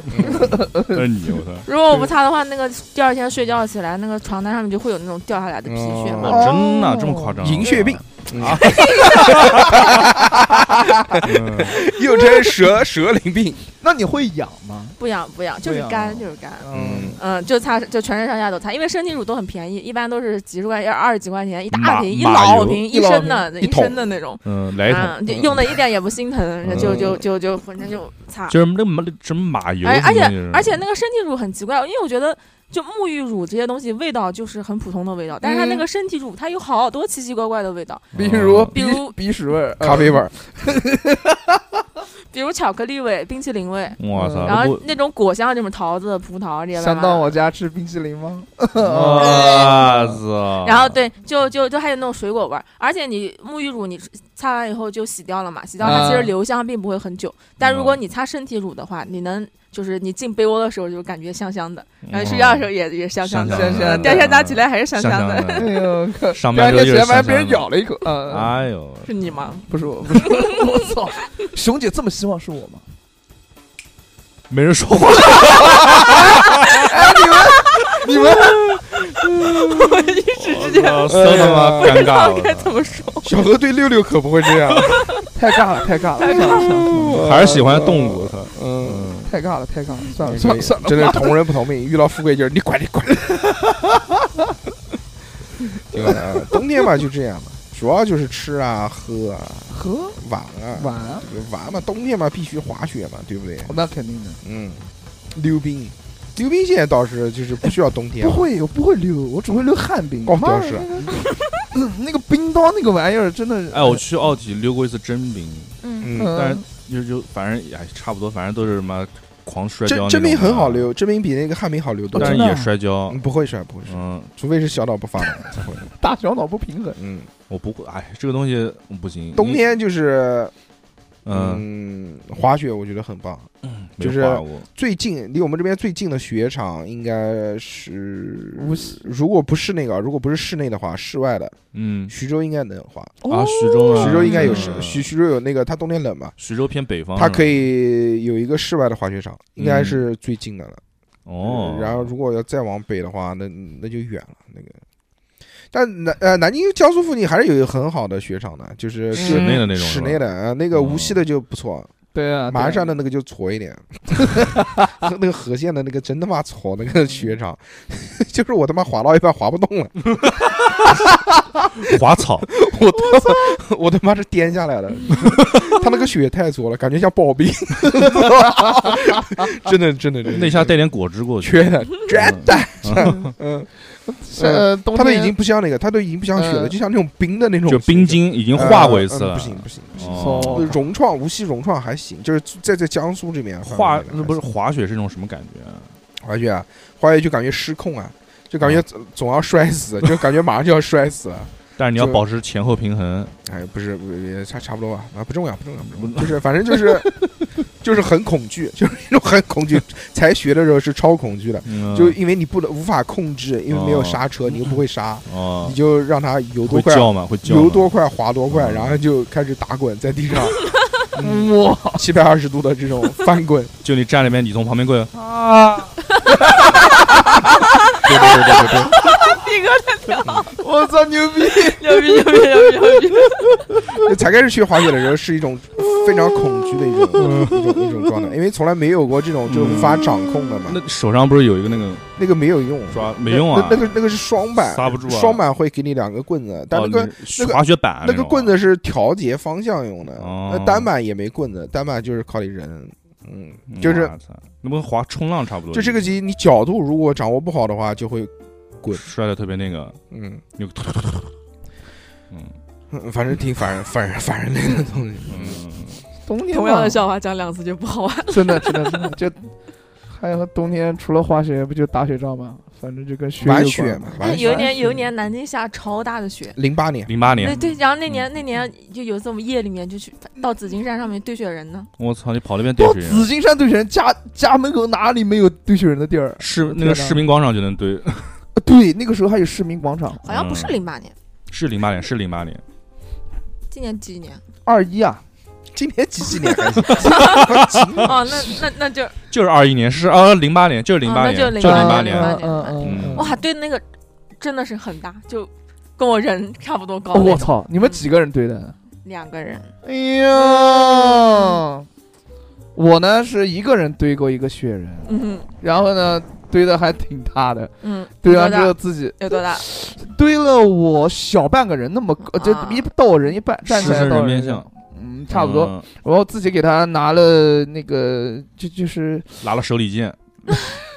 S5: 那是你，我操，
S3: 如果我不擦的话，那个第二天睡觉起来，那个床单上面就会有那种掉下来的皮屑嘛。
S5: 哦，真的这么夸张？
S2: 银屑病
S5: 啊
S2: 啊，
S5: 嗯
S2: 又称蛇蛇鳞病。
S4: 那你会痒吗？
S3: 不痒不痒，就是干就是干。
S2: 嗯，
S3: 嗯，就擦就全身上下都擦，因为身体乳都很便宜，一般都是几十块钱、二十几块钱一大
S5: 马
S3: 瓶，一
S5: 马
S3: 老
S5: 油
S3: 瓶
S4: 一老
S3: 升的
S2: 瓶一
S3: 一
S2: 桶
S3: 升的那种，
S5: 嗯，来一桶，
S3: 嗯，就用的一点也不心疼，
S5: 嗯
S3: 就就就就浑身就擦。
S5: 就是那么什么马油，
S3: 哎而而
S5: 什么东西是
S3: 且
S5: 吧
S3: 而且那个身体乳很奇怪，因为我觉得就沐浴乳这些东西味道就是很普通的味道，但是它那
S4: 嗯
S3: 个身体乳它有好多奇奇怪怪的味道，
S4: 比如
S5: 哦
S3: 比如
S4: 鼻屎味儿、嗯
S2: 咖啡味儿。
S5: 嗯
S3: 比如巧克力味、冰淇淋味，
S5: 我操，
S3: 然
S5: 那
S3: 后
S5: 啊不
S3: 那种果香，什么桃子、葡萄这些
S4: 呃。
S3: 玩
S4: 想
S3: 意
S4: 到
S3: 儿。
S4: 我家吃冰淇淋 吗？
S5: 我操，
S3: 然后对，就就就还有那种水果味儿，而且你沐浴乳你擦完以后就洗掉了嘛，洗掉它其实
S4: 啊
S3: 留香并不会很久。但如果
S5: 嗯
S3: 你擦身体乳的话，你能就是你进被窝的时候就感觉香香的，然后睡觉的时候也也香
S5: 香
S3: 的，
S4: 香的
S3: 第二天早上起来还是香
S5: 嗯香
S3: 的。
S4: 哎呦，可
S5: 上
S4: 第二
S5: 班
S4: 天
S5: 时
S4: 起
S5: 候
S4: 来
S5: 又
S4: 发现
S5: 是
S4: 别人咬了一口，啊，
S5: 哎呦，
S3: 是你吗？
S4: 不是我，不是我，我操！熊姐这么希望是我吗？
S5: 没人说话，
S2: 你们
S3: 我一时之间
S5: 我操真他妈
S2: 哎呀
S5: 尴尬
S3: 该
S5: 了。
S3: 怎么说？
S2: 小何对六六可不会这样，
S4: 太尬了，太尬了，太尬了，
S5: 嗯还是喜欢动物，我操
S2: 嗯，
S5: 嗯，
S4: 太尬了，太尬了，算
S2: 可
S4: 了
S2: 以
S4: 啊算了算了，
S2: 真的是同人不同命，遇到富贵就是你管你 管。挺好的啊，冬天嘛就这样嘛，主要就是吃啊、喝啊、
S4: 和
S2: 玩啊、
S4: 晚安，
S2: 玩嘛，冬天嘛必须滑雪嘛，对不对？
S4: 哦那肯定的，
S2: 嗯，溜冰，溜冰现在倒是就是不需要冬天
S4: 不
S2: 了，
S4: 会，我不会溜，我只会溜旱冰。
S2: 搞不
S4: 妈
S2: 屌事
S4: 那个那个冰刀那个玩意儿真的是，
S5: 哎，我去奥体溜过一次真冰，
S3: 嗯，
S2: 嗯，
S4: 嗯，
S5: 但是就就反正哎差不多，反正都是什么狂摔跤
S2: 真真
S5: 那种的，
S2: 冰很好溜，真冰比那个旱冰好溜多了
S5: 但。
S4: 真
S5: 是
S4: 的啊
S5: 也摔跤
S2: 嗯，不会摔，不会摔，
S5: 嗯，
S2: 除非是小脑不发达 才会。
S4: 大小脑不平衡，
S2: 嗯，
S5: 我不会，哎，这个东西不行，
S2: 冬天就是
S5: 嗯，
S2: 嗯，滑雪我觉得很棒。
S5: 没
S2: 就是
S5: 滑过
S2: 最近离我们这边最近的雪场应该是，
S4: 无锡
S2: 如果不是那个，如果不是室内的话，室外的
S5: 嗯
S2: 徐州应该能滑。
S5: 啊，徐州
S2: 哦
S5: 啊，
S2: 徐州应该有
S5: 是
S2: 室，徐徐州有那个，它冬天冷嘛，
S5: 徐州偏北方，啊
S2: 它可以有一个室外的滑雪场，应该是最近的了。
S5: 嗯哦，
S2: 然后如果要再往北的话，那那就远了那个。但南呃南京江苏附近还是有一个很好的雪场的，就是
S5: 室
S2: 是
S5: 内的那种
S2: 室
S5: 是吧哦
S2: 内的啊，那个无锡的就不错，
S4: 对啊，
S2: 马鞍山的
S4: 的
S2: 那个就矬一点， 那个和县的那个真他妈矬，那个雪场， 就是我他妈滑到一半滑不动 了，
S5: 滑草，
S2: 我他妈我他妈是颠下来的， 他那个雪太矬了，感觉像刨冰， 真的真的真的，
S5: 那下带点果汁过去，
S2: 缺的绝 的，嗯。
S4: 呃，冬
S2: 它
S4: 天
S2: 都已经不像那个，它都已经不像雪了，
S4: 呃
S2: 就像那种冰的那种，
S5: 就冰晶已经化过一次
S2: 呃嗯
S5: 了，
S2: 不行不行不行。
S5: 哦
S4: 我，靠
S2: 融创无锡融创还行，就是在在江苏这边
S5: 滑
S2: 那
S5: 那不是滑雪是种什么感觉啊？
S2: 滑雪啊，滑雪就感觉失控啊，就感觉总总要摔 死，就感觉马上就要摔死了。
S5: 但是你要
S2: 就
S5: 保持前后平衡，
S2: 哎，不是不是差差不多吧，啊不重要不重要 不重
S5: 不
S2: 要，就是反正就是就是很恐惧， 就是一种很恐惧。才学的时候是超恐惧的，
S5: 嗯
S2: 就因为你不能无法控制，因为没有刹车，你又不会刹，
S5: 哦
S2: 你，就让它游多
S5: 会
S2: 快
S5: 叫吗？会叫吗
S2: 游多快滑多快，
S5: 嗯
S2: 然后就开始打滚在地上，
S4: 哇
S2: 七百二十度的这种翻滚，
S5: 就你站里面，你从旁边过来，
S4: 啊！
S2: 对对对对对
S3: 逼哥
S4: 我操，牛逼！
S3: 牛逼牛逼牛逼牛逼！
S2: 对，才开始学滑雪的时候是一种非常恐惧的一种一种一种状态，因为从来没有过这种就是无法掌控的嘛，
S5: 那手上不是有一个那个
S2: 那个没有用，
S5: 抓没用啊？
S2: 那那个那个是双板，
S5: 刹不住啊
S2: 双板会给你两个棍子，但
S5: 哦
S2: 那个。
S5: 你滑雪板
S2: 那个
S5: 种啊
S2: 棍子是调节方向用的，
S5: 哦
S2: 那单板也没棍子，单板就是靠你人，嗯，就是
S5: 哇塞那不跟滑冲浪差不多，
S2: 就这个级，你角度如果掌握不好的话，就会，滚
S5: 摔的特别那个，
S2: 嗯，
S5: 有个嗯
S2: 嗯反正挺反人 反人反人类的东西，
S5: 嗯，
S4: 冬天嘛
S3: 同样的笑话讲两次就不好玩。
S4: 真的真的真的就。还有冬天除了滑雪，不就打雪仗吗？反正就跟哎雪有
S2: 玩
S4: 关
S2: 雪嘛，玩雪。
S3: 有一年有一年南京下超大的雪，
S2: 零八年，
S5: 零八
S3: 对
S5: 年，嗯
S3: 对，然后那年那年就有一次我们夜里面就去到紫金山上面堆雪人呢，
S5: 我操，你跑那边堆
S4: 到
S5: 雪人
S4: 紫金山堆雪人家家门口哪里没有堆雪人的地儿？
S5: 士
S4: 我
S5: 那个
S4: 天哪
S5: 士兵广场就能堆，
S4: 呃对，那个时候还有市民广场，
S3: 好像不是
S5: 嗯
S3: 零八年，
S5: 是零八年，是零八年，
S3: 今年几年？
S4: 二一啊，
S2: 今年几几年还 行，
S3: 哦，那那那就
S5: 就是二一年，是呃零八年，就是零八
S3: 那
S5: 年，
S3: 就
S5: 零
S3: 08
S4: 啊
S5: 八
S3: 年
S5: 年，
S4: 嗯嗯嗯嗯，
S3: 哇，对那个真的是很大，就跟我人差不多高
S4: 哦
S3: 那
S4: 我
S3: 种，
S4: 操，你们几个人堆的？
S3: 两个人。
S4: 哎呀，嗯我呢是一个人堆过一个雪人，
S3: 嗯
S4: 然后呢堆的还挺大的，
S3: 嗯，
S4: 堆
S3: 有
S5: 啊
S4: 完之后
S3: 多大？
S4: 自己
S3: 有多大？
S4: 堆了我小半个人那么高，呃就
S3: 啊
S4: 一到我人一半，站起
S5: 狮
S4: 来
S5: 身
S4: 到
S5: 人
S4: 我
S5: 面
S4: 人一
S5: 像
S4: 半，嗯，差不多。
S5: 嗯，
S4: 然后自己给他拿了那个，就就是
S5: 拿了手里剑，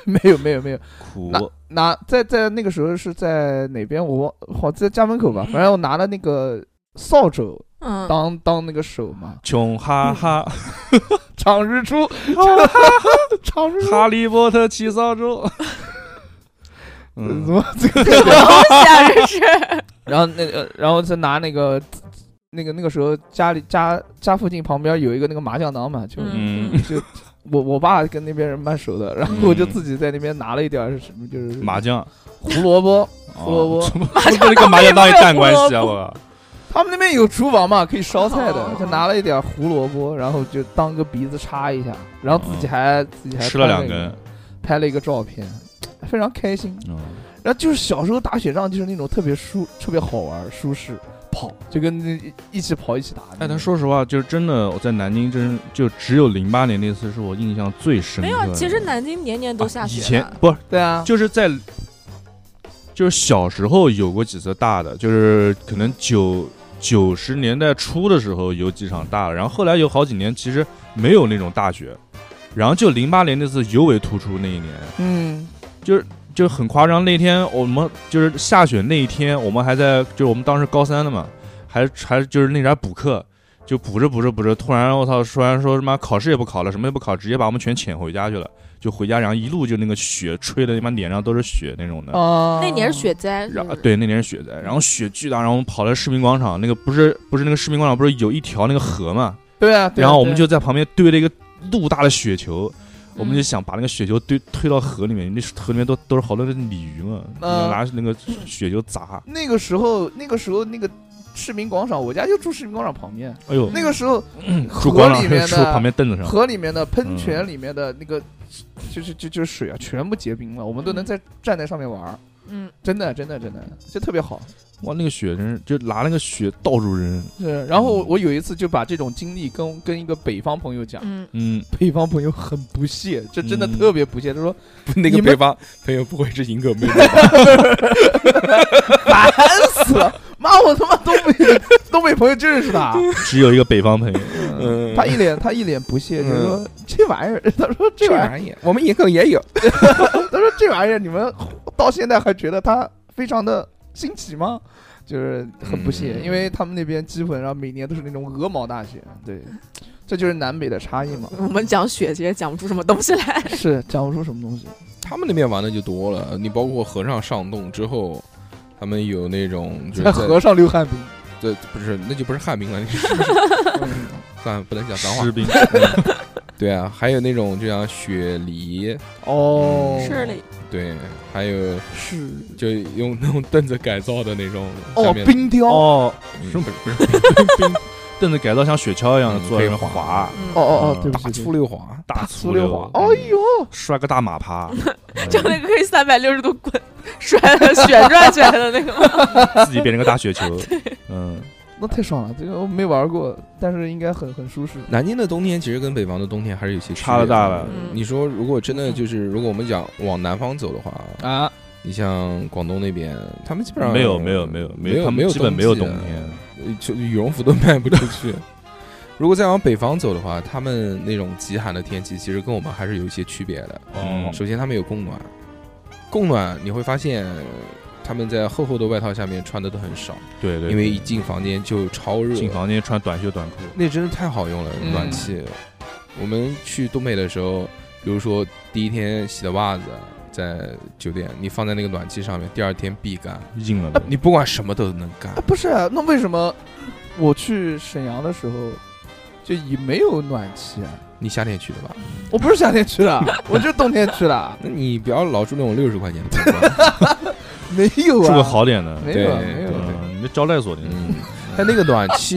S4: 没有没有没有
S5: 苦
S4: 那拿在在那个时候是在哪边？我忘好在家门口吧，反正我拿了那个扫帚
S3: 嗯，
S4: 当当那个手嘛。
S5: 穷哈哈，
S4: 长日出，
S3: 哦
S4: 长日出，
S5: 哈利波特骑扫帚，嗯
S4: 怎么这个？
S3: 东西啊，这是。
S4: 然后那个，然后再拿那个那个那个时候家里家家附近旁边有一个那个麻将档嘛，就、
S3: 嗯
S5: 嗯，
S4: 就我我爸跟那边人蛮熟的，然后我就自己在那边拿了一点儿什么，就是
S5: 麻将，
S4: 胡萝卜，
S5: 哦
S4: 胡萝卜，
S5: 怎么这个跟麻将当一蛋关系啊！我靠，
S4: 他们那边有厨房嘛，可以烧菜的
S3: 哦，
S4: 就拿了一点儿胡萝卜，然后就当个鼻子插一下，然后自己还自己还
S5: 哦吃了
S4: 拍
S5: 两
S4: 一个
S5: 根，
S4: 拍了一个照片，非常开心。
S5: 嗯
S4: 然后就是小时候打雪仗，就是那种特别舒、特别好玩、舒适，跑就跟那一起跑一起打。
S5: 哎，但说实话，就是真的，我在南京真就只有零八年那次是我印象最深刻的。
S3: 没有，啊其实南京年年都
S5: 啊
S3: 下雪、
S5: 以前不是
S4: 对啊，
S5: 就是在就是小时候有过几次大的，就是可能九九十年代初的时候有几场大的，然后后来有好几年其实没有那种大雪，然后就零八年那次尤为突出那一年。
S4: 嗯，
S5: 就很夸张。那天我们就是下雪那一天，我们还在，就是我们当时高三的嘛，还还就是那啥补课，就补着补着补着，突然我操，突然说什么考试也不考了，什么也不考，直接把我们全遣回家去了。就回家，然后一路就那个雪吹的，他妈脸上都是雪那种的。
S4: 啊，
S3: 那年是雪灾，是
S5: 然
S3: 不是，
S5: 对，那年是雪灾，然后雪巨大，然后我们跑到市民广场，那个不是不是那个市民广场，不是有一条那个河嘛，
S4: 对啊，对啊，
S5: 然后我们
S4: 对啊
S5: 就在旁边堆了一个陆大的雪球，我们就
S3: 嗯
S5: 想把那个雪球堆推到河里面，那河里面都都是好多的鲤鱼嘛，
S4: 嗯
S5: 拿那个雪球砸。
S4: 那个时候，那个时候那个市民广场，我家就住市民广场旁边。
S5: 哎呦，
S4: 那个时候
S5: 嗯住
S4: 河
S5: 广场
S4: 里 面
S5: 树旁
S4: 的
S5: 边凳嗯子上，
S4: 河里面的喷泉里面的那个，就是就就是水啊，全部结冰了，我们都能在站在上面玩儿，
S3: 嗯，
S4: 真的真的真的就特别好。
S5: 哇，那个雪真是就拿那个雪到处扔，
S4: 是，然后我有一次就把这种经历跟跟一个北方朋友讲，
S3: 嗯，，
S5: 嗯，
S4: 北方朋友很不屑，这真的
S5: 嗯
S4: 特别不屑。他说
S2: 那
S4: 你
S2: 个
S4: 们
S2: 北方朋友不会是银狗妹吧？
S4: 烦哎死了，妈，我他妈东 北东北朋友就认识啊 他，
S5: 只有一个北方朋友，
S2: 嗯
S4: 他一脸他一脸不屑，就说这玩意儿， 他说这
S2: 这
S4: 玩意儿，
S2: 玩意儿我们银狗也有，
S4: 他说这玩意儿，你们到现在还觉得它非常的新奇吗？就是很不屑，
S5: 嗯
S4: 因为他们那边基本上每年都是那种鹅毛大雪，对，这就是南北的差异嘛
S3: 我们讲雪其实讲不出什么东西来，
S4: 是讲不出什么东西。
S2: 他们那边玩的就多了。你包括和尚上洞之后，他们有那种就是在
S4: 在河上溜旱冰，
S2: 对，不是那就不是旱冰了，那是
S4: 嗯
S2: 算了，不能讲脏话
S5: 士。兵，
S2: 对啊，还有那种就像雪梨，
S4: 哦，
S3: 是嘞，
S2: 对，还有
S4: 是
S2: 就用那种 凳子改造的那种
S4: 哦
S2: 下，面
S4: 冰雕， 哦
S5: 哦，
S2: 嗯
S5: 什 么
S2: 不是不是
S5: 凳子改造像雪橇一样
S2: 嗯
S5: 的坐在
S2: 可
S5: 那
S2: 以
S5: 滑，
S3: 嗯，
S4: 哦哦，
S5: 嗯
S4: 对不
S2: 大
S4: 起，对
S2: 粗
S4: 不起
S2: 溜滑，
S5: 大粗
S4: 粗溜滑，
S5: 哦
S4: 哎，呦，
S5: 摔个大马趴， 嗯
S3: 就那个可以三百六十度滚甩的旋转起来的那个吗，
S5: 自己变成个大雪 球，嗯，
S4: 那太爽了，这个我没玩过，但是应该很很舒适。
S2: 南京的冬天其实跟北方的冬天还是有些
S5: 差了大了
S2: 区别的
S3: 嗯
S2: 你说如果真的就是，如果我们讲往南方走的话，
S4: 啊，
S2: 你像广东那边，他们基本上
S5: 没有没有没有
S2: 没
S5: 有，他
S2: 没
S5: 们
S2: 有
S5: 基本没有冬
S2: 季啊
S5: 天，
S2: 的，就羽绒服都卖不出去。 如果再往北方走的话，他们那种极寒的天气其实跟我们还是有一些区别的。
S5: 哦
S2: 首先，他们有供暖，供暖你会发现他们在厚厚的外套下面穿的都很少，
S5: 对对，
S2: 因为
S5: 对
S2: 一进房间就超热，
S5: 进房间穿短袖短裤，
S2: 那真是太好用了，
S4: 嗯
S2: 暖气。我们去东北的时候，比如说第一天洗的袜子在酒店，你放在那个暖气上面，第二天必干，
S5: 硬了都。
S2: 啊你不管什么都能干
S4: 啊。不是啊，那为什么我去沈阳的时候就已没有暖气啊？
S2: 你夏天去的吧？
S4: 我不是夏天去的，啊我就是冬天去的，啊
S2: 那你不要老住那种六十块钱的地方。
S4: 没有啊，
S5: 住个好点的，
S4: 没有啊
S2: 对
S4: 没有啊，
S5: 嗯，你这招待所的，
S2: 嗯，它那个暖气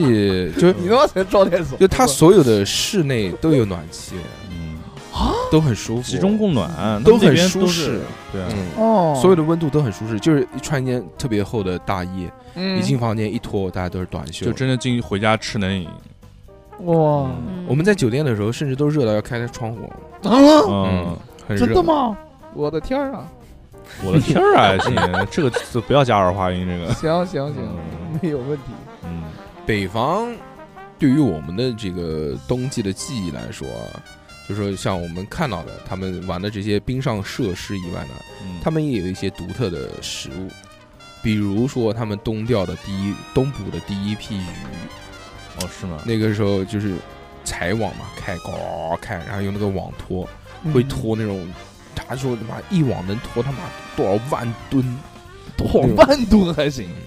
S2: 就
S4: 你他妈才招待所，
S2: 就它所有的室内都有暖气，
S5: 嗯，
S2: 都很舒服，
S5: 集中供暖，那
S2: 嗯都
S5: 那
S2: 很
S5: 边
S2: 舒
S5: 都
S2: 适
S5: 是，。对啊，
S2: 嗯，
S4: 哦，
S2: 所有的温度都很舒适，就是一穿一件特别厚的大衣，
S4: 的
S2: 一进房间一脱，大家都是短袖
S5: 就。真的进回家吃冷饮，
S4: 哇
S3: 嗯
S2: 我们在酒店的时候，甚至都热到要开开窗户。
S4: 啊，
S5: 嗯，
S2: 很热
S4: 真的？吗？我的天儿啊！
S5: 我的天儿啊，亲，这个就不要加儿化音，这个，
S4: 行行
S5: 嗯
S4: 行，没有问题。
S5: 嗯，
S2: 北方对于我们的这个冬季的记忆来说啊，就说像我们看到的他们玩的这些冰上设施以外呢，
S5: 嗯
S2: 他们也有一些独特的食物，比如说他们冬钓的第一冬捕的第一批鱼，
S5: 哦是吗？
S2: 那个时候就是采网嘛，开高开，然后用那个网拖，
S4: 嗯
S2: 会拖那种。他说：“他妈一网能拖他妈多少万吨？
S4: 多少万吨还行？
S2: 嗯，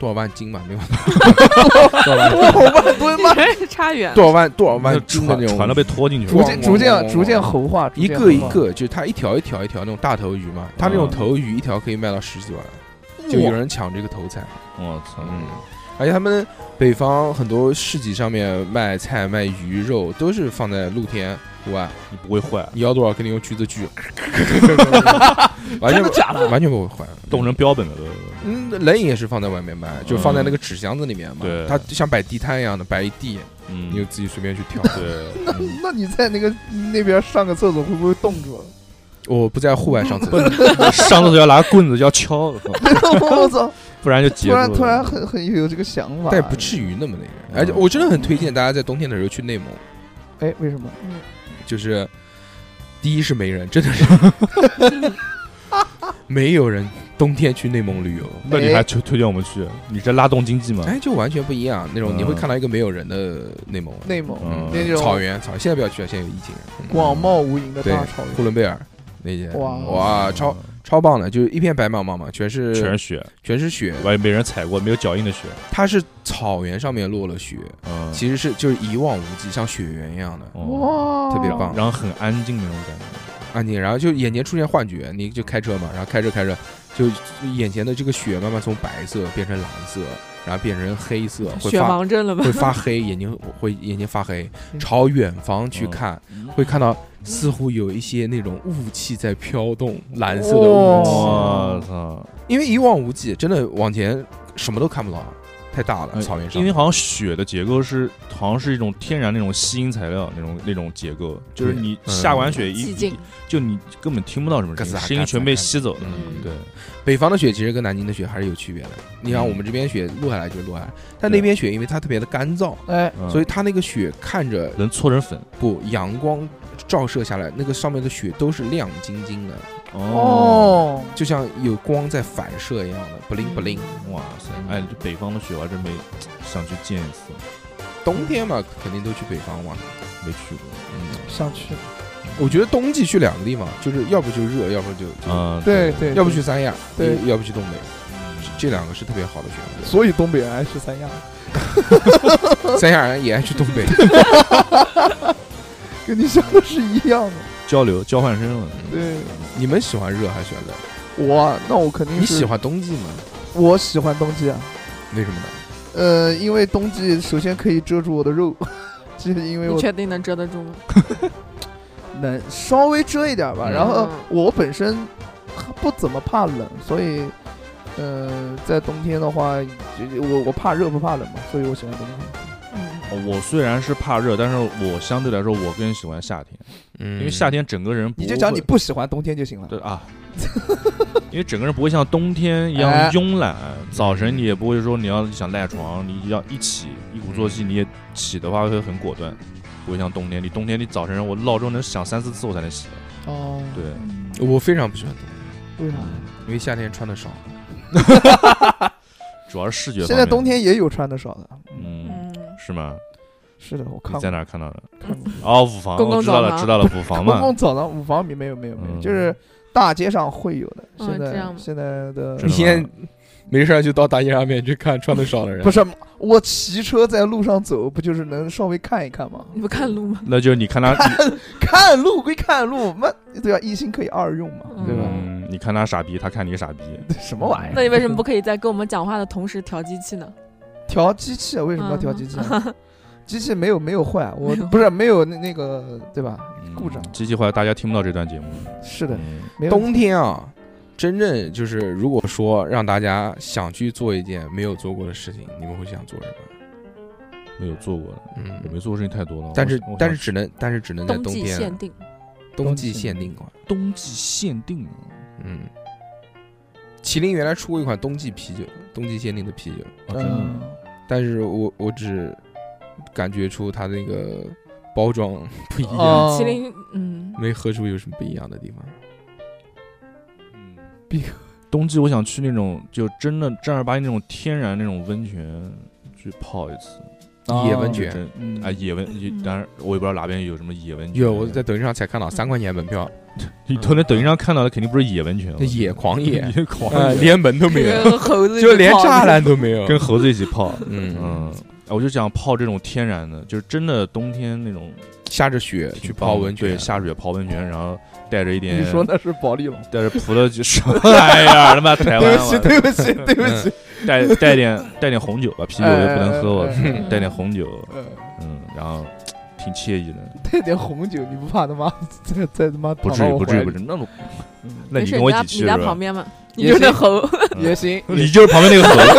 S2: 多少万斤吧，没有
S5: 知道吧？
S4: 我万吨 吗？
S3: 差远
S2: 多少万多少万斤的
S5: 船
S2: 那种
S5: 船都被拖进去
S4: 逐
S5: 了。
S4: 渐逐渐逐渐猴化，逐
S2: 一
S4: 渐
S2: 个一
S4: 猴化
S2: 个，就是它一条一条一条那种大头鱼嘛，它那种
S5: 嗯
S2: 头鱼一条可以卖到十几万，就有人抢这个头菜。
S5: 我操！
S2: 嗯，而且他们北方很多市集上面卖菜、卖鱼肉都是放在露天户外，
S5: 你不会坏，
S2: 你要多少给你用锯子锯， 完全
S4: 真
S2: 不
S4: 的假的？
S2: 完全不会坏。
S5: 冻成标本了都。
S2: 嗯，冷饮也是放在外面卖，就放在那个纸箱子里面嘛，
S5: 嗯对
S2: 它像摆地摊一样的摆一地，
S5: 嗯
S2: 你就自己随便去挑。
S5: 对，
S4: 那 那你在那个那边上个厕所会不会冻住了？啊
S2: 我不在户外上厕所，
S5: 上厕所要拿棍子要敲，我操
S4: 我操！
S5: 不然就
S4: 突
S5: 结束
S4: 然
S5: 了
S4: 突然很很有这个想法，
S2: 但也不至于那么那
S5: 嗯
S2: 个。而且我真的很推荐大家在冬天的时候去内蒙，
S4: 哎，为什么？
S2: 就是第一是没人，真的 是没有人冬天去内蒙旅游。
S5: 那
S4: 哎
S5: 你还推推荐我们去？你这拉动经济
S4: 嗯
S5: 吗？
S2: 哎，就完全不一样，那种你会
S5: 嗯
S2: 看到一个没有人的内蒙，
S4: 内蒙
S5: 嗯
S4: 那种
S2: 草原，草原现在不要去了，现在有疫情。嗯
S4: 广袤无垠的
S2: 对
S4: 大草
S2: 呼
S4: 原，
S2: 伦贝尔那些，
S4: 哇
S2: 哇，超超棒的，就是一片白茫茫嘛，全是
S5: 嗯全是雪，
S2: 全是雪，
S5: 完没人踩过，没有脚印的雪。
S2: 它是草原上面落了雪，
S5: 嗯，
S2: 其实是就是一望无际，像雪原一样的
S5: 哦
S4: 哇，
S2: 特别棒
S5: 然后很安静那种感觉。
S2: 啊！你然后就眼前出现幻觉，你就开车嘛，然后开着开着，就眼前的这个雪慢慢从白色变成蓝色，然后变成黑色，会
S3: 雪
S2: 发
S3: 盲症了吧？
S2: 会发黑，眼睛会眼睛发黑，
S4: 嗯
S2: 朝远方去
S5: 嗯
S2: 看，会看到似乎有一些那种雾气在飘动，蓝色的雾气，
S5: 我操！
S2: 因为一望无际，真的往前什么都看不到，太大了，哎草原上
S5: 哎因为好像雪的结构是，好像是一种天然那种吸音材料那种那种结构，就是
S2: 对
S5: 你
S2: 嗯
S5: 下完雪一
S3: 寂静，
S5: 就你根本听不到什么
S2: 嘎
S5: 声音，
S2: 吱啊
S5: 声音
S2: 嘎吱啊
S5: 全被
S2: 嘎吱啊
S5: 吸走了。
S2: 嗯
S5: 对，
S2: 北方的雪其实跟南京的雪还是有区别的。你
S5: 嗯
S2: 像我们这边雪落下来就落下来，但那边雪因为它特别的干燥，
S4: 哎，
S5: 嗯
S2: 所以它那个雪看着
S5: 能搓成粉。
S2: 不阳光照射下来，那个上面的雪都是亮晶晶的，
S4: 哦，
S2: 就像有光在反射一样的，不灵不灵。
S5: 哇塞！哎，这北方的雪我还真没想去见一次，
S2: 冬天嘛，肯定都去北方嘛。
S5: 没去过。
S2: 嗯，
S4: 想去，
S2: 我觉得冬季去两个地方，就是要不就热，要不就，就
S5: 啊，
S4: 对对，
S2: 要不去三亚，
S4: 对
S2: 要不去东北，这两个是特别好的选择。
S4: 所以东北人爱去三亚，
S2: 三亚人也爱去东 北。
S4: 跟你想的是一样的。
S5: 交流交换生了。
S4: 对，
S2: 你们喜欢热还是喜欢冷？
S4: 我那我肯定
S2: 你
S4: 是
S2: 喜，欢冬季吗？
S4: 我喜欢冬季啊。
S2: 为什么呢？
S4: 呃，因为冬季首先可以遮住我的肉， 这是因为
S3: 你
S4: 我
S3: 确定能遮得住吗？
S4: 能稍微遮一点儿吧。
S2: 嗯
S4: 然后我本身不怎么怕冷，所以呃，在冬天的话，就我我怕热不怕冷嘛，所以我喜欢冬天。
S3: 嗯，
S5: 哦我虽然是怕热，但是我相对来说我更喜欢夏天，
S2: 嗯
S5: 因为夏天整个人
S4: 你
S5: 不
S4: 就讲
S5: 会
S4: 你不喜欢冬天就行了。
S5: 对 啊，因为整个人不会像冬天一样
S4: 哎
S5: 慵懒，早晨你也不会说你要想赖床，你要一起一鼓作气，你也起的话会很果断，不会像冬天，你冬天你早晨我闹钟能响三四次我才能起来，
S4: 哦，
S5: 对，
S2: 我非常不喜欢冬天，
S4: 为啥？
S2: 因为夏天穿的少。
S5: 主要是视觉方面。
S4: 现在冬，天也有穿的少的，
S5: 嗯，
S3: 嗯，
S5: 是吗？
S4: 是的，我看
S5: 你
S4: 过
S5: 在哪儿看到的？
S4: 看 过。
S5: 哦，五房，
S3: 公共
S5: 我知道
S3: 澡
S5: 了，
S3: 堂
S5: 知道了，五房
S4: 公
S5: 嘛，
S4: 共澡堂五房里没有没有没有，
S5: 嗯
S4: 就是大街上会有的。
S3: 哦
S4: 现
S3: 这
S4: 在
S3: 样吗
S4: 现在的
S5: 真
S2: 你
S5: 的
S2: 现在没事儿就到大街上面去看穿的少的人，
S4: 不是我骑车在路上走，不就是能稍微看一看吗？
S3: 你不看路吗？
S5: 那就你看
S4: 啊
S5: 他，
S4: 看路归看路，那对吧？啊一心可以二用嘛， 对吧？
S5: 嗯，你看他傻逼，他看你傻逼，
S4: 什么玩意儿？
S3: 那你为什么不可以在跟我们讲话的同时调机器呢？
S4: 调机器？为什么要调机器啊？
S3: 嗯
S4: 机器没有没有坏，啊我不是没有那那个对吧？
S5: 嗯
S4: 故障
S5: 机器坏，大家听不到这段节目。
S4: 是的，
S5: 嗯
S4: 没 有
S2: 冬天啊，真正就是如果说让大家想去做一件没有做过的事情，你们会想做什么？
S5: 没有做过的，我没
S2: 嗯，
S5: 做过事情太多了。
S2: 但是
S5: 我想
S2: 但是只能但是只能在
S3: 冬
S2: 冬
S3: 季
S2: 天
S3: 限
S2: 啊，
S3: 定，
S2: 冬季限定款。
S5: 冬季限定啊
S2: 嗯，麒麟原来出过一款冬季啤酒，冬季限定的啤酒，
S5: 啊，真的
S4: 嗯
S5: 吗，
S2: 但是我我只感觉出它那个包装不一样，
S4: 哦
S3: 麒麟，嗯，
S2: 没喝出有什么不一样的地方。
S5: 嗯
S4: 比
S5: 冬季我想去那种就真的正儿八经那种天然那种温泉去泡一次，
S3: 哦
S4: 啊
S2: 野文泉。
S5: 真
S4: 嗯
S5: 啊，野文，也当然我也不知道哪边有什么野文泉。
S2: 有，我在抖音上才看到三块钱门票，
S5: 你头在抖音上看到的肯定不是野文泉，，
S2: 那野狂 野
S5: 野狂
S2: 呃，连门都没有，
S3: 跟猴子
S2: 就连栅
S3: 栅栏。
S2: 栏都没有。
S5: 跟猴子一起泡。
S2: 嗯
S5: 嗯，啊我就想泡这种天然的，就是真的冬天那种
S2: 下着雪
S5: 挺
S2: 去
S5: 棒
S2: 泡
S5: 的
S2: 温泉
S5: 对，，下雪泡温泉，然后带着一点，
S4: 你说那是保利龙？
S5: 带着葡萄酒 什么玩意儿？他妈台湾
S4: 对不起，
S5: 玩意
S4: 对不起，对不起。
S5: 儿，带带点带点红酒吧，啤酒也不能喝，我
S4: 哎哎
S2: 哎
S3: 哎
S5: 带点红酒，
S4: 呃，
S5: 嗯，然后挺惬意的。
S4: 带点红酒，你不怕他妈 再再他妈
S5: 不
S4: 躺
S5: 至
S4: 到
S5: 于，
S4: 我
S5: 不至
S4: 怀
S5: 于，不
S4: 里
S5: 至于。那我，那
S3: 没
S5: 你
S3: 事，
S5: 跟
S3: 你
S5: 我一
S3: 在
S5: 起
S3: 你
S5: 去
S3: 在
S5: 是
S3: 旁
S5: 吧？
S3: 边嘛，你
S4: 也哦
S3: 就那
S4: 行
S3: 猴，
S4: 也行，
S5: 你就是旁边那个猴，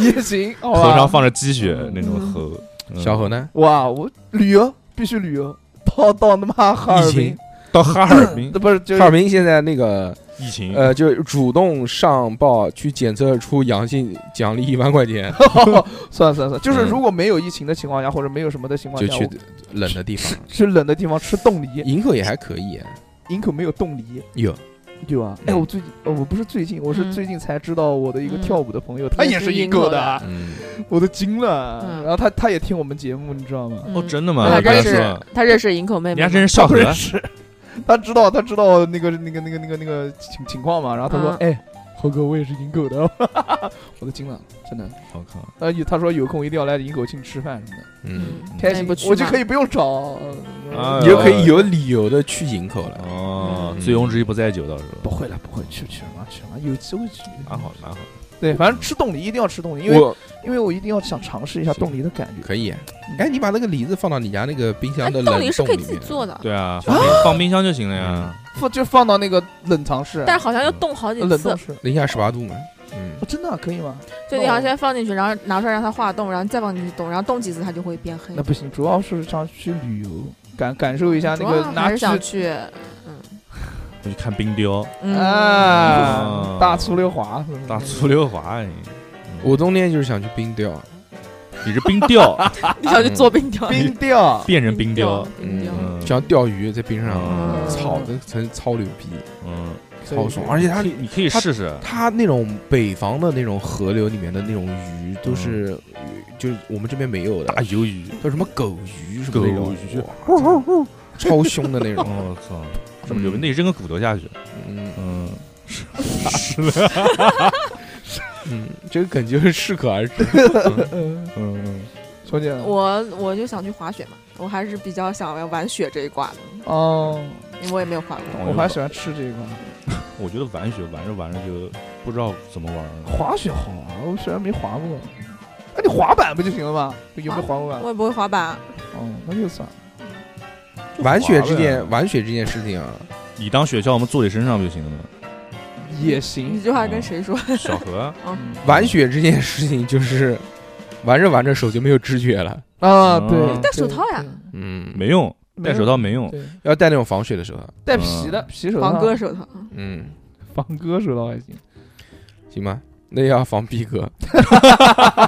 S4: 也行，好啊
S5: 头上
S4: 吧。
S5: 放着积雪那种猴。嗯
S2: 小何呢？
S4: 哇，我旅游必须旅游，到到他妈哈尔
S2: 疫情
S4: 滨，
S5: 到哈尔 滨，
S4: 那不是就是
S2: 哈尔滨现在那个
S5: 疫情，
S2: 呃，就主动上报去检测出阳性，奖励一万块 钱，
S4: 算了算了算 了，就是
S2: 嗯
S4: 如果没有疫情的情况下，或者没有什么的情况
S2: 就
S4: 下，
S5: 嗯
S2: 去
S4: 我
S2: 冷的地 方。
S4: 吃冷的地方吃冻梨，
S2: 营口也还可以，啊
S4: 营口没有冻梨，
S2: 有
S4: 对吧？
S2: 嗯
S4: 哎，我最近呃我不是最近，我是
S3: 嗯
S4: 最近才知道我的一个
S3: 嗯
S4: 跳舞的朋友，他
S3: 也
S4: 也
S3: 是
S4: 是营
S3: 营
S4: 口
S3: 口
S4: 的
S3: 的
S4: 啊，
S2: 嗯，
S4: 我都惊了。
S3: 嗯
S4: 然后他他也听我们节目，你知道吗？
S5: 哦，
S3: 嗯
S5: 真的
S3: 他
S5: 吗？
S3: 认
S5: 跟
S3: 识
S5: 说，
S3: 他认识营口妹
S5: 人
S3: 妹
S5: 家
S3: 吗，
S5: 真是笑
S4: 不
S5: 河，
S4: 认识， 他知道他知道那个那个那个那个那个情情况嘛，然后他说，
S3: 嗯
S4: 哎，猴哥我也是营口的， 我都惊了，真的。
S5: 我靠，
S4: 呃，有他说有空一定要来营口庆吃饭什么的，
S2: 嗯，
S3: 嗯
S4: 开
S3: 那
S4: 心
S3: 你不，去
S4: 我就
S3: 吗
S4: 可以不用找，
S5: 啊
S4: 嗯
S2: 你就可以有理由的去营口了。
S5: 哦，
S3: 嗯
S5: 醉翁之意不在酒，倒是
S4: 不会了，不会去去什么去什么，有机会去。
S5: 蛮好，蛮好。
S4: 对，反正吃冻梨一定要吃冻梨，因为
S2: 我
S4: 因啊为我一定要想尝试一下冻梨的感觉。
S2: 可以，哎，你把那个梨子放到你家那个冰
S3: 哎
S2: 箱的冷
S3: 冻梨是
S2: 冻
S3: 可以
S2: 里
S3: 自己
S2: 面，
S3: 做的，
S5: 对啊，嗯放冰放冰箱就行了呀。
S4: 放就放到那个冷藏室，
S3: 但是好像要冻好几
S4: 冷
S3: 次
S4: 冻，室。
S2: 零下十八度嘛。嗯
S4: 哦，真的啊可以吗？
S3: 就你好像先放进去，然后拿出来让它化冻，然后再放进去冻，然后冻几次它就会变黑
S4: 那。不行，主要是想去旅游，感感受一下
S3: 主
S4: 那
S3: 要
S4: 个拿
S3: 还是想
S4: 去
S3: 去，
S5: 那就看冰雕，
S3: 嗯，
S4: 啊，大粗溜滑，
S5: 大粗溜滑，哎
S2: 我冬天就是想去冰雕，
S5: 你是冰钓，
S3: 你想去做冰雕，
S4: 冰钓，
S5: 变成嗯冰雕，
S3: 冰雕，
S5: 嗯
S2: 想钓鱼在冰上，
S5: 嗯
S2: 操，那真超牛逼，
S5: 嗯，
S2: 超爽，而且它
S5: 你你可以
S2: 它
S5: 试试，
S2: 它那种北方的那种河流里面的那种鱼，都是、
S5: 嗯
S2: 就是我们这边没有的
S5: 大，鱿鱼，
S2: 叫什么狗鱼什么那种，
S5: 狗
S2: 哇超凶的那 种。
S5: 我哦操，嗯这么牛逼！那你扔个骨头下去，
S2: 嗯
S5: 嗯，
S2: 嗯，这个梗就是适可 而止。
S4: 嗯，
S5: 嗯，
S4: 小姐，
S3: 我我就想去滑雪嘛，我还是比较想要玩雪这一挂的，
S4: 哦，
S3: 因为我也没有滑过。
S4: 我还喜欢吃这一块。
S5: 嗯我觉得玩雪玩着玩着就不知道怎么玩了。
S4: 滑雪好啊，我虽然没滑过，那你滑板不就行了吗？有没有滑过板
S3: 我？也不会滑板，
S4: 哦，那就算了。
S2: 玩雪这
S5: 滑呗
S2: 件玩雪这件事情啊，
S5: 你当雪橇我们坐你身上不就行了吗？
S4: 也
S3: 你
S5: 嗯
S4: 行。
S3: 这话跟谁说？
S5: 小何啊，
S4: 嗯
S2: 玩雪这件事情就是玩着玩着手就没有知觉了。
S4: 啊，
S5: 嗯
S4: 对，
S3: 戴手套呀
S2: 嗯，
S5: 没用，
S4: 没
S5: 戴
S4: 有
S5: 手套没用，
S4: 对，
S2: 要戴那种防雪的手套。
S4: 戴皮的皮 手套，
S3: 防割手套，
S2: 嗯，
S4: 防割手套还行。
S2: 行吧，那也要防逼 哥，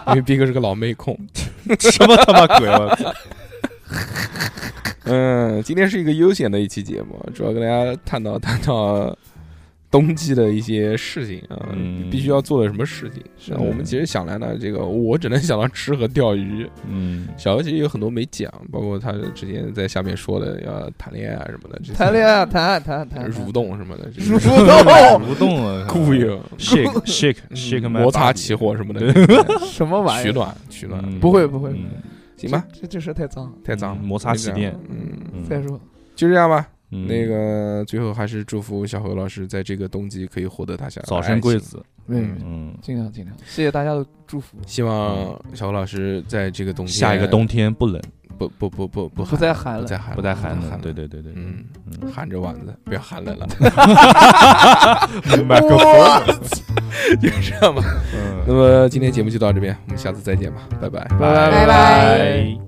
S2: 因为逼哥是个老妹控。
S5: 什么他妈鬼啊！
S2: 嗯，今天是一个悠闲的一期节目，主要跟大家探讨探讨冬季的一些事情啊，
S5: 嗯
S2: 必须要做的什么事情。
S4: 是
S2: 那
S5: 的
S2: 我们其实想来呢，这个我只能想到吃和钓鱼。
S5: 嗯，
S2: 小何其实有很多没讲，包括他之前在下面说的要谈恋爱啊什么的，这些
S4: 谈恋爱，谈谈谈，
S2: 蠕动什么 的，这些
S4: 蠕动
S5: 蠕动啊，
S2: 固有
S5: shake shake
S2: 哦嗯
S5: shake my
S2: 摩擦
S5: body
S2: 起火什 么的，
S4: 什么玩意
S2: 取
S4: 儿？
S2: 暖取暖，
S5: 嗯
S4: 不会不会
S5: 嗯
S2: 行吧，
S4: 这，这这事太脏。
S2: 太脏了，
S5: 嗯摩擦起电
S2: 就这样嗯，
S5: 嗯
S4: 再说，
S2: 就这样吧。
S5: 嗯
S2: 那个最后还是祝福小何老师在这个冬季可以获得大家的
S5: 早
S2: 爱
S5: 生
S2: 情
S5: 贵子，
S2: 嗯
S5: 嗯，
S4: 尽量尽量，谢谢大家的祝福。
S2: 希望小何老师在这个冬天
S5: 下一个冬天不冷，
S2: 不不不不不
S4: 不
S2: 寒
S4: 再寒
S2: 不
S4: 了
S2: 再，寒
S5: 不再寒冷，
S2: 冷，
S5: 对对对对，
S2: 嗯，
S5: 嗯
S2: 含着丸子，不要寒冷 了，
S5: 麦克风，
S2: 就这样吧。
S5: 嗯
S2: 那么今天节目就到这边，我们下次再见吧，拜拜。
S4: 拜
S3: 拜拜
S5: 拜。